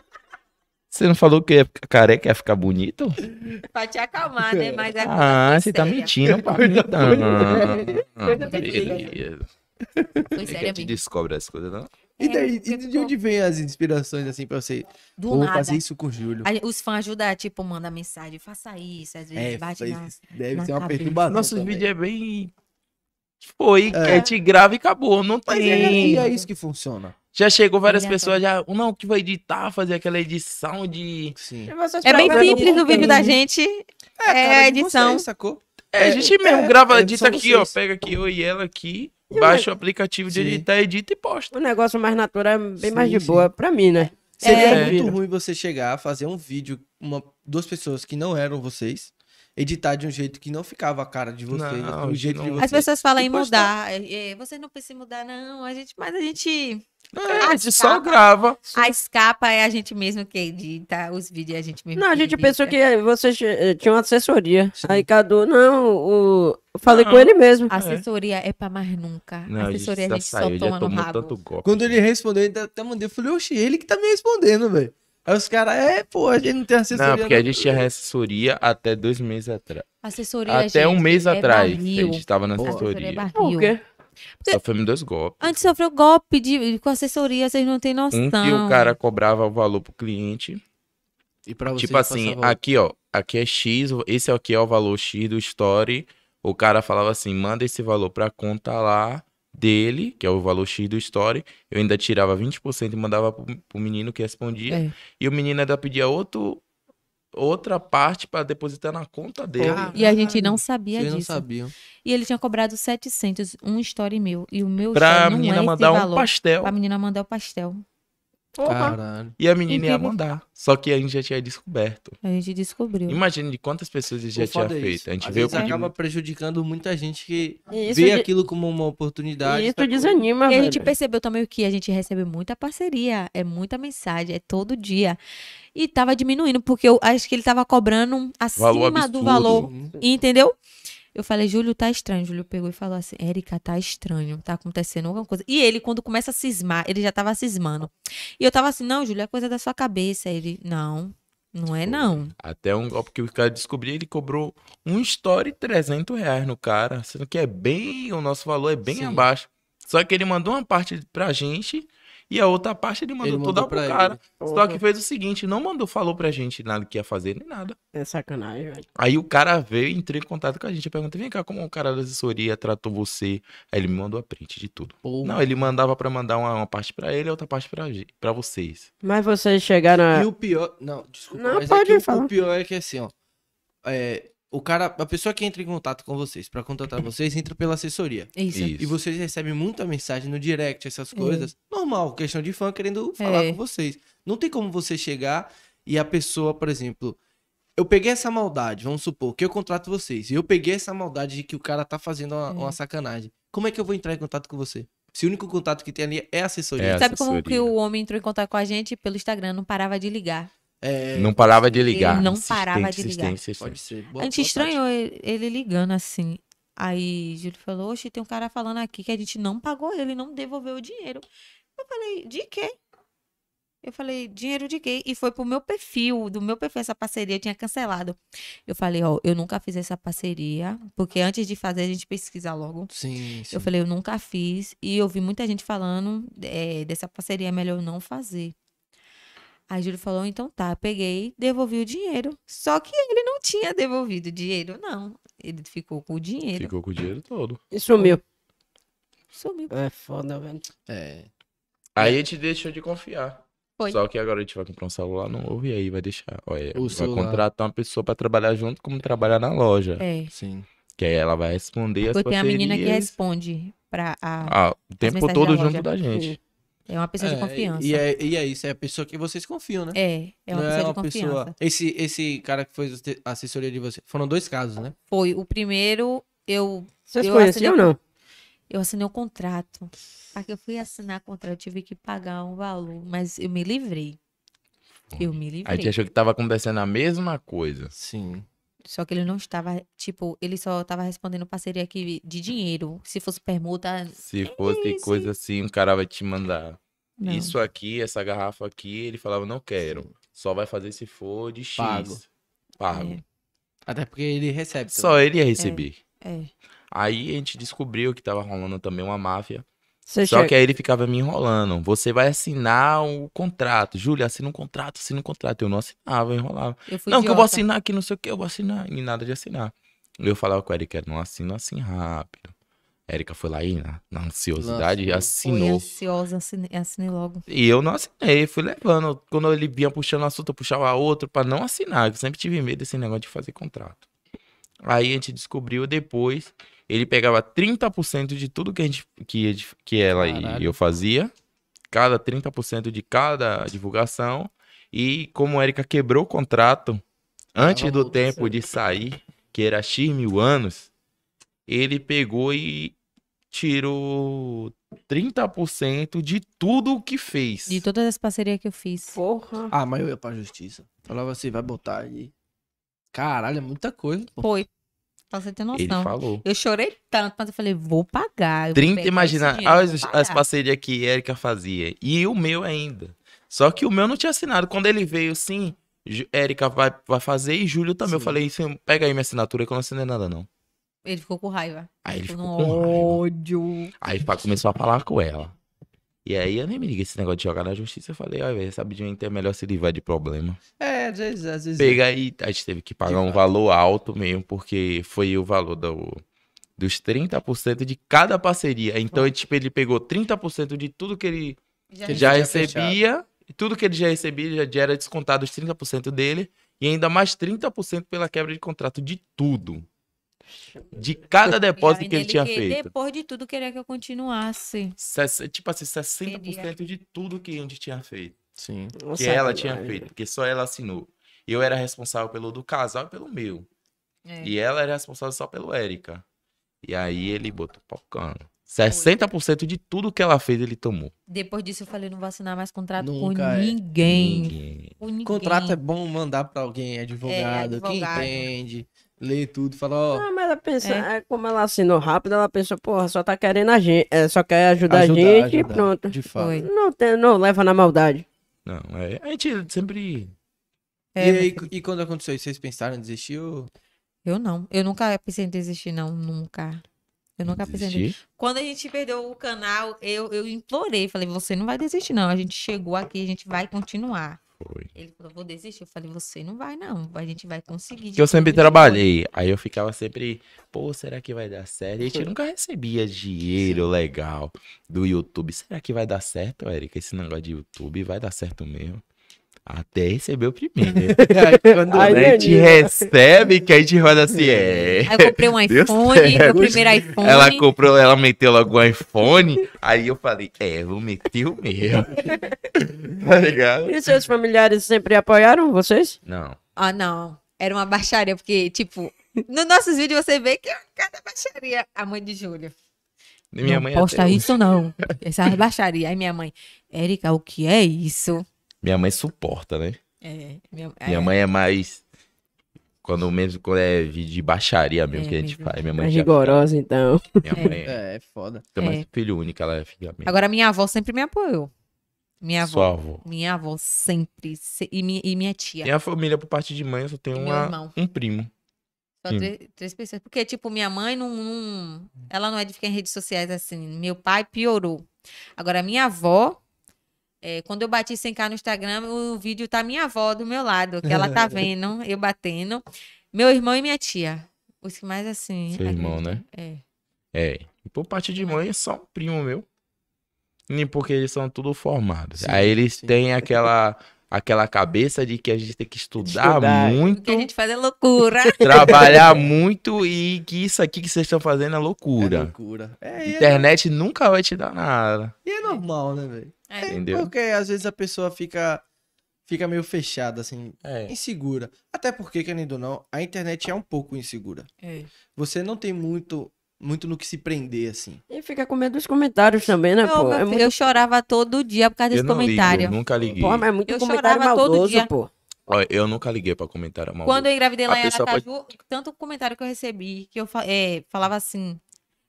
B: Você não falou que ia ficar careca ia ficar bonito?
D: Pra te acalmar, né? Mas é
B: Ah,
D: foi
B: você tá
D: séria.
B: mentindo pra mim. então. Ah, beleza.
D: Foi
B: É que
D: sério
B: a gente
D: mesmo.
B: descobre as coisas, não?
E: E daí,
D: É,
E: e de onde vem as inspirações assim pra você?
D: Do
E: Vou
D: nada.
B: assim.
E: fazer isso com o Júlio.
D: Aí Os fãs ajudam, tipo, manda mensagem, faça isso. Às vezes
E: É,
D: bate
E: faz-
D: na...
E: deve
D: na
E: ser uma
D: cabeça.
E: perturbação.
B: Nossos
E: também.
B: vídeos é bem. Foi, é. te grava e acabou. Não
E: Mas é,
B: tem.
E: e é isso que funciona.
B: Já chegou várias
D: Ele
B: pessoas, já. Não, que vai editar, fazer aquela edição de.
E: Sim.
D: É bem simples o vídeo da gente. É,
E: cara
D: a
E: de
D: edição.
E: vocês, sacou?
B: É, a
E: É,
B: gente mesmo
E: é,
B: grava,
E: é,
B: edita
E: são
B: aqui, ó.
E: vocês.
B: Pega aqui eu e ela aqui, baixa o aplicativo de
E: Sim.
B: editar, edita e posta.
A: O negócio mais natural é bem
E: Sim,
A: mais de
E: sim.
A: boa pra mim, né?
E: Seria
A: É.
E: muito ruim você chegar, fazer um vídeo, uma, duas pessoas que não eram vocês, editar de um jeito que não ficava a cara de vocês,
B: Não,
E: do
B: que
E: jeito de
B: não-
E: vocês.
D: As pessoas falam
E: E
D: em
E: postar.
D: mudar. É, é, Você não precisa mudar, não. A gente, mas a gente.
B: É,
D: Ah,
B: a gente só
D: tá.
B: grava.
D: A escapa é a gente mesmo que edita os vídeos, é a gente mesmo.
A: Não, a
D: que
A: gente
D: edita.
A: pensou que você che- tinha uma assessoria.
E: Sim.
A: Aí Cadu, não, o... eu falei
B: Não.
A: com ele mesmo.
D: A Assessoria é pra mais nunca.
B: Não,
D: a
B: a
D: assessoria
B: gente
D: a
B: já
D: gente só
B: saiu,
D: toma no
B: já tomou
D: rabo.
B: tanto golpe.
E: Quando ele respondeu, eu ainda até mandei, eu falei, oxe, ele que tá me respondendo, velho. Aí os caras, é, pô, a gente não tem assessoria.
B: Não, porque a gente tinha assessoria até dois meses atrás.
D: Assessoria,
B: Até um
D: gente,
B: mês
D: é
B: atrás que a
D: barril.
B: gente tava na
D: Assessoria é
B: assessoria.
A: Por
D: barril.
A: quê?
B: Só foi me dois golpes.
D: Antes sofreu golpe de, com assessoria, vocês não têm noção. É.
B: Um que o cara cobrava o valor pro cliente.
E: E pra vocês
B: Tipo assim,
E: passava-
B: aqui ó, aqui é X, esse aqui é o valor X do story. O cara falava assim, manda esse valor pra conta lá dele, que é o valor X do story. Eu ainda tirava 20% e mandava pro, pro menino que respondia.
D: É.
B: E o menino ainda pedia outro, outra parte pra depositar na conta dele.
E: Ah.
D: E a gente não sabia
E: Vocês não
D: disso.
E: sabiam.
D: E ele tinha cobrado 700, um story meu. E o meu
B: pra
D: story não
B: menina
D: é
B: mandar
D: esse
B: um
D: valor.
B: pastel.
D: Pra menina mandar o pastel.
E: Caralho.
B: E a menina ia
D: Incrível.
B: mandar. Só que a gente já tinha descoberto.
D: A gente descobriu.
B: Imagina de quantas pessoas ele já
E: O
B: tinha
E: foda é
B: feito.
E: isso.
B: A gente
E: Às
B: veio
E: vezes
B: pedir
E: acaba prejudicando muita gente que
A: E isso,
E: vê
A: de-
E: aquilo como uma
A: e
E: oportunidade.
A: isso
E: sacou?
A: desanima,
D: E a
A: velho.
D: gente percebeu também que a gente recebe muita parceria, é muita mensagem, é todo dia. E tava diminuindo, porque eu acho que ele tava cobrando acima
B: Valor
D: do
B: absurdo.
D: valor.
E: Sim.
D: Entendeu? Eu falei, Júlio, tá estranho. Júlio pegou e falou assim: Érica, tá estranho, tá acontecendo alguma coisa. E ele, quando começa a cismar, ele já tava cismando. E eu tava assim: não, Júlio, é coisa da sua cabeça. Ele, não, não é não.
B: Até um golpe que o cara descobriu, ele cobrou um story 300 reais no cara, sendo que é bem, o nosso valor é bem
E: Sim.
B: abaixo. Só que ele mandou uma parte pra gente e a outra parte ele mandou
E: Ele
B: toda
E: mandou
B: pro
E: pra
B: cara. Só
A: Porra,
B: que fez o seguinte, não mandou, falou pra gente nada que ia fazer, nem nada.
A: É sacanagem, velho.
B: Aí o cara veio e entrou em contato com a gente. Eu perguntei, vem cá, como o cara da assessoria tratou você? Aí ele me mandou a print de tudo.
E: Pô,
B: Não, ele mandava pra mandar uma, uma parte pra ele e outra parte pra, gen- pra vocês.
A: Mas vocês chegaram a...
B: É.
E: E o pior. Não, desculpa.
A: Não,
E: mas é
A: pode
E: que o- o,
A: falar.
E: pior é que assim, ó. é, o cara, a pessoa que entra em contato com vocês pra contratar vocês entra pela assessoria.
D: Isso.
B: Isso.
E: E vocês recebem muita mensagem no direct, essas
D: É.
E: coisas. Normal, questão de fã querendo falar
D: É.
E: com vocês. Não tem como você chegar e a pessoa, por exemplo, eu peguei essa maldade, vamos supor, que eu contrato vocês. E eu peguei essa maldade de que o cara tá fazendo uma,
D: É.
E: uma sacanagem. Como é que eu vou entrar em contato com você? Se o único contato que tem ali é a assessoria.
B: É.
D: Sabe como
B: assessoria.
D: que o homem entrou em contato com a gente pelo Instagram? Não parava de ligar.
E: É,
B: Não parava de ligar.
D: não
B: Insistente,
D: parava de ligar.
B: insistente, insistente.
E: pode ser. Boa-
D: a gente
E: boa tarde.
D: estranhou ele, ele ligando assim. Aí Júlio falou: Oxe, tem um cara falando aqui que a gente não pagou ele, não devolveu o dinheiro. Eu falei: De quê? Eu falei: Dinheiro de quê? E foi pro meu perfil, do meu perfil essa parceria eu tinha cancelado. Eu falei: Ó, eu nunca fiz essa parceria, porque antes de fazer a gente pesquisa logo.
E: Sim, sim.
D: Eu falei, eu nunca fiz. E eu vi muita gente falando eh, dessa parceria, é melhor eu não fazer. Aí Júlio falou, então tá, peguei, devolvi o dinheiro. Só que ele não tinha devolvido o dinheiro, não. Ele ficou com o dinheiro.
B: Ficou com o dinheiro todo.
A: E sumiu.
D: Sumiu.
A: É foda, velho.
E: É.
B: Aí a gente deixou de confiar.
D: Foi.
B: Só que agora a gente vai comprar um celular novo e aí vai deixar. Olha,
E: O
B: vai
E: celular.
B: contratar uma pessoa pra trabalhar junto como trabalhar na loja.
D: É.
E: Sim.
B: Que aí ela vai responder
D: Porque
B: as
D: tem a menina que
B: parcerias.
D: responde pra a.
B: Ah, o tempo
D: mensagens
B: todo
D: da
B: junto
D: loja.
B: da gente.
D: É uma pessoa de
E: É,
D: confiança.
E: E é, e é isso, é a pessoa que vocês confiam, né?
D: É, é uma
E: Não
D: pessoa de confiança.
E: Esse, esse cara que foi assiste- assessoria de você. Foram dois casos, né?
D: Foi o primeiro, eu,
A: Vocês
D: Eu
A: conheciam ou não?
D: eu assinei o contrato. Só que eu fui assinar o contrato, eu tive que pagar um valor, mas eu me livrei. Eu me
B: A gente
D: livrei.
B: achou que tava acontecendo a mesma coisa.
E: Sim.
D: Só que ele não estava, tipo, ele só estava respondendo parceria aqui de dinheiro. Se fosse permuta,
B: Se fosse coisa assim, o cara vai te mandar
D: É não.
B: isso aqui, essa garrafa aqui. Ele falava, não quero. Só vai fazer se for de X.
E: Pago.
B: Pago.
D: É.
E: Até porque ele recebe. também.
B: Só ele ia receber.
D: É.
B: Aí a gente descobriu que tava rolando também uma máfia.
A: Vocês
B: Só
A: che-
B: que é aí ele ficava me enrolando. Você vai assinar o contrato. Júlia, assina um contrato, assina um contrato. Eu não assinava, eu enrolava.
D: Eu fui
B: não, que eu vou
D: idiota.
B: assinar aqui, não sei o que, eu vou assinar. E nada de assinar. Eu falava com a Erika, não assina assim rápido. A Erika foi lá e na, na ansiosidade
E: Lançou.
D: Fui
B: assinou.
D: ansiosa, assinei, assinei logo.
B: E eu não assinei, fui levando. Quando ele vinha puxando assunto, eu puxava outro pra não assinar. Eu sempre tive medo desse negócio de fazer contrato. Aí a gente descobriu depois, ele pegava 30% de tudo que, a gente, que, a gente- que ela
E: Caralho.
B: e eu fazia, cada 30% de cada divulgação. E como a Erika quebrou o contrato antes
E: Tava
B: do
E: muito
B: tempo
E: certo.
B: de sair, que era X mil anos, ele pegou e tirou 30% de tudo o que fez.
D: De todas as parcerias que eu fiz.
A: Porra.
E: Ah, mas eu ia pra justiça. Falava assim, vai botar aí. Caralho, é muita coisa, pô.
D: Foi. Pra você ter noção.
B: Ele falou.
D: Eu chorei tanto, mas eu falei, vou pagar. Eu
B: 30,
D: pegar
B: imagina,
D: esse dinheiro,
B: as,
D: vou
B: as
D: pagar.
B: parcerias que Erika fazia. E o meu ainda. Só que o meu não tinha assinado. Quando ele veio, sim, Ju- Erika vai, vai fazer e Júlio também. Eu
E: Sim.
B: falei, sim, pega aí minha assinatura que eu não assinei nada, não.
D: Ele ficou com raiva.
B: Aí ele
D: Ficou
B: ficou
D: com
B: com raiva.
D: ódio.
B: Aí pá, começou a falar com ela. E aí eu nem me liguei esse negócio de jogar na justiça. Eu falei, ó, velho, sabe de gente é melhor se livrar de problema.
E: É, às vezes, às vezes.
B: Pega aí, a gente teve que pagar um
E: fato.
B: valor alto mesmo, porque foi o valor do, dos 30% de cada parceria. Então, tipo, ele pegou 30% de tudo que ele
E: Que
B: já é
E: tinha
B: recebia, e tudo que ele já recebia já- já era descontado os 30% dele, e ainda mais 30% pela quebra de contrato de tudo. De cada
D: E
B: depósito
D: ainda
B: que ele tinha
D: que-
B: feito.
D: Depois de tudo, queria que eu continuasse.
B: Sess- Tipo assim, 60% de tudo que a gente tinha feito.
E: Sim.
A: Nossa,
B: Que ela
A: caralho.
B: tinha feito, porque só ela assinou. Eu era responsável pelo do casal e pelo meu.
D: É. Ah.
B: E ela era responsável só pelo Érica. E aí ele botou pau no cano. 60% de tudo que ela fez, ele tomou.
D: Depois disso, eu falei, não vou assinar mais contrato
E: Nunca
D: com
E: é.
D: ninguém.
B: Ninguém.
D: Com ninguém.
E: Contrato é bom mandar pra alguém, é advogado, quem
D: É, advogado.
E: entende, lê tudo, fala, ó,
A: Ah, mas ela pensa, é, como ela assinou rápido, ela pensou, porra, só tá querendo a gente, é, só quer ajudar,
E: Ajudar,
A: a gente
E: ajudar.
A: e pronto.
E: de fato.
D: Foi.
A: Não, tem, não leva na maldade.
B: Não, é, a gente sempre.
D: É,
E: e aí, e quando aconteceu isso, vocês pensaram em desistir ou...
D: Eu não. Eu nunca pensei em desistir, não. Nunca. Eu nunca pensei em desistir.
B: desistir.
D: Quando a gente perdeu o canal, eu, eu implorei. Falei, você não vai desistir, não. A gente chegou aqui, a gente vai continuar.
B: Foi.
D: Ele falou, vou desistir. Eu falei, você não vai, não. A gente vai conseguir.
B: Que eu sempre
D: de novo."
B: trabalhei. Aí eu ficava sempre, pô, será que vai dar certo? E a gente nunca recebia dinheiro legal do YouTube. Será que vai dar certo, Érica? Esse negócio de YouTube vai dar certo mesmo? Até receber o primeiro.
E: Quando-
B: Quando a gente
A: menina.
B: recebe, que a gente roda assim, é.
D: Aí eu comprei um
B: Deu
D: iPhone, meu primeiro iPhone.
B: Ela comprou, ela meteu logo um iPhone. aí eu falei, é, vou meter o meu. tá ligado?
A: E seus familiares sempre apoiaram vocês?
B: Não.
D: Ah, não. Era uma baixaria, porque, tipo, nos nossos vídeos você vê que é cada baixaria. A mãe de Júlia.
B: E Minha
D: não
B: mãe
D: posta
B: até-
D: isso, não. Essa é uma baixaria. Aí minha mãe, Érica, o que é isso?
B: Minha mãe suporta, né?
D: É, minha,
B: Minha
D: é,
B: mãe é mais. Quando mesmo quando é vídeo de baixaria mesmo
D: É,
B: que a gente
D: mesmo.
B: faz. Minha mãe
A: É
B: já
A: rigorosa, então.
B: fica- Minha mãe é,
E: É, é foda.
B: é mais
D: É.
B: filho única, ela é filha minha.
D: Agora, minha avó sempre me apoiou. Minha avó.
B: Sua avó.
D: Minha avó sempre. se- E minha, e minha tia.
B: Minha família, por parte de mãe, eu só tenho
D: Meu
B: uma-
D: irmão.
B: um primo.
D: Só tre- três, pessoas. Porque, tipo, minha mãe não,
B: Hum.
D: não- Ela não é de ficar em redes sociais assim. Meu pai piorou. Agora, minha avó. é, quando eu bati 100k no Instagram, o vídeo tá minha avó do meu lado, que ela tá vendo, eu batendo. Meu irmão e minha tia. Os que mais assim.
B: Seu irmão, né?
D: acreditam. É.
B: É. E por parte de mãe, é só um primo meu. Nem porque eles são tudo formados.
E: Sim,
B: Aí eles
E: sim.
B: têm aquela, aquela cabeça de que a gente tem que estudar,
A: Estudar.
D: O
B: muito,
D: que a gente faz é loucura.
B: trabalhar muito e que isso aqui que vocês estão fazendo é
E: É
B: loucura.
E: loucura.
B: A
E: É, e é,
B: Internet nunca vai te dar nada,
E: e é normal, né, velho?
D: É.
B: entendeu?
E: Porque às vezes a pessoa fica, fica meio fechada, assim,
B: É.
E: insegura. Até porque, querendo ou não, a internet é um pouco insegura.
D: É.
E: Você não tem muito, muito no que se prender, assim.
A: E fica com medo dos comentários também, né,
D: Ô,
A: pô?
D: meu
A: É
D: filho,
A: muito,
D: Eu chorava todo dia por causa
B: Eu
D: desse
B: não ligo,
D: comentário.
B: nunca liguei.
A: pô, mas é muito
D: Eu
A: comentário
D: chorava todo
A: maldoso,
D: dia.
A: pô.
B: Ó, Eu nunca liguei pra comentário mal.
D: Quando eu engravidei lá
B: A
D: em
B: pessoa pode-
D: Aracaju, tanto comentário que eu recebi, que eu fa- é, falava assim,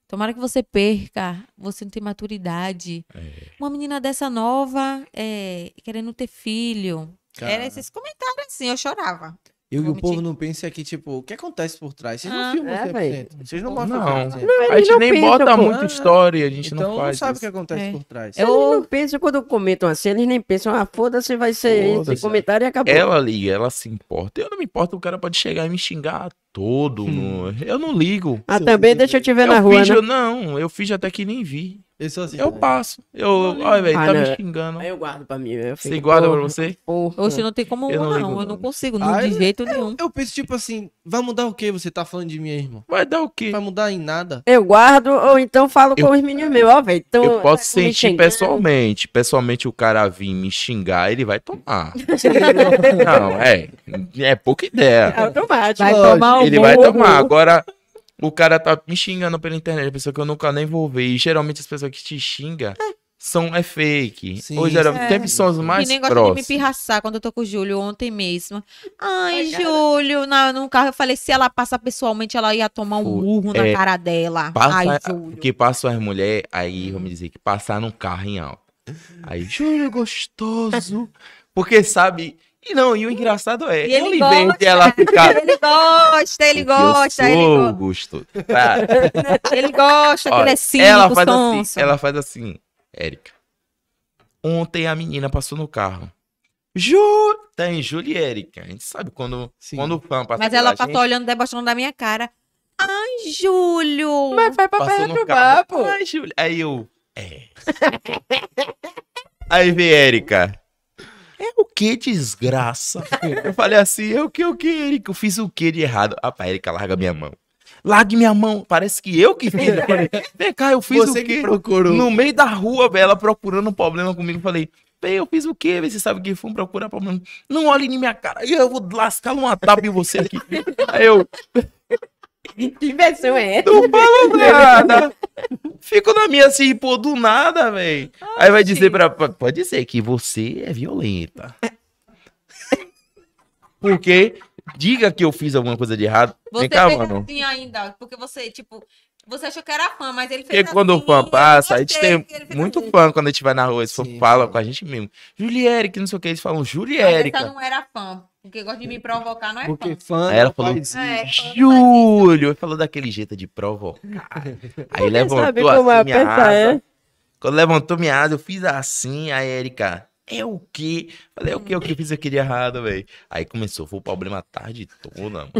D: tomara que você perca, você não tem maturidade.
B: É.
D: Uma menina dessa nova, é, querendo ter filho. Era
E: Cara,
D: esses comentários assim, eu chorava.
E: Eu e
D: vou
E: o povo
D: mentir.
E: não pensa é que, tipo, o que acontece por trás? Vocês
D: Ah,
E: não filmam
A: é,
E: 100%. Vocês não mostram
B: Não.
E: 100%.
B: A gente nem
A: pensa,
B: bota
A: pô.
B: muito história, a gente
E: Então
B: não
E: não
B: faz.
E: sabe o
B: isso.
E: que acontece
D: É.
E: por trás.
A: Eles não pensam quando comentam assim, eles nem pensam, ah, foda-se, vai ser
B: Foda-se. É
A: esse comentário e acabou.
B: Ela liga, ela se importa. Eu não me importo, o cara pode chegar e me xingar a todo.
E: Hum.
B: no- Eu não ligo.
A: Ah, também deixa eu te ver
B: eu
A: na rua,
B: finjo,
A: né?
B: não, eu fiz até que nem vi.
E: Eu sou assim.
B: Eu
E: né?
B: passo. Eu, olha, velho,
A: Ah,
B: tá
A: não.
B: me xingando.
A: Aí eu guardo pra mim. Eu
B: Você
A: fico,
B: guarda pra
A: porra,
B: você?
A: porra.
D: Oxe, não tem como
B: Eu
D: eu
B: não
D: não,
B: ligo, né?
D: eu
B: não.
D: não consigo, não,
E: Ah,
D: de
E: eu-
D: jeito nenhum.
B: É
E: Eu penso, tipo assim, vai mudar o que você tá falando de mim, irmão?
B: Vai dar o
A: Tá
B: quê?
E: Vai mudar em nada?
A: Eu guardo, ou então falo
B: Eu-
A: com os meninos meus, ó, velho. tão-
B: Eu posso
A: tá me
B: sentir
A: xingando.
B: pessoalmente. Pessoalmente, o cara vir me xingar, ele vai tomar. não, é. É pouca ideia.
A: É automático.
D: Vai
E: lógico,
D: tomar um
B: Ele vai
D: burro.
B: tomar. Agora, o cara tá me xingando pela internet, pessoa que eu nunca nem vou ver. E geralmente as pessoas que te xingam são é fake.
E: Sim,
B: Ou geralmente
E: sim.
B: sempre são os
D: Que
B: mais
D: nem gosta de me
B: próximos.
D: pirraçar quando eu tô com o Júlio ontem mesmo. Ai, Júlio, na, no carro eu falei, se ela passar pessoalmente, ela ia tomar um
B: Foi.
D: burro na
B: É,
D: cara dela.
B: Passa,
D: Ai, Júlio.
B: Porque passam as mulheres, aí vamos dizer que passar num carro em alta. Aí, Júlio gostoso. Porque sabe. E não, e o engraçado é,
D: E
B: eu
D: ele
B: em vez de
D: gosta.
B: ela ficar.
D: Ele gosta, ele
B: Porque eu
D: gosta,
B: sou
D: ele gosta.
B: Augusto. Tá.
D: Ele gosta, que ele
B: Olha,
D: é cínico,
B: ela faz
D: sonso.
B: assim, ela faz assim, Érica. Ontem a menina passou no carro. Ju, tá em Júlia e Érica. A gente sabe quando,
E: Sim.
B: quando o fã passa
D: Mas
B: pela
D: ela
B: assim, gente,
D: passou olhando, debochando da minha cara. Ai, Júlio!
A: Mas vai pra
B: passou
A: perto
B: no
A: do
B: carro.
A: bar, pô.
B: Ai, Júlia. Aí eu, é. Aí vem Érica. É o que, desgraça? Eu falei assim, é o que, o que, Érica? Eu fiz o que de errado? Ah, pá, Érica, larga minha mão. Largue minha mão. Parece que eu que fiz. Eu falei, Vem cá, eu fiz
E: você
B: o quê?
E: que procurou.
B: No meio da rua, velho, ela procurando um problema comigo. Falei, bem, eu fiz o quê? Vê, Você sabe que fui procurar problema. Não olhe em minha cara. Eu vou lascar uma tapa em você aqui. Aí eu,
A: Que versão é essa?
B: não falo nada. Fico na minha assim, pô, do nada, velho. Aí vai dizer pra. pra- Pode ser que você é violenta. Porque diga que eu fiz alguma coisa de errado.
D: Você
B: Vem cá,
D: fez
B: mano.
D: assim ainda, porque você, tipo, você achou que era fã, mas ele fez
B: Porque quando o
D: assim,
B: fã
D: eu
B: passa, a gente
D: gostei
B: tem
D: que ele fez
B: muito
D: assim.
B: fã quando a gente vai na rua, eles
E: Sim,
B: falam
E: sim.
B: com a gente mesmo. Juliérica, não sei o que, é, eles falam
D: Mas Essa
B: Juliérica.
D: não era fã, porque gosta de me provocar, não é
E: Porque
D: fã.
E: fã.
B: Aí ela
E: não
B: falou,
E: faz isso.
D: É,
B: assim, Júlio, falou daquele jeito de provocar. Aí
A: sabe
B: levantou
A: como é
B: assim minha
A: pensar,
B: asa.
A: é?
B: Quando levantou minha asa, eu fiz assim, a Érica, é o quê? Falei, é o quê? O que eu fiz aqui de errado, velho? Aí começou, foi o problema a tarde toda, mano.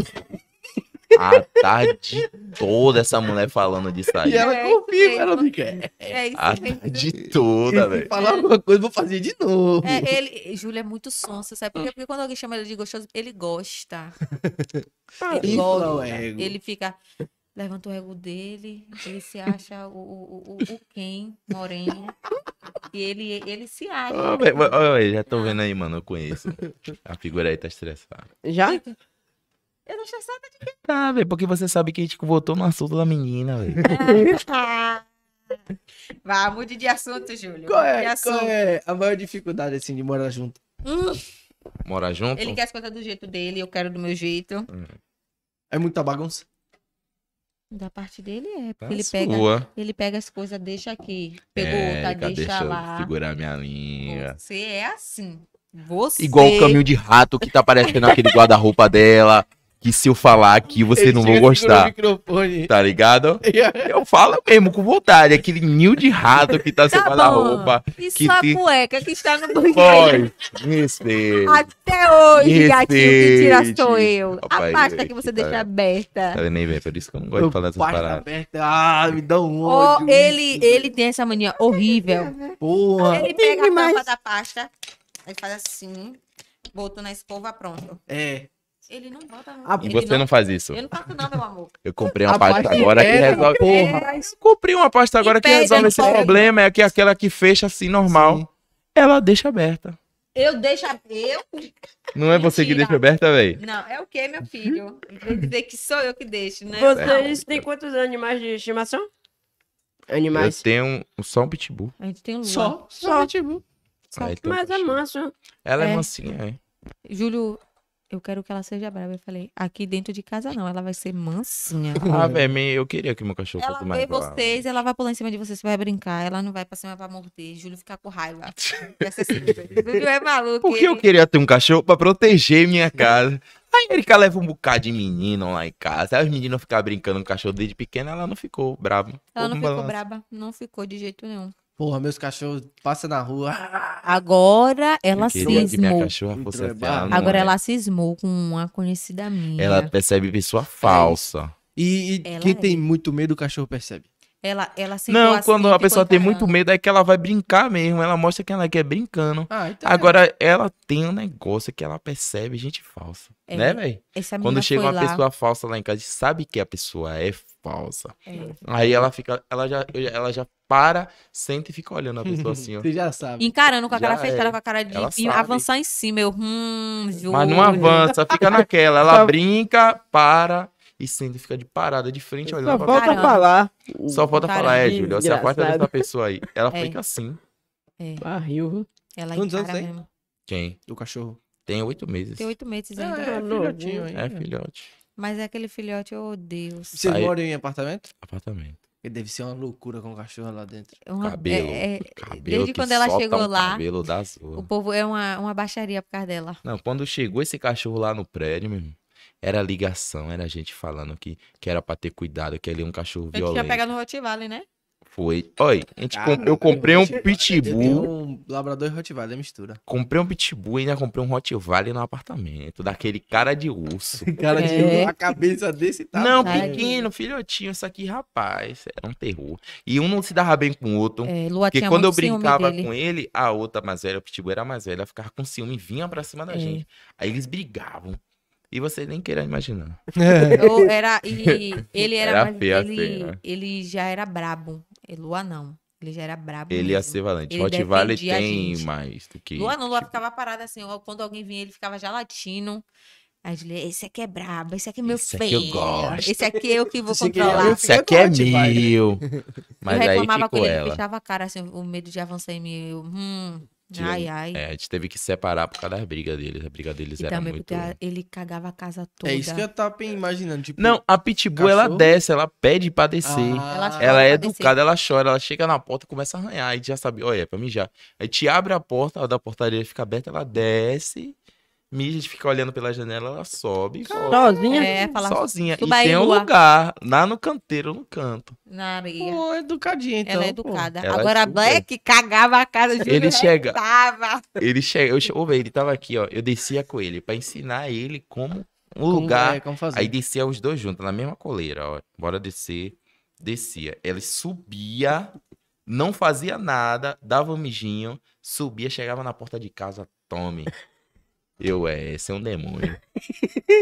B: A tarde toda essa mulher falando disso aí.
E: E ela
D: É,
E: confirma,
D: isso
E: ela
D: mesmo.
E: não quer.
D: É isso
B: A
D: mesmo.
B: tarde toda,
E: Se
B: velho.
E: falar alguma coisa, eu vou fazer de novo.
D: É, ele, Júlio é muito sonso, sabe? por quê? Porque,
B: Ah.
D: quando alguém chama ele de gostoso, ele gosta.
A: É
D: Ele
E: Infla o
D: gosta.
E: ego.
D: Ele fica. Levanta o ego dele, ele se acha o, o, o, o quem, moreno. E ele, ele se acha.
E: Ah,
B: Ô, velho, ô, ô, já tô vendo aí, mano, eu conheço. A figura aí tá estressada.
A: Já?
D: Eu não sei se
B: Tá, velho, porque você sabe que a gente voltou no assunto da menina, velho.
D: tá? Vá, mude de assunto, Júlio.
E: Qual
D: de
E: é,
D: assunto.
E: qual é a maior dificuldade, assim, de morar junto?
D: Hum,
B: Morar junto? Tá.
D: ele quer as coisas do jeito dele, eu quero do meu jeito.
E: É muita bagunça?
D: Da parte dele é,
B: Tá
D: porque ele pega,
B: sua.
D: ele pega as coisas, deixa aqui. Pegou
E: É,
D: outra,
B: Érica,
D: deixa,
B: deixa eu
D: lá.
B: segurar minha língua.
D: Você é assim. Você.
B: Igual o caminho de rato que tá parecendo aquele guarda-roupa dela. que se eu falar aqui, vocês não vão gostar.
E: Microfone.
B: Tá ligado? Eu falo mesmo com vontade. Aquele ninho de rato que tá sem
D: Tá bom.
B: guarda-roupa.
D: E
B: que
D: sua
B: tem-
D: cueca que está no banheiro.
B: Foi. Me respeita.
D: Até hoje,
B: Me
D: gatinho, que tira
B: respeite.
D: sou eu.
B: Rapaz,
D: a pasta
B: é
D: que você
B: que
D: deixa
B: tá-
D: aberta.
B: Tá vendo aí, velho? Por isso que eu não gosto de falar essas
E: Pasta
B: paradas.
E: aberta. Ah, me dá um
D: Oh,
E: ódio.
D: ele, ele tem essa mania horrível.
E: Porra.
D: Ele pega a
A: demais.
D: tampa da pasta, aí faz assim, botou na escova, pronto.
E: É.
D: Ele não bota no...
E: Ah,
B: E
D: ele
B: você não faz isso.
D: Eu não faço não, meu amor. É,
B: Eu comprei uma
E: A
B: pasta
E: pasta
B: agora que
E: inteira,
B: resolve.
E: porra.
B: Eu comprei uma pasta agora que
D: pega,
B: resolve esse
D: pega.
B: problema. É que aquela que fecha assim normal.
E: Sim.
B: Ela deixa aberta.
D: Eu deixo... a- Eu?
B: Não é você que
D: Mentira.
B: deixa aberta, velho?
D: Não, é o quê, meu filho? Vou dizer que sou eu que deixo, né?
A: Vocês têm quantos animais de estimação?
B: Eu
A: Animais.
B: tenho um- só um pitbull.
D: A gente tem Lua.
E: Só.
A: Só.
E: tipo.
D: Só.
B: Aí tem um
A: Mas é
B: cachorro.
A: manso.
B: Ela é,
D: É.
B: mansinha, é.
D: Júlio, eu quero que ela seja brava. Eu falei, aqui dentro de casa não, ela vai ser mansinha.
B: Ah, velho, me- eu queria que meu cachorro
D: Ela
B: fosse um mais
D: vê
B: bravo.
D: vocês, ela vai pular em cima de vocês, vai brincar. Ela não vai pra cima pra morder. Júlio ficar com raiva. Vai ser assim. Júlio é maluco.
B: Porque eu
D: ele-
B: queria ter um cachorro pra proteger minha casa. Aí a Erika leva um bocado de menino lá em casa. Aí os meninos ficavam brincando com o cachorro desde pequena, ela não ficou brava.
D: Ela não
B: Ficou com
D: ficou
B: balanço.
D: braba. Não ficou de jeito nenhum.
E: Porra, meus cachorros passam na rua. Ah,
D: Agora ela
B: Eu queria que minha
D: cismou.
B: cachorra
E: Muito
B: fosse assim,
E: trabalho.
B: ela não
D: Agora
B: é.
D: ela cismou com uma conhecida minha.
B: Ela
D: Ela,
B: percebe
D: É
B: pessoa falsa.
E: E, e
D: Ela
E: quem
D: é.
E: tem muito medo, o cachorro percebe.
D: ela, se
B: não,
D: ficou
B: quando
D: assim,
B: a pessoa
D: ficou
B: tem muito
D: encarando.
B: medo, é que ela vai brincar mesmo. Ela mostra que ela quer brincando.
E: Ah, então. é.
B: Agora, ela tem um negócio que ela percebe gente falsa.
D: É.
B: Né, velho?
D: Essa
B: Quando
D: menina
B: chega
D: foi
B: uma
D: lá,
B: pessoa falsa lá em casa, a gente sabe que a pessoa é falsa.
D: é.
B: Aí ela fica, ela já, eu já- ela já para, senta e fica olhando a pessoa assim, ó.
E: Você já sabe.
D: Encarando com a
B: Já
D: cara fechada,
B: é.
D: com a cara de
B: Ela
D: e
B: sabe.
D: avançar em cima. Eu, hum, Júlio.
B: Mas não avança, fica naquela. Ela
A: Só-
B: brinca, para e senta, fica de parada, de frente,
A: Só
B: olhando pra
A: falta
D: Caramba.
A: falar.
B: Só falta
D: Caramba,
B: falar, é,
A: que
B: Júlio, você afasta
A: engraçado.
B: dessa pessoa aí. Ela
D: É.
B: fica assim.
A: Barril.
D: Ela
E: Quantos anos
D: encara
E: tem?
D: mesmo.
B: Quem?
E: O cachorro.
B: Tem oito meses.
D: Tem oito meses
E: Ah,
D: ainda.
E: é, filhotinho ainda.
B: É, filhote.
D: Mas é aquele filhote, oh Deus.
E: Vocês
B: Aí-
E: moram em apartamento?
B: Apartamento.
E: Porque Deve ser uma loucura com o cachorro lá dentro.
D: É uma-
B: Cabelo.
D: é- é-
B: cabelo
D: desde
B: que
D: quando ela
B: solta
D: chegou
B: um
D: lá,
B: Cabelo da zorra.
D: o povo é uma, uma baixaria por causa dela.
B: Não, quando chegou esse cachorro lá no prédio, meu irmão, era ligação, era gente falando que, que era pra ter cuidado, que ali é um cachorro
D: A gente já
B: violento.
D: pega no Rottweiler, né?
B: Foi. Oi, a gente com- eu comprei um
E: Eu tenho
B: pitbull.
E: um labrador e rottweiler, mistura.
B: Comprei um pitbull e ainda comprei um Rottweiler no apartamento, daquele cara de urso.
E: Cara
D: É.
E: de a cabeça desse tá
B: não,
D: cara de
B: pequeno, filhotinho, isso aqui, rapaz, era um terror. E um não se dava bem com o outro.
D: É, Lua
B: Porque
D: tinha
B: quando eu
D: muito ciúme
B: brincava
D: dele.
B: com ele, a outra mais velha, o Pitbull era mais velha, ela ficava com ciúme e vinha pra cima da
D: É.
B: gente. Aí eles brigavam. E você nem queira imaginar.
D: Eu era, e ele era,
B: Era
D: mais-
B: feia,
D: ele,
B: feia.
D: ele já era brabo. E Lua não. Ele já era brabo.
B: Ele ia
D: mesmo.
B: ser Tipo valente.
D: Ele
B: Rottweiler
D: defendia a
B: tem
D: gente.
B: mais do que.
D: Lua não, Lua
B: Pitbull.
D: ficava parada assim. ó, Quando alguém vinha, ele ficava já latindo. Aí ele, esse aqui é brabo, esse aqui é meu
B: Esse aqui eu
D: feio.
B: gosto."
D: Esse aqui é eu que vou
E: Esse aqui é eu.
D: controlar.
B: Isso aqui é
E: Rottweiler.
B: meu. Mas
D: eu
B: aí
D: reclamava com
B: ficou
D: ele, ele
B: ela.
D: fechava a cara, assim, o medo de avançar em mim. Eu, hum,
B: Tira-
D: ai, ai.
B: É, a gente teve que separar por causa das brigas deles. A briga deles
D: e
B: era
D: também
B: muito.
D: porque a- ele cagava a casa toda.
E: É isso que eu tava imaginando. Tipo, ah,
B: Não, a Pitbull ela
E: Cachorro?
B: desce, ela pede pra descer.
D: Ela-
B: Ela é
D: Ah, pra descer.
B: educada, ela chora, ela chega na porta e começa a arranhar. Aí já sabe, olha, é pra mijar. Aí te abre a porta, a da portaria fica aberta, ela desce, mija, a gente fica olhando pela janela, ela sobe e volta
A: Sozinha?
D: É, falava
B: sozinha. E
D: Suba aí,
B: tem um
D: Lua.
B: lugar, lá no canteiro, no canto.
D: na areia.
E: Pô, educadinha, é então.
D: é. ela é
E: pô.
D: educada.
B: Ela
D: Agora,
B: ajuda.
D: Black cagava a casa de
B: Ele chega-
D: Tava.
B: Ele chega, eu che- ô, velho, ele tava aqui, ó. Eu descia com ele pra ensinar ele como um
E: Como
B: lugar.
E: é, como fazer.
B: Aí descia os dois juntos, na mesma coleira, ó. Bora descer. Descia. Ela subia, não fazia nada, dava um mijinho, subia, chegava na porta de casa, tome. Eu, é, esse é um demônio.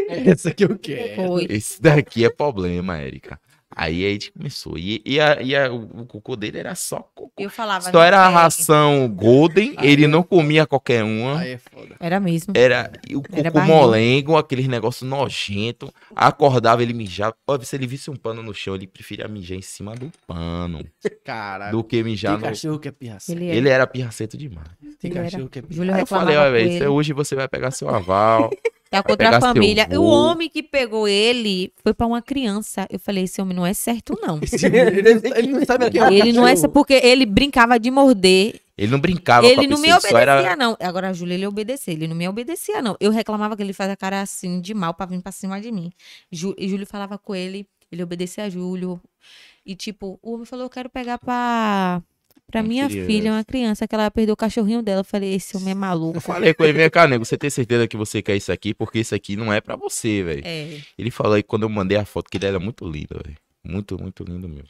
E: Essa que eu
B: É.
E: quero.
D: Foi.
B: Esse daqui é problema, Érica. Aí a gente começou. E, e, a- e a- o, o cocô dele era só cocô.
D: Eu falava.
B: Só
D: não,
B: era a
D: peraí.
B: ração golden,
E: Aí-
B: ele não comia qualquer uma.
E: Aí é foda.
D: Era mesmo.
B: Era e o
D: Era
B: coco
D: barriga.
B: molengo, aqueles negócio nojento. Acordava, ele mijava. Ó, se ele visse um pano no chão, ele preferia mijar em cima do pano
E: Caralho.
B: do que
E: Tem
B: mijar no.
E: cachorro que é pirraceiro.
D: Ele, era.
B: Ele era pirraceto demais.
E: Tem
D: Ele era-
E: cachorro que é pirraceiro.
D: Júlio
B: Aí eu
D: reclamava
B: falei, ó,
D: com
B: velho,
D: ele.
B: isso é hoje você vai pegar seu aval.
D: Tá com
B: Vai
D: outra
B: pegar seu
D: família. E O
B: voo.
D: homem que pegou ele foi pra uma criança. Eu falei, esse homem não é certo, não.
E: Ele, ele não sabe o que é um
D: ele não é
E: cachorro.
D: porque ele brincava de morder.
B: Ele não brincava com a
D: Ele não
B: pessoa,
D: me
B: ele só
D: obedecia,
B: era...
D: não. Agora, a Júlia, ele obedecia. Ele não me obedecia, não. Eu reclamava que ele fazia cara assim, de mal, pra vir pra cima de mim. Jú- e Júlio falava com ele, ele obedecia a Júlio. E, tipo, o homem falou, eu quero pegar pra... Pra
B: Uma
D: minha
B: criança.
D: filha, uma criança, que ela perdeu o cachorrinho dela. Eu falei, esse homem é maluco.
B: Eu falei com ele, vem cá, nego, você tem certeza que você quer isso aqui? Porque isso aqui não é pra você, velho.
D: É.
B: Ele falou aí quando eu mandei a foto que ele era muito lindo, velho. Muito, muito lindo mesmo.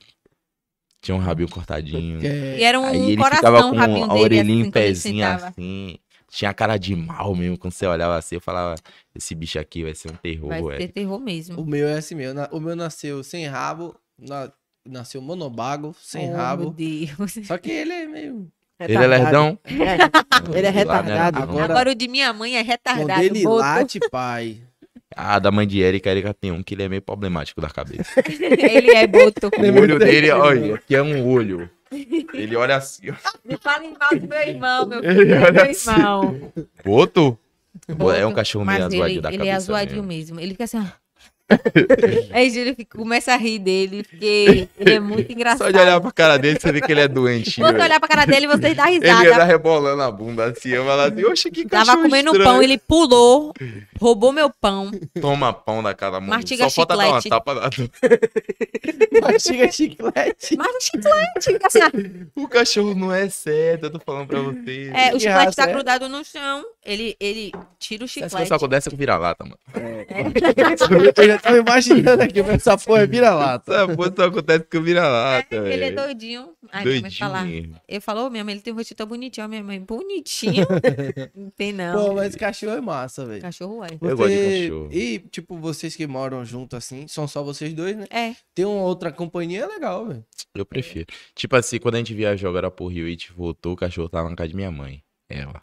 B: Tinha um rabinho cortadinho.
E: É,
D: E era um
B: Aí ele ficava
D: coração,
B: com
D: o rabinho
B: a
D: dele, assim,
B: orelhinha em
D: quando ele
B: pezinho
D: sentava.
B: assim. Tinha a cara de mal mesmo. Quando você olhava assim, eu falava: Esse bicho aqui vai ser um terror,
D: Vai
B: velho.
D: ter terror mesmo.
E: O meu é assim mesmo. na- O meu nasceu sem rabo, na- nasceu monobago, sem
D: Oh, Meu
E: rabo.
D: Deus.
E: Só que ele é meio.
B: Ele é lerdão?
A: É, ele é
B: Lá, né?
A: retardado.
E: Agora-
D: Agora o de minha mãe é retardado.
E: Quando ele
D: boto.
E: late, pai.
B: Ah, da mãe de Erika, Erika tem um que ele é meio problemático da cabeça.
D: ele é boto.
B: O olho dele,
D: né?
B: olha, aqui é um olho. Ele olha assim, ó.
D: Não fale mal do meu irmão, meu
B: Ele
D: filho. Meu
B: olha assim.
D: irmão.
B: Boto?
D: Boto.
B: É um cachorro meio
D: Mas
B: azuadinho
D: ele,
B: da
D: ele é
B: cabeça.
D: azuadinho
B: mesmo.
D: mesmo. Ele fica assim, ó. Aí Júlio fica- começa a rir dele, porque ele é muito engraçado.
B: Só de olhar pra cara dele, você vê que ele é doente.
D: Quando você olhar pra cara dele, vocês dão risada.
B: Ele anda rebolando a bunda assim, eu falo assim, oxe, que cachorro
D: Tava comendo
B: estranho.
D: pão, ele pulou, roubou meu pão.
B: Toma pão da cara da mulher.
D: Mastiga
B: Só falta dar uma
D: chiclete.
B: tapa na...
E: Mastiga chiclete.
D: Mas o chiclete, assim,
B: O cachorro não é certo, eu tô falando pra você.
D: é, o
E: Que
D: chiclete
E: raça
D: tá
E: é?
D: grudado no chão. Ele, ele tira o
B: Essas
D: chiclete.
B: coisas só acontecem com vira-lata, mano.
E: Eu já tava imaginando aqui, mas essa porra é vira lata.
B: Essa porra só acontece com vira-lata,
D: Ele é
B: velho.
D: doidinho. Ai, minha mãe falar.
B: Doidinho.
D: Eu falo, minha mãe, ele tem um rostinho tão bonitinho. Ó, Minha mãe, bonitinho. não tem não.
E: Pô, mas cachorro é massa, velho.
D: Cachorro é.
B: Eu gosto de
E: Você-
B: cachorro.
E: E, tipo, vocês que moram junto assim, são só vocês dois, né?
D: É.
E: Tem uma outra companhia é legal, velho.
B: Eu prefiro. Tipo assim, quando a gente viajou agora pro Rio e a gente voltou, o cachorro tava na casa de minha mãe. Ela.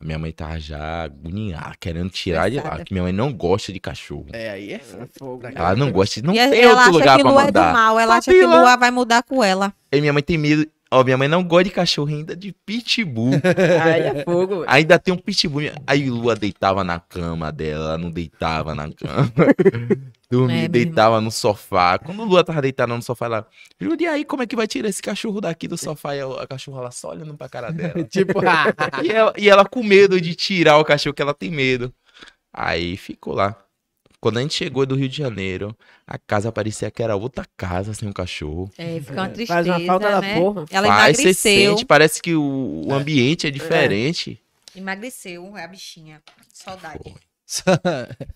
B: A Minha mãe tava já agoniada, querendo tirar de lá.
D: Estressada.
B: Que minha mãe não gosta de cachorro.
E: É, aí é fogo.
B: Ela não gosta, não
D: E
B: tem
D: ela
B: outro
D: acha
B: lugar
D: que
B: pra
D: Lua é
B: mandar.
D: do mal, ela
B: Só
D: acha
B: tem
D: que
B: lá.
D: Lua vai mudar com ela.
B: E minha mãe tem medo. Ó, minha mãe não gosta de cachorro ainda de pitbull.
A: Aí é fogo. velho.
B: Ainda tem um pitbull. Aí Lua deitava na cama dela, ela não deitava na cama. Dormia,
D: É, meu
B: deitava no sofá. Quando Lua tava deitada no sofá, ela. Júlia, e aí como é que vai tirar esse cachorro daqui do sofá? E a, a cachorra lá só olhando pra cara dela.
E: Tipo,
B: e, ela, e ela com medo de tirar o cachorro, que ela tem medo. Aí ficou lá. Quando a gente chegou do Rio de Janeiro, a casa parecia que era outra casa sem o cachorro.
D: É, fica uma tristeza,
A: Faz uma falta da
D: né?
A: porra.
D: Ela
B: Faz, você
D: emagreceu,
B: sente, parece que o, o ambiente é diferente.
D: emagreceu é a bichinha. Saudade.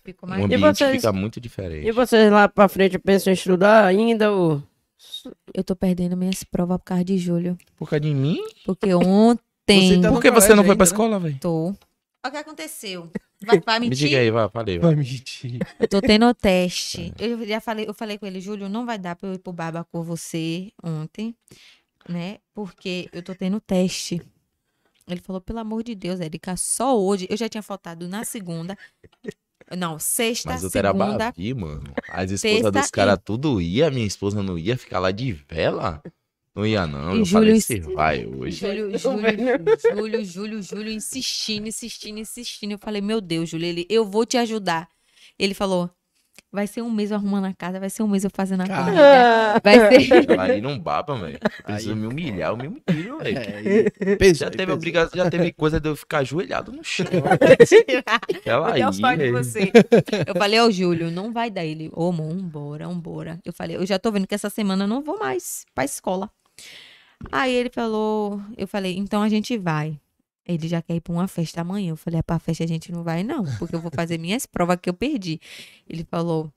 D: Ficou
B: O
D: mais...
B: ambiente
A: vocês-
B: fica muito
A: E
B: diferente.
A: vocês lá pra frente pensam em estudar ainda? Ou...
D: Eu tô perdendo minhas provas por causa de Júlio.
B: Por causa de mim?
D: Porque ontem...
E: Você tá-
B: Por que
E: no
B: você não
E: colégio
B: foi pra
E: ainda, né?
B: escola, velho?
D: Tô. Olha o que aconteceu. Vai, vai
B: Me
D: mentir?
B: diga aí, vai, falei. vai.
E: Vai mentir.
D: Eu tô tendo o teste. Eu já falei, eu falei com ele, Júlio, não vai dar pra eu ir pro barba com você ontem, né? Porque eu tô tendo teste. Ele falou, pelo amor de Deus, Erika, só hoje. Eu já tinha faltado na segunda. Não, sexta,
B: Mas eu era
D: segunda.
B: Bavi, mano. As esposas dos
D: terça
B: caras tudo ia, minha esposa não ia ficar lá de vela. Não ia, não.
D: E
B: Eu
D: Júlio
B: falei,
D: ins-
B: você vai hoje.
D: Júlio, Júlio, Júlio, Júlio, Júlio, insistindo, insistindo, insistindo. Eu falei, meu Deus, Júlio, ele, eu vou te ajudar. Ele falou, vai ser um mês eu arrumando a casa, vai ser um mês eu fazendo a
E: Cara.
D: comida.
A: Ah.
D: Vai ser...
B: Ela aí não baba, velho. Preciso
E: Aí,
B: me humilhar, eu me humilho, velho.
E: É, e peso,
B: Já
E: aí
B: teve
E: peso.
B: obrigação, já teve coisa de eu ficar ajoelhado no chão. Ela
D: Eu
B: aí.
D: tenho sorte de
B: velho.
D: você. Eu falei, ô Júlio, não vai dar ele. Ô, amor, vambora, vambora. Eu falei, eu já tô vendo que essa semana eu não vou mais pra escola. Aí ele falou, eu falei, então a gente vai. Ele já quer ir pra uma festa amanhã. Eu falei, ah, pra festa a gente não vai, não, porque eu vou fazer minhas provas que eu perdi. Ele falou.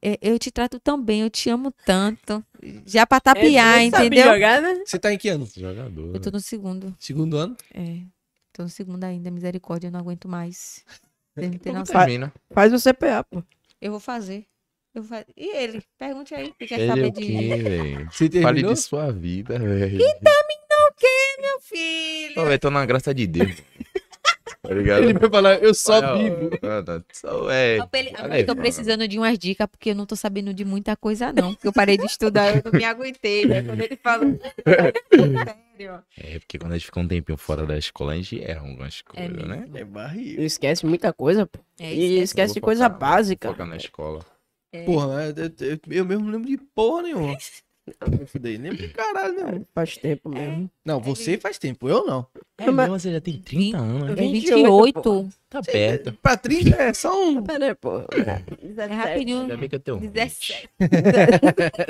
D: "É, Eu te trato tão bem, eu te amo tanto. Já pra tapear,
A: Ele sabe
D: É entendeu?
A: jogar, né?
E: Você tá em que ano?
B: Jogador.
D: Eu tô no segundo.
E: Segundo ano?
D: É. Tô no segundo ainda, misericórdia, eu não aguento mais. Vocês não têm
B: Como é?
D: noção.
B: termina?
A: Faz o CPA, pô.
D: Eu vou fazer. Eu vou fazer. E ele? Pergunte aí. Você quer
B: Ele é
D: saber
B: o
D: de
B: quê, velho?
E: Você
B: Fale
E: terminou?
B: de sua vida, velho.
D: meu filho?
B: Ô, velho, tô na graça de Deus. tá ligado?
E: Ele vai falar, eu só
B: Olha,
E: vivo.
B: mano, só é.
D: Eu pele-
B: Olha
D: Amigo,
B: aí,
D: tô
B: mano.
D: precisando de umas dicas, porque eu não tô sabendo de muita coisa, não. Porque eu parei de estudar, eu não me aguentei, né? Quando ele falou. Sério.
B: É, porque quando a gente fica um tempinho fora da escola, a gente erra algumas
D: É
B: coisas, né?
D: mesmo.
E: É barril.
A: Não esquece muita coisa, pô.
D: É
A: e
D: isso.
A: esquece
B: Vou
A: de coisa
B: focar-
A: básica.
E: É.
B: Focar na escola.
E: né? Porra, eu, eu- eu mesmo não lembro de porra nenhuma. Me fudei, lembro do caralho, não.
A: Faz tempo mesmo.
E: Não, você faz tempo, eu não.
B: É
A: Mas-
B: mesmo, você já tem 30 anos,
D: É
B: né?
A: 28,
D: 28.
B: Tá perto.
E: Pra 30 é só um.
A: Peraí, pô.
D: É
A: 17.
D: rapidinho.
B: Ainda bem que eu tenho
D: 17.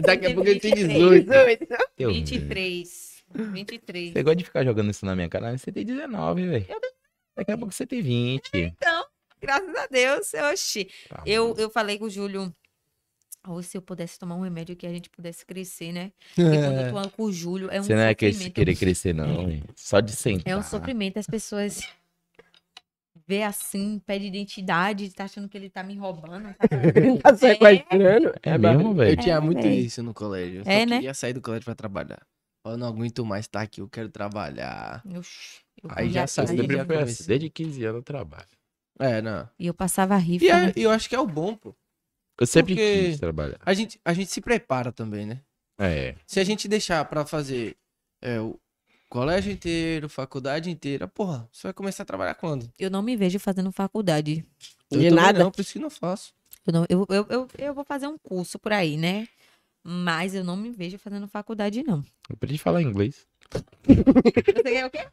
E: Daqui a pouco ele tem 18.
A: 18.
B: Teu
D: 23. 23.
B: Você gosta de ficar jogando isso na minha cara? mas Você tem 19, velho. Daqui a pouco você tem 20.
D: Graças a Deus, oxi.
B: Tá
D: Eu,
B: bom.
D: eu falei com o Júlio. Ou se eu pudesse tomar um remédio que a gente pudesse crescer, né? Porque quando eu
E: É.
D: tô andando com o Júlio, é um
B: Você não é que
D: sofrimento.
B: querer crescer, não, velho. Só de sentar.
E: Tá.
D: É um sofrimento. As pessoas vê assim, pede identidade, tá achando que ele tá me roubando. tá fazendo-
A: Tá sequestrando.
B: É mesmo,
E: Eu
B: velho?
E: tinha muito
A: velho.
E: isso no colégio. Eu só
D: É, né?
E: queria sair do colégio pra trabalhar. Eu não aguento mais estar aqui, eu quero trabalhar.
D: É. Oxi, eu
E: Aí
D: corri
E: já
D: atrás.
E: sabe.
B: Você sempre
E: já
B: foi assim.
E: comecei.
B: Desde 15 anos eu trabalho.
E: É, não.
D: E eu passava rifa.
E: E é-
D: né?
E: eu acho que é o bom, pô.
B: Eu sempre
E: Porque-
B: quis trabalhar.
E: A gente, a gente se prepara também, né?
B: É.
E: Se a gente deixar pra fazer é, o colégio inteiro, faculdade inteira, porra, você vai começar a trabalhar quando?
D: Eu não me vejo fazendo faculdade.
E: Eu
A: De
E: também
A: nada.
E: Não, por isso que não faço.
D: Eu, não, eu, eu, eu, eu vou fazer um curso por aí, né? Mas eu não me vejo fazendo faculdade, não.
B: Eu aprendi a falar inglês.
D: Você quer o quê?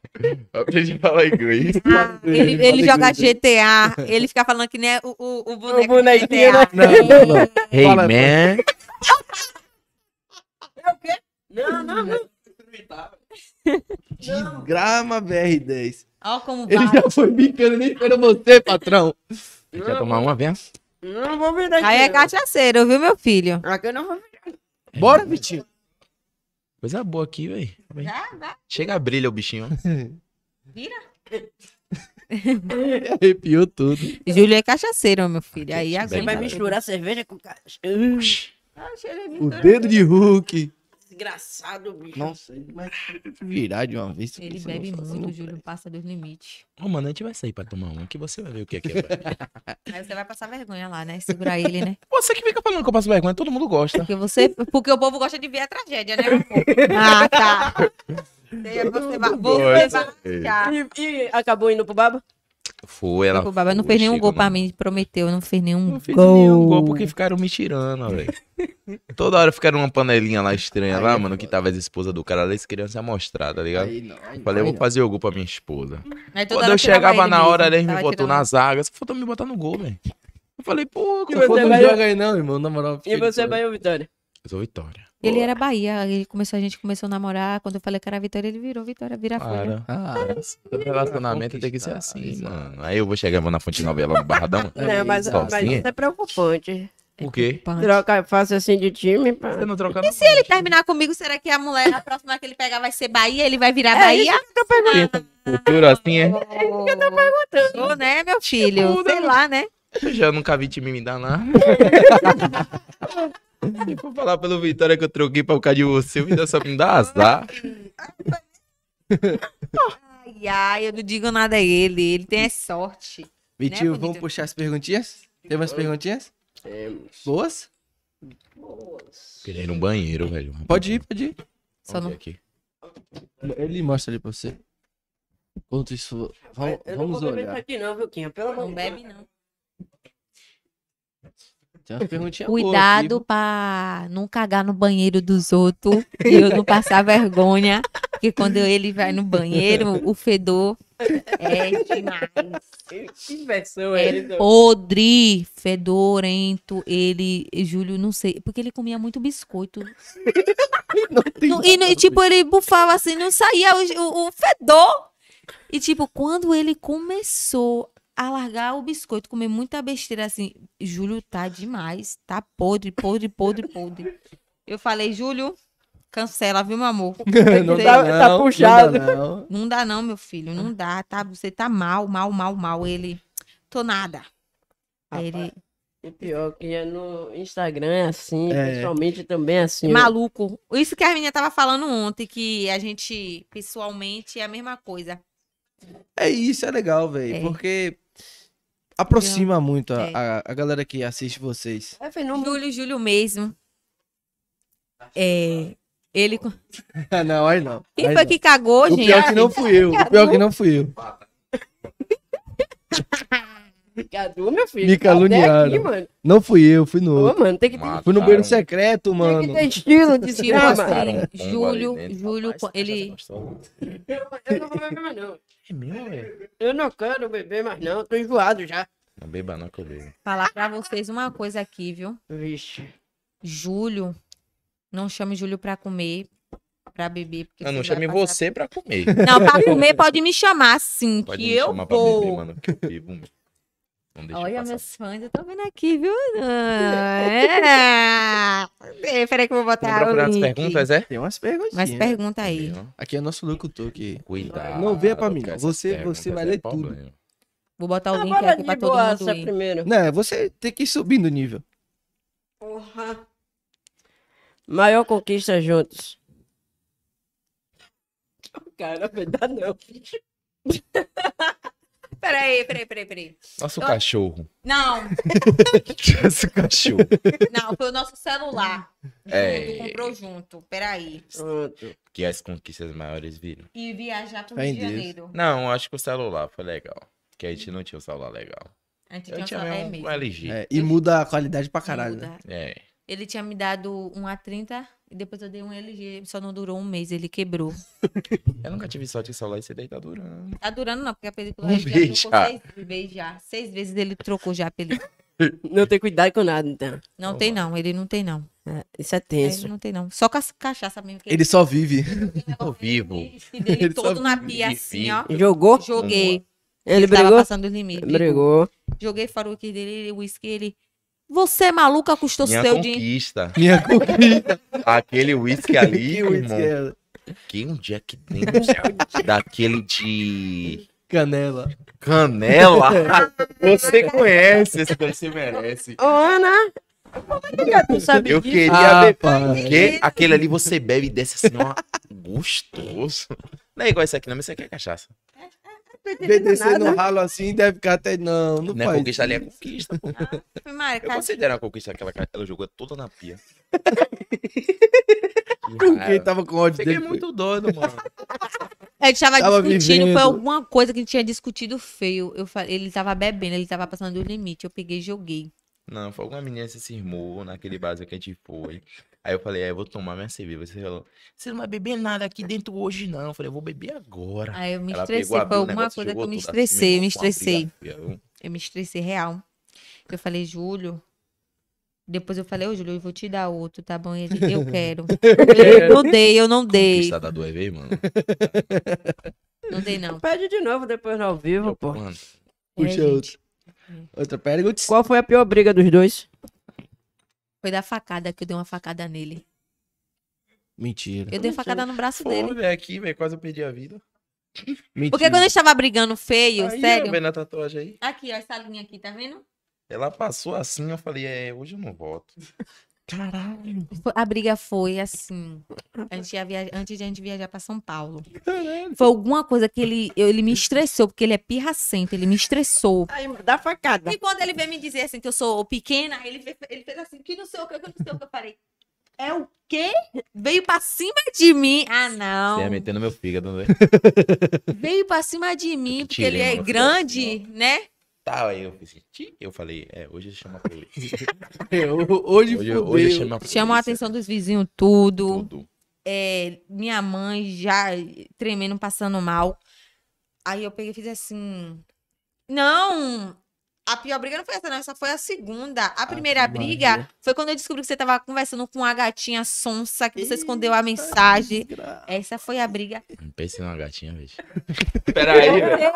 B: Eu aprendi É a falar inglês.
D: Ele, ele joga GTA, ele fica falando que nem o, o, o boneco. do
A: bonequinho,
D: GTA.
E: Não, é não.
B: Hey,
E: Fala-
B: man.
A: Não, não, não.
E: Desgrama BR10.
D: Ó, como vai.
E: Ele já foi brincando, nem era você, patrão.
B: Quer tomar uma vez?
A: Não vou virar aqui.
D: Aí é
A: não.
D: cachaceiro, viu, meu filho?
A: Aqui eu não vou virar.
E: Bora, Vitinho.
B: Coisa boa aqui, velho.
D: Já, já.
B: Chega a brilha o bichinho.
E: Arrepiou tudo.
D: Júlio é cachaceiro, meu filho. Aí
A: Você
D: agora.
A: vai misturar cerveja com cara. Ixi,
E: O dedo de Hulk.
A: Desgraçado, bicho.
E: Não sei, mas virar de uma vez.
D: Ele
E: isso eu não
D: bebe
E: faço,
D: muito,
E: não.
D: o Júlio passa dos limites.
B: Ô, mano, a gente vai sair pra tomar uma que você vai ver o que é que é. pra mim.
D: Aí você vai passar vergonha lá, né? Segurar ele, né?
B: Você que fica falando que eu passo vergonha, todo mundo gosta.
D: Porque você. Porque o povo gosta de ver a tragédia, né? meu povo? Ah, tá. Você você vai. Você vai. achar.
A: Ah, E, e acabou indo pro baba?
B: Foi, ela.
D: O Baba não
B: foi,
D: fez nenhum
B: chegou
D: gol pra
B: no-
D: mim, prometeu, não fez nenhum.
B: Não fez nenhum gol porque ficaram me tirando, velho. Toda hora ficaram uma panelinha lá estranha
E: Aí
B: lá,
E: é
B: mano,
E: foda.
B: que tava as esposas do cara, elas queriam se amostrar, tá ligado?
E: Aí não, aí não,
B: Falei, eu
E: aí
B: vou
E: não.
B: fazer o gol pra minha esposa.
D: Aí toda
B: Quando
D: hora tirava
B: eu chegava na
D: mesmo,
B: hora, eles me
D: tava
B: botou
D: tirando.
B: na zaga. Só faltou me botar no gol, velho. Eu falei, pô,
A: E
B: eu vou
A: você
E: Não
A: vai-
E: joga aí não, irmão, na moral.
A: E você vai ou Vitória?
B: Eu sou Vitória.
D: Ele era Bahia, ele começou, a gente começou a namorar. Quando eu falei que era Vitória, ele virou Vitória, vira folha.
B: Para.
E: Ah,
B: Todo relacionamento tem que ser assim,
D: é.
E: Exato.
B: mano. Aí eu vou chegar vou na Fonte Novela no Barradão.
E: É,
A: não, mas,
B: exato.
A: mas isso é preocupante.
D: É
B: Por quê?
D: Pá.
A: Troca, faço assim de time. Pá.
B: Você não troca
D: E se ele terminar comigo, será que a mulher, a próxima que ele pegar, vai ser Bahia? Ele vai
A: É
D: virar Bahia? tá-
B: futuro assim, é?
D: eu tô perguntando. né, meu filho?
B: Segura.
D: Sei lá, né?
B: Eu já nunca vi time me dar nada. Se for falar pelo Vitória que eu troquei pra ficar de você, o Vitória só me dá azar.
D: Ai, ai, eu não digo nada a ele. Ele tem é sorte.
E: Vitinho,
D: Né,
E: vamos
D: bonito?
E: puxar as perguntinhas? Tem umas perguntinhas? Boas?
B: Queria ir no um banheiro, velho.
E: Pode ir, pode ir.
D: Só não...
B: Aqui.
E: Ele mostra ali pra você. Enquanto isso, vamos,
A: Eu não
E: vamos
A: vou beber isso
E: olhar.
A: aqui não, viu, Quinha? Pelo amor
D: não
A: de Deus.
D: bebe, não.
E: Tem umas perguntinhas boas
D: Cuidado
E: aqui.
D: pra não cagar no banheiro dos outros e eu não passar vergonha. Porque quando ele vai no banheiro, o fedor é demais.
A: Que versão é
D: É
A: essa?
D: podre, fedorento. Ele, Júlio, não sei, porque ele comia muito biscoito.
E: Não tem
D: Não, e, não-
E: nada,
D: e, tipo, ele bufava assim, não saía o, o- o fedor. E tipo, quando ele começou a largar o biscoito, comer muita besteira assim, Júlio tá demais, tá podre, podre, podre, podre. Eu falei, Júlio, cancela, viu, meu amor?
E: velho. não dá,
A: Tá- tá
E: não,
A: puxado.
E: Não dá, não.
D: Não dá não, meu filho, não dá, tá? Você tá mal, mal, mal, mal. Ele, tô nada. Aí ele,
A: O pior que é no Instagram é assim,
E: É.
A: pessoalmente também é assim.
D: Maluco. Isso que a menina tava falando ontem, que a gente, pessoalmente, é a mesma coisa.
E: É isso, é legal, velho.
D: É.
E: Porque aproxima muito a,
D: É.
E: a, a galera que assiste vocês.
A: É, filho, não-
D: Júlio, Júlio mesmo. É. Ele. Quem
E: Ah, não, aí não. aí
D: foi
E: não.
D: que cagou,
E: O é
D: gente?
E: pior que não fui eu. O pior que não fui eu.
A: caluniador, meu filho.
E: Me
A: Até aqui,
E: caluniaram.
A: mano.
E: Não fui eu, fui no
A: Ô,
E: outro.
A: mano, tem que, ter,
E: Fui no banheiro
B: Mataram.
E: secreto,
A: tem
E: mano.
A: que ter estilo de
D: Tipo
A: cinema.
B: Mataram um
D: assim,
B: pombo ali
D: Júlio,
B: dentro,
D: Júlio,
B: rapaz,
D: ele.
A: Eu, eu não vou beber mais, não.
B: É meu, velho.
A: Eu não quero beber mais, não. Tô enjoado já.
B: Não beba não que eu bebo.
D: Falar pra vocês uma coisa aqui, viu?
A: Vixe.
D: Júlio, não chame Júlio pra comer, pra beber. Porque
B: Não,
D: você
B: não
D: vai
B: chame
D: passar-
B: você pra comer.
D: Não, pra comer pode me chamar sim,
B: Pode
D: que
B: me
D: eu
B: chamar pra
D: vou.
B: beber, mano, que eu bebo. meu. Não deixa
D: Olha,
B: passar.
D: meus fãs, eu tô vendo aqui, viu? Ah, é. Peraí que eu vou
B: Vamos
D: botar o
B: procurar tá as
D: link.
B: perguntas, é?
E: Tem umas perguntinhas.
D: Mas pergunta aí.
E: Aqui é nosso locutor que.
B: Cuidado.
E: Não vê pra mim,
B: com
E: não.
B: essas
E: Você-
B: perguntas,
E: você vai
B: é
E: ler
B: problema.
D: Vou botar o link
A: Agora
D: é aqui
A: de
D: pra todo
A: boa
D: mundo
A: essa
D: ir.
A: primeiro.
E: Não, você tem que ir subindo o nível.
A: Porra. Maior conquista juntos. Cara, vai dar não.
D: Peraí, peraí, peraí, peraí.
B: Nosso
D: Eu-
B: cachorro.
D: Não,
B: Nosso cachorro.
D: não, foi o nosso celular.
B: É.
D: Junto, comprou junto. Peraí.
A: Pronto.
B: Que as conquistas maiores viram.
D: E viajar pro
E: Fé
D: Rio
E: em
D: de
E: Deus.
D: Janeiro.
B: Não, eu acho que o celular foi legal. Que a gente não tinha um celular legal.
D: A gente
B: Eu
D: tinha
B: tinha
D: um celular- é
B: mesmo um
D: mesmo.
B: LG.
E: É, e muda a qualidade pra caralho, né?
D: Muda.
B: É.
D: Ele tinha me dado um A30 e depois eu dei um LG. Só não durou um mês, ele quebrou.
B: Eu nunca tive sorte de celular e você daí tá durando.
D: Tá durando não, porque a película
B: Um
D: já
B: mês
D: trocou
B: já.
D: seis vezes já. Seis vezes ele trocou já a película.
A: Não tem cuidado com nada, então.
D: Não
B: Ô,
D: tem não, ele não tem não.
A: É, Isso é
D: Ele
A: tenso.
D: não tem não. Só com as cachaça mesmo. Que
E: Ele só vive.
B: Ao tá vivo.
D: E dele
E: Ele
D: todo
E: só
D: na pia
B: vive.
D: assim, ó.
A: Jogou?
D: Joguei.
A: Ele
D: Tava
A: brigou?
D: passando os limites.
A: Brigou.
D: Joguei faroque dele, whisky, ele... Você é maluca, custou
B: Minha
D: seu dinheiro.
B: conquista.
E: Minha conquista.
B: Aquele uísque ali,
E: Que
B: irmão.
E: whisky é
B: Que um Jack Daniels daquele de
E: Canela.
B: canela. Você conhece, esse daí você merece.
A: Ô, Ana! Como é que tu sabe
B: Eu
A: disso?
B: queria
E: Ah,
B: beber.
E: pai.
B: Porque aquele ali você bebe e desce assim, ó, gostoso. Não é igual esse aqui, não, mas isso aqui é cachaça.
E: Vem descer no ralo assim, deve ficar até. Não, não,
B: Não é
E: faz.
B: conquista ali, é conquista. pô.
D: Mário,
B: Eu
D: cara,
B: considero a conquista aquela que ela jogou toda na pia.
E: Quem tava com ódio
B: Fiquei
E: dele.
B: muito doido, mano.
D: A gente tava,
E: Tava
D: discutindo,
E: vivendo.
D: foi alguma coisa que a gente tinha discutido feio. Eu fa- ele tava bebendo, ele tava passando do limite. Eu peguei e joguei.
B: Não, foi alguma menina que se cismou naquele barzinho que a gente foi. Aí eu falei, é, eu vou tomar minha cerveja. Você falou, você não vai beber nada aqui dentro hoje, não. Eu falei, eu vou beber agora.
D: Aí eu me
B: Ela
D: estressei.
B: pegou,
D: Foi
B: abriu o
D: alguma
B: negócio,
D: coisa que
B: jogou
D: eu me
B: tudo assim,
D: estressei, eu me
B: com uma briga
D: estressei.
B: feia, viu?
D: Eu me estressei real. Eu falei, Júlio. Depois eu falei, ô Júlio, eu vou te dar outro, tá bom? Ele, eu quero. Eu não dei, eu não dei.
B: Conquista da duas vezes, mano.
D: Não dei, não.
A: Pede de novo depois no ao vivo, pô.
B: Mano,
D: É,
E: Puxa
D: gente,
E: outro. Outra pergunta.
A: Qual foi a pior briga dos dois?
D: Foi da facada que eu dei uma facada nele.
E: Mentira.
D: Eu dei uma facada no braço
B: foi,
D: dele.
B: velho, aqui, velho, quase eu perdi a vida.
E: Mentira.
D: Porque quando a gente tava brigando feio,
B: Aí, ó,
D: sério.
B: vendo a tatuagem aí.
D: Aqui, ó, essa linha aqui, tá vendo?
B: Ela passou assim, eu falei, é, hoje eu não volto.
E: Caralho.
D: Foi- A briga foi assim. A gente ia viajar, antes de a gente viajar pra São Paulo. Foi alguma coisa que ele, eu- ele me estressou, porque ele é pirracento, ele me estressou.
A: Tá Aí, dá facada.
D: E quando ele veio me dizer assim que eu sou pequena, ele fez, ele fez assim, que não sei o que, que não sei o que. Eu falei, é o quê? Veio pra cima de mim. Ah,
B: Você ia
D: não.
B: meter no meu fígado, né?
D: Veio pra cima de mim,
B: Que
D: porque ele é
B: dilema,
D: grande, né?
B: Tá, aí eu fiz assim, "Ti". eu falei, é, hoje chama a polícia.
E: Eu- Hoje,
B: É, Hoje,
E: fudeu.
B: hoje chama a polícia.
D: Chamou a atenção dos vizinhos, tudo.
B: Tudo.
D: é, minha mãe já tremendo, passando mal. Aí eu peguei e fiz assim. Não! A pior briga não foi essa, não. Essa foi a segunda. A primeira briga
E: Maria.
D: foi quando eu descobri que você tava conversando com a gatinha sonsa, que você escondeu a mensagem.
E: desgraça.
D: Essa foi a briga.
B: Pensei numa gatinha, bicho. Peraí, velho. Eu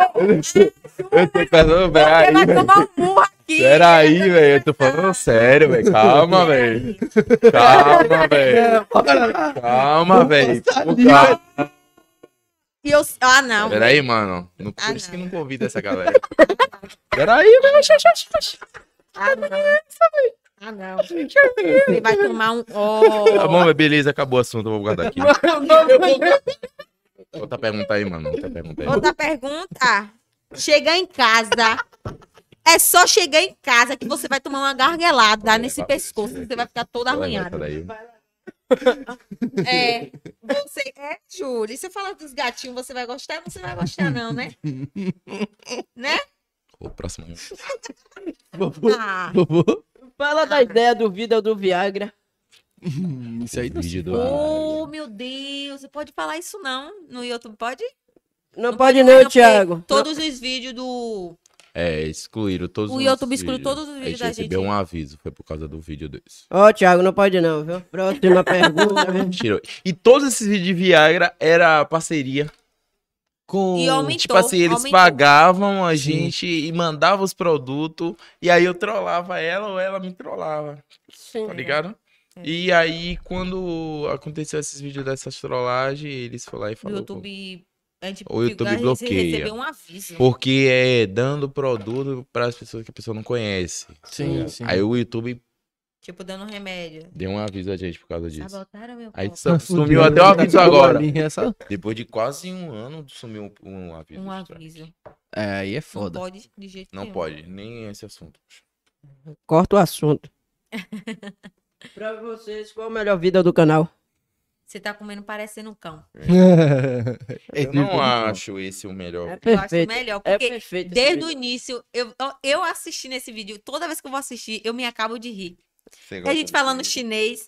B: tô falando,
D: Você vai
B: peraí.
D: tomar um murro aqui.
B: Peraí, velho. Eu tô falando sério, velho. Calma, velho. Calma, velho. Calma, velho. Calma.
D: E eu. Ah, não.
B: Peraí, mano. Não,
D: Ah,
B: por isso que
D: não.
B: não convida essa galera. Peraí, velho. Xa, xa, xa, xa.
D: Ah, não. Ah, não. Você vai tomar um. Oh.
B: Tá bom, velho. Beleza, acabou o assunto. Eu vou guardar aqui. Outra pergunta aí, mano. Outra pergunta aí.
D: Outra pergunta. Chegar em casa. É só chegar em casa que você vai tomar uma gargalada nesse pescoço. Você vai ficar todo
B: Essa
D: arranhado.
B: daí.
D: É. Você é, Júlia. E se eu falar dos gatinhos, você vai gostar? Não, você vai gostar, não, né? Né?
B: O próximo.
D: Ah,
A: Fala da ideia do Vida ou do Viagra.
E: Hum, Isso aí não se
B: Vídeo do-
E: fala.
D: oh, meu Deus. Você pode falar isso não no YouTube? Pode?
A: Não, pode não,
D: porque
A: Thiago.
D: Todos os vídeos do...
B: É, excluíram todos
D: O
B: os
D: YouTube
B: nossos
D: excluiu
B: vídeos.
D: todos os
B: A
D: vídeos
B: gente
D: da
B: recebeu
D: gente.
B: um aviso, foi por causa do vídeo desse.
A: Ó, Thiago, não pode não, viu? Próxima pergunta. viu?
B: Tirou. E todos esses vídeos de Viagra era parceria.
E: Com...
D: E aumentou.
B: tipo assim, eles
D: aumentou.
B: pagavam a
E: Sim.
B: gente e mandavam os produtos. E aí eu trollava ela ou ela me trollava.
A: Sim.
B: Tá
D: É.
B: ligado? E aí, quando aconteceu esses vídeos dessas trollagens, eles foram lá e
D: No
B: falaram.
D: YouTube... A gente,
B: O YouTube
D: a gente
B: bloqueia.
D: recebeu um aviso.
B: Porque é dando produto para as pessoas que a pessoa não conhece.
E: Sim, sim.
B: Aí o YouTube
D: Tipo, dando remédio.
B: deu um aviso a gente por causa disso.
D: Sabotaram meu
B: Aí
D: copo.
B: só- sumiu
E: Fudeu,
B: até o
E: tá
B: aviso
E: com
B: agora.
E: bolinha, só-
B: Depois de quase um ano, sumiu um- um, aviso.
D: Um
B: extra.
D: aviso.
E: É, aí é
D: Não
E: foda.
D: pode de jeito
B: Não
D: nenhum.
B: pode, nem esse assunto.
A: Corta o assunto. pra vocês, qual a melhor vida do canal?
D: Você tá comendo parecendo um cão.
E: É
B: Eu não
E: tipo-
B: acho esse o melhor.
A: É
D: Eu acho
A: perfeito.
D: melhor,
A: É
D: porque
A: perfeito. esse
D: desde
A: vídeo.
D: o início, eu, eu assisti nesse vídeo, toda vez que eu vou assistir, eu me acabo de rir.
B: Você
D: a
B: gosta
D: gente
B: do
D: falando
B: filme?
D: chinês,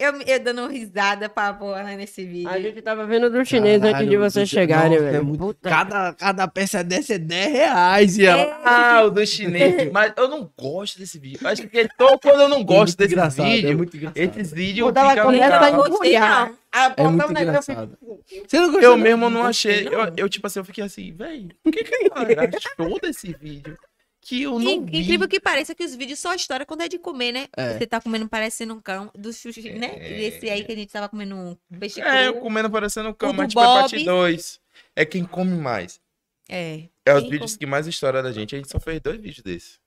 D: eu, me- eu dando risada pra porra nesse vídeo.
A: A gente tava vendo do chinês antes de
E: Caralho,
A: vocês
E: do-
A: chegarem,
E: nossa, é
A: velho.
E: muito-
A: Puta-
E: Cada, cada peça dessa é 10 reais, e ela...
B: Ah, o do chinês. Mas eu não gosto desse vídeo. Acho que é só quando eu não gosto
E: Muito
B: desse
E: engraçado, É
B: vídeo.
E: muito engraçado.
B: Esses vídeos
A: Quando ela
B: ficam
A: começa
B: bravo.
A: a
D: Não gostei,
A: engolhar.
D: não.
A: Ah,
E: É
A: botar
E: muito
A: um negócio-
E: engraçado.
A: É.
E: Você não
D: né?
E: gostou?
B: Eu mesmo não achei. Eu, eu, tipo assim, eu fiquei assim, velho, por que, que a galera achou desse vídeo? Que eu não
D: In-
B: vi.
D: Incrível que pareça que os vídeos só história quando é de comer, né?
E: É.
D: Você tá comendo parecendo um cão do sushi, né? E esse aí que a gente tava comendo um peixe
B: É, eu
D: cru.
B: comendo parecendo um cão,
D: O
B: mas
D: do
B: tipo, é parte
D: Bob.
B: 2. É quem come mais.
D: É.
B: É os
D: Quem
B: vídeos que mais história da gente. A gente só fez dois vídeos desses.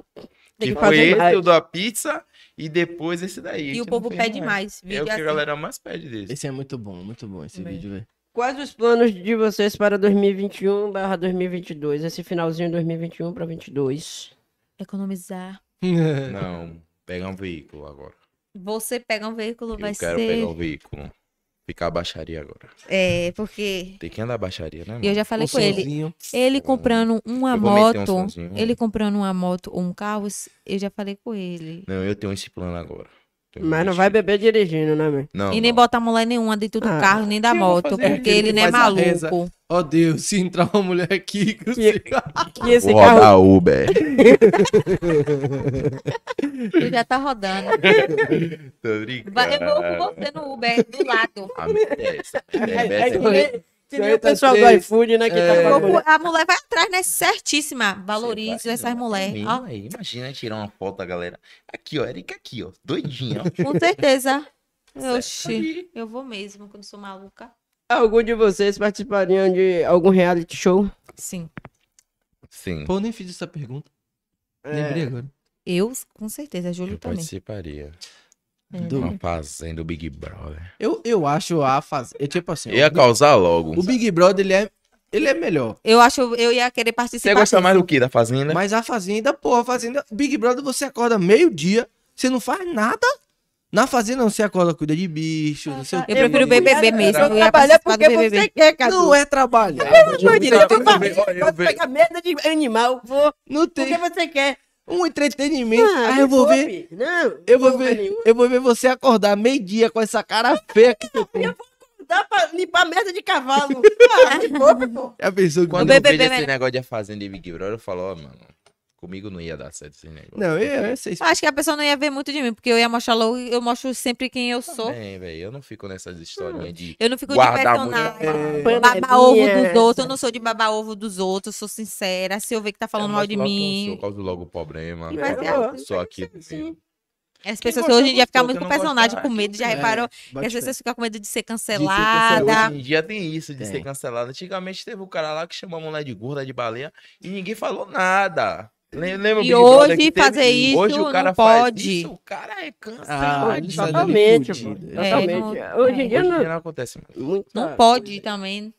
A: Tem que
B: Que foi
A: fazer mais.
B: esse, o da pizza, e depois esse daí. A
D: E
B: gente
D: o
B: não
D: povo
B: fez
D: pede
B: mais.
D: mais.
B: É
D: Vídeo
B: o que a
D: assim.
B: galera mais pede desse.
E: Esse é muito bom, muito bom esse
D: Bem.
E: vídeo, velho.
A: Quais os planos de vocês para 2021 barra 2022? Esse finalzinho de 2021 para 2022.
D: Economizar.
E: é
B: Não, pegar um veículo agora.
D: Você pega um veículo, vai
B: eu quero
D: ser.
B: pegar um veículo. Ficar a baixaria agora.
D: É, porque.
B: Tem que andar a baixaria, né?
D: E eu
B: mano?
D: já falei com ele.
E: Sonzinho.
D: Ele comprando uma
B: Eu vou meter um
D: moto,
B: sonzinho.
D: ele comprando uma moto ou um carro, eu já falei com ele.
B: Não, eu tenho esse plano agora. Tenho
A: Mas não
B: esse-
A: vai beber dirigindo, né, meu?
B: Não,
D: e nem
B: não.
D: botar mulher nenhuma dentro do
A: Ah,
D: carro, nem da
E: eu vou
D: moto,
E: fazer
D: porque
E: aquele
D: ele
E: que
D: não é
E: faz a reza.
D: maluco.
E: Ó Deus, se entrar uma mulher aqui, crucifica.
A: Que esse
B: Vou
A: carro
B: rodar Uber.
D: Ele já tá rodando.
B: Tô brincando.
D: Vai, eu vou com você no Uber, do lado.
B: Ah, me desce, me
A: é, é
B: desce.
A: que nem, que nem o
E: Toyota
A: pessoal do
E: três.
A: iFood, né? Que
E: É.
D: Eu
A: tava
D: vou-
A: com-
D: A mulher vai atrás, né? Certíssima. Valorizo essas mulheres. Ó,
B: Aí, imagina tirar uma foto da galera. Aqui, ó, Erika aqui, ó. Doidinha, ó.
D: com certeza. Oxi, eu vou mesmo, que eu não sou maluca.
A: Algum de vocês participariam de algum reality show?
D: Sim.
B: Sim.
E: Pô, eu nem fiz essa pergunta. Lembrei
A: É.
E: agora.
D: Eu, com certeza, Júlio
B: Eu
D: também.
B: participaria.
A: É.
E: Do-
B: Uma fazenda, o Big Brother.
E: Eu, eu acho a fase. É tipo assim.
B: Ia
E: ó,
B: causar logo.
E: o Big Brother, ele é, ele é melhor.
D: Eu acho, eu ia querer participar.
B: Você gosta
D: desse.
B: mais do que da fazenda?
E: Mas a Fazenda, porra, a Fazenda. Big Brother, você acorda meio-dia, você não faz nada. Na Fazenda, você acorda, cuida de bicho, não sei o quê.
D: Eu prefiro o
E: mano.
D: BBB mesmo.
A: Só
D: Eu ia
A: trabalhar
D: participar
A: porque
D: do BBB.
A: você quer, Cadu.
E: Não é trabalhar.
A: Não,
E: Não,
A: direito, eu
E: tem-
A: falei,
B: eu
A: pode
B: vejo-
A: pegar merda de animal, vou,
E: não
A: porque
E: tem
A: você quer.
E: um entretenimento.
A: Ah,
E: Ah, eu vou ver.
A: desculpe. Não,
E: Eu vou
A: porra
E: ver,
A: nenhuma.
E: eu vou ver você acordar meio-dia com essa cara feia que tu tem.
A: Dá pra limpar merda de cavalo. Ah, de boa, pô.
E: Já pensou que
B: Quando
D: O
B: eu
D: BBB
B: vejo esse
D: mesmo.
B: negócio de a fazenda e Big Brother, eu falo, ó, mano, comigo não ia dar certo esse negócio.
E: Não, eu, eu sei.
D: Eu acho que a pessoa não ia ver muito de mim, porque eu ia mostrar logo, eu mostro sempre quem eu sou.
B: Bem, velho, eu não fico nessas historinhas de
D: Eu não fico de
B: É. guardar muito.
D: personagem.
B: É,
D: Babar ovo dos
A: Panelinha.
D: outros, eu não sou de babar ovo dos outros, sou sincera. Se eu ver que tá falando
B: eu
D: mal
B: mostro
D: de
B: logo quem um
D: mim,
B: eu sou, causo logo o problema.
D: E vai ser
B: Eu
A: assim,
B: sou aqui.
A: assim.
D: as pessoas
B: gostar,
D: hoje em dia ficam
B: gostou,
D: muito
B: quem é um
D: com
B: não
D: personagem,
B: gostar,
D: com medo, já
E: É,
D: reparou?
E: bote
D: E as
E: fé.
D: pessoas ficam com medo de ser
E: cancelada.
D: cancelada.
B: Hoje em dia tem isso
A: É.
B: de ser
E: Tem.
B: cancelado. Antigamente teve um cara lá que chamou a mulher de gorda, de baleia, e ninguém falou nada. Lem- Lembra o
D: E
B: Big Brother
D: hoje
B: que teve?
D: fazer isso
B: Hoje o
D: não
B: cara Faz
D: pode.
B: isso, o cara é
E: Ah, né,
B: cancelado.
E: isso ali.
A: Totalmente, pô.
E: fudido.
D: É,
A: Totalmente.
D: não-
A: Hoje
D: é.
A: em
B: Hoje
A: dia
B: em
A: não.
B: dia não acontece mais.
A: Muita
B: tá.
D: Não pode também.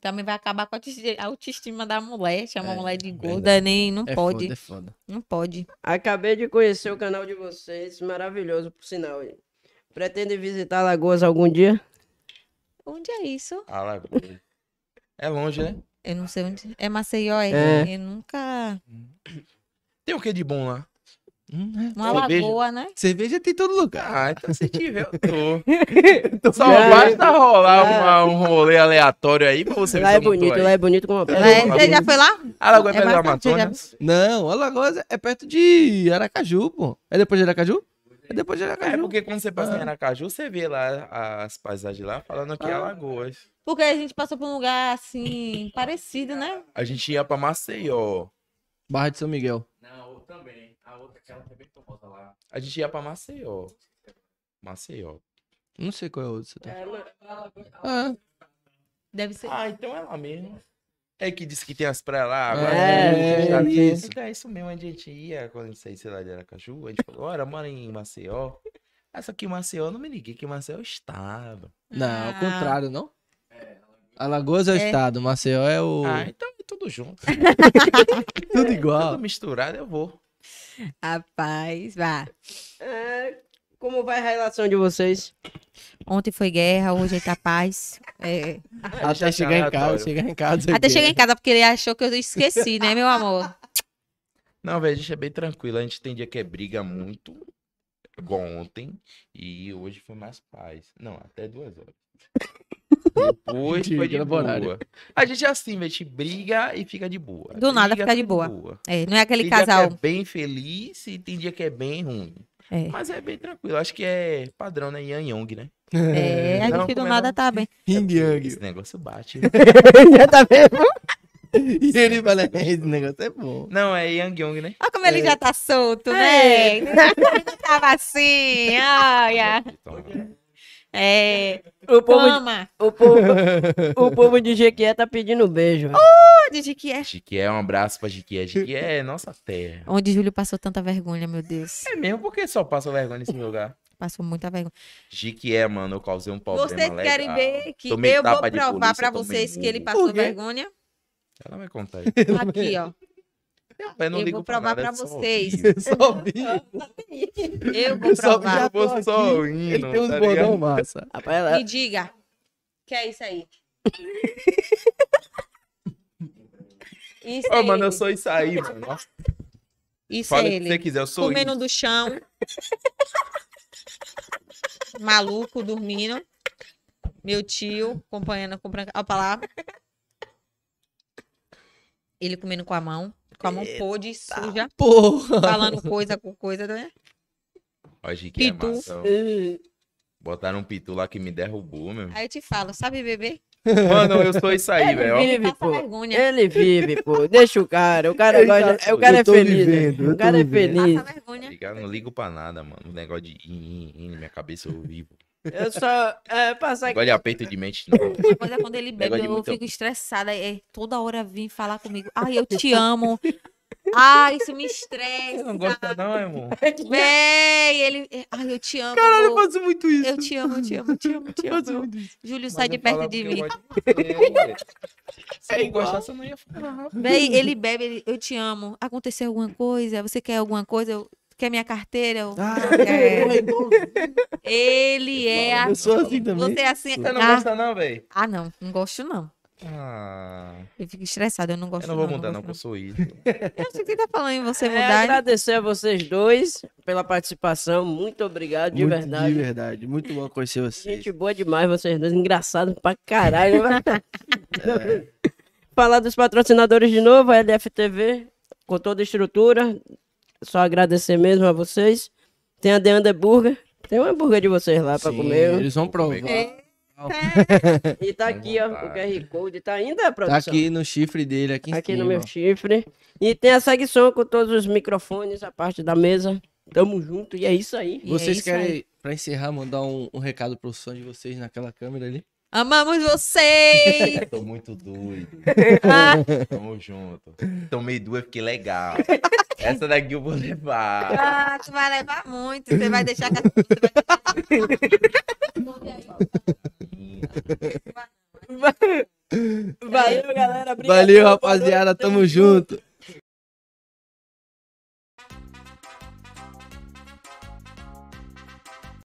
D: Também vai acabar com a autoesti- a autoestima da mulher, chama a
E: É,
D: mulher de
B: verdade.
D: gorda, nem não
E: É
D: pode,
E: foda, é foda.
D: não pode.
A: Acabei de conhecer o canal de vocês, maravilhoso, por sinal. hein? Pretende visitar Lagoas algum dia?
D: Onde é isso?
B: Alagoas. Ah, É longe, né?
D: Eu não sei onde. É Maceió, é.
A: É.
D: Eu nunca.
B: Tem o que de bom lá? Hum,
D: Uma
B: Cerveja?
D: lagoa, né?
E: Cerveja tem em todo lugar.
B: Ah, então se tiver, eu tô.
A: Tô
B: Só
A: ligado.
B: basta rolar
D: Ah.
B: uma- um rolê aleatório aí pra você ver
A: Lá
B: se
A: é
B: eu não tô
A: bonito,
B: aí.
A: lá é bonito como uma pedra.
D: Lá é- Você já foi lá?
B: Alagoas
D: É
B: é perto da
D: bastante, já-
B: Amazônia.
E: Não, Alagoas é perto de Aracaju, pô. É depois de Aracaju? É depois de
B: É
E: Aracaju.
B: porque quando você passa
E: Ah.
B: em Aracaju, você vê lá as paisagens lá falando que é Alagoas.
D: Porque a gente passou por um lugar assim, parecido, né?
B: A gente ia pra Maceió.
E: Barra de São Miguel.
C: Não, também. A outra, aquela que é bem famosa lá.
B: A gente ia pra Maceió. Maceió.
E: Não sei qual é o outro. que você tá- Ah,
D: Deve ser.
B: Ah, então é lá mesmo. É que diz que tem as praias lá. agora
A: É,
B: tem-
E: é isso.
B: Então é isso mesmo. A gente ia, quando a gente saía, sei lá, de Aracaju, a gente falou, ora, mora em Maceió. Ah, só que Maceió, eu não me liguei que Maceió estava.
E: Não, ao
D: Ah.
E: contrário, não? Alagoas é o
D: É.
E: estado, Maceió é o.
B: Ah, então é tudo junto.
E: Tudo
B: Tudo
E: igual.
B: misturado, eu vou.
D: Rapaz, vá.
A: É, Como vai a relação de vocês?
D: Ontem foi guerra, hoje ele tá paz. É.
E: Até chegar em casa, chegar em casa. é
D: Até chegar em casa, porque ele achou que eu esqueci, né, meu amor?
B: Não, velho, a gente é bem tranquilo. A gente tem dia que é briga muito. Igual ontem. E hoje foi mais paz. Não, até duas horas. Depois
E: Entendi,
B: foi de
E: aquele
B: boa.
E: horário.
B: A gente é assim, velho. A gente briga e fica de boa.
D: Do nada fica de boa. É, não é aquele casal.
B: Tem dia que é bem feliz e tem dia que é bem ruim.
D: É.
B: Mas é bem tranquilo. Acho que é padrão, né? Yang Yang, né?
D: É, a
B: Não,
D: gente do
B: como é
D: nada
B: não?
D: tá bem.
E: Yin Yang.
B: Esse negócio bate. né?
A: Já tá vendo?
E: E ele fala, esse negócio é bom.
B: Não, é Yang Yang, né?
D: Olha como ele já tá solto, né? Ele não tava assim, olha.
B: Então,
D: É.
A: O povo,
D: Toma.
A: o povo, o povo de Jequié tá pedindo beijo. velho.
D: Onde de que é?
B: Jiquié, um abraço pra Jiquié. Jiquié é nossa terra.
D: Onde Júlio passou tanta vergonha, meu Deus.
B: É mesmo, porque só passa vergonha nesse lugar.
D: Passou muita vergonha.
B: Jiquié, mano, eu causei um problema
D: Vocês
B: legal.
D: querem ver que
B: Tomei
D: eu vou
B: tapa de
D: provar
B: polícia,
D: pra
B: tomei
D: vocês que ele
B: murro.
D: passou
E: Por quê?
D: vergonha?
B: Ela vai contar aí.
D: Aqui, ó.
B: Eu, não
D: Eu
B: ligo
D: vou provar pra
B: nada, eu só
D: vocês.
B: ouvi.
E: Só vi.
D: Eu vou
E: Só vi
D: provar.
E: já-
B: Eu vou
E: tô
B: só
E: aqui.
B: ouvindo,
E: Ele tem uns
B: tá
E: bordão
B: ligado?
E: massa.
A: Rapaz, ela-
D: Me diga. Que é isso aí? Isso
B: Ô,
D: é
B: mano, eu
D: ele.
B: sou isso aí, mano. Nossa,
D: Isso é
B: Fala o que você
D: ele.
B: quiser, eu sou
D: Comendo
B: isso.
D: do chão. Maluco, dormindo. Meu tio, acompanhando com branca. Olha pra lá. Ele comendo com a mão. Com a mão podre, suja.
E: Porra.
D: Falando coisa com coisa, né?
B: Ó, Jiquié, é
D: Pitu.
B: massa, ó. Botaram um pitu lá que me derrubou, meu.
D: Aí eu te falo, sabe beber?
B: Mano, eu sou isso
D: É,
B: aí, velho. ó.
A: Ele
D: Ele
A: vive,
D: passa
A: pô.
E: É
D: vergonha.
A: Ele vive, pô. Deixa o cara. O cara
E: Ele tá-
A: gosta. é, O cara
E: Eu
A: é
E: tô
A: feliz. né?
E: vivendo, eu
A: o cara
E: tô
A: é
E: vivendo.
A: feliz.
D: Passa
B: Tá
D: vergonha.
B: ligado? Não ligo pra nada, mano. O negócio de in, in, in, minha cabeça eu vivo.
A: Eu só. É, passar
B: Negócio de aperto de mente, não.
D: Depois é quando ele bebe,
B: Negócio de
D: eu
B: muito-
D: fico estressada. É, toda hora vem falar comigo. Ai, eu te amo. Ai, isso me
B: Você
D: estressa.
B: não gosta, não, irmão?
D: Véi, ele. é, Ai, eu te amo.
E: Eu
D: amor.
E: faço muito isso.
D: Eu te amo, eu te amo, eu te amo, eu te
E: Eu faço
D: amo.
E: muito isso.
D: Júlio, sai
B: Mas
D: de
B: eu falava
D: perto de
B: porque
D: mim.
B: eu gosto de você. Se eu não
E: igual.
B: gostasse, eu não ia falar.
D: Véi, ele bebe, ele, eu te amo. Aconteceu alguma coisa? Você quer alguma coisa? Eu- quer minha carteira? Eu-
E: Ah,
D: É.
E: eu tô-
D: Ele é.
B: Eu
D: a-
E: eu sou assim também.
D: Você é assim.
B: Você não
D: ah,
B: gosta, não, velho?
D: ah, não, não gosto não.
B: Ah,
D: Eu fico estressada, eu não gosto
B: eu não vou mudar, não,
D: gosto
B: que eu sou isso.
D: Eu acho que tá falando em você
A: É,
D: mudar.
A: agradecer a vocês dois pela participação. Muito obrigado, de
E: Muito
A: verdade.
E: De verdade. Muito bom conhecer você.
A: Gente boa demais, vocês dois. Engraçados pra caralho. né?
E: É.
A: Falar dos patrocinadores de novo, a LFTV, com toda a estrutura. Só agradecer mesmo a vocês. Tem a The Underburger. Tem um hambúrguer de vocês lá pra
E: Sim, É.
A: comer.
E: Eles vão provar.
A: E tá aqui, ó, o
B: vontade.
A: QR Code. Tá ainda,
E: Tá
A: produção?
E: aqui no chifre dele, aqui em
A: aqui
E: cima.
A: no meu chifre. E tem a segue som com todos os microfones, a parte da mesa. Tamo junto e é isso aí.
D: E é
E: Vocês
D: isso
E: querem,
D: aí.
E: pra encerrar, mandar um, um recado pro som de vocês naquela câmera ali?
D: Amamos vocês!
B: Tô muito doido.
D: Ah,
B: Tamo junto. Tomei duas, fiquei legal. Essa daqui eu vou levar.
D: ah, tu vai levar muito. Você vai deixar. que as- Você vai deixar...
A: Valeu, galera. Obrigado.
E: Valeu, rapaziada. Tamo junto.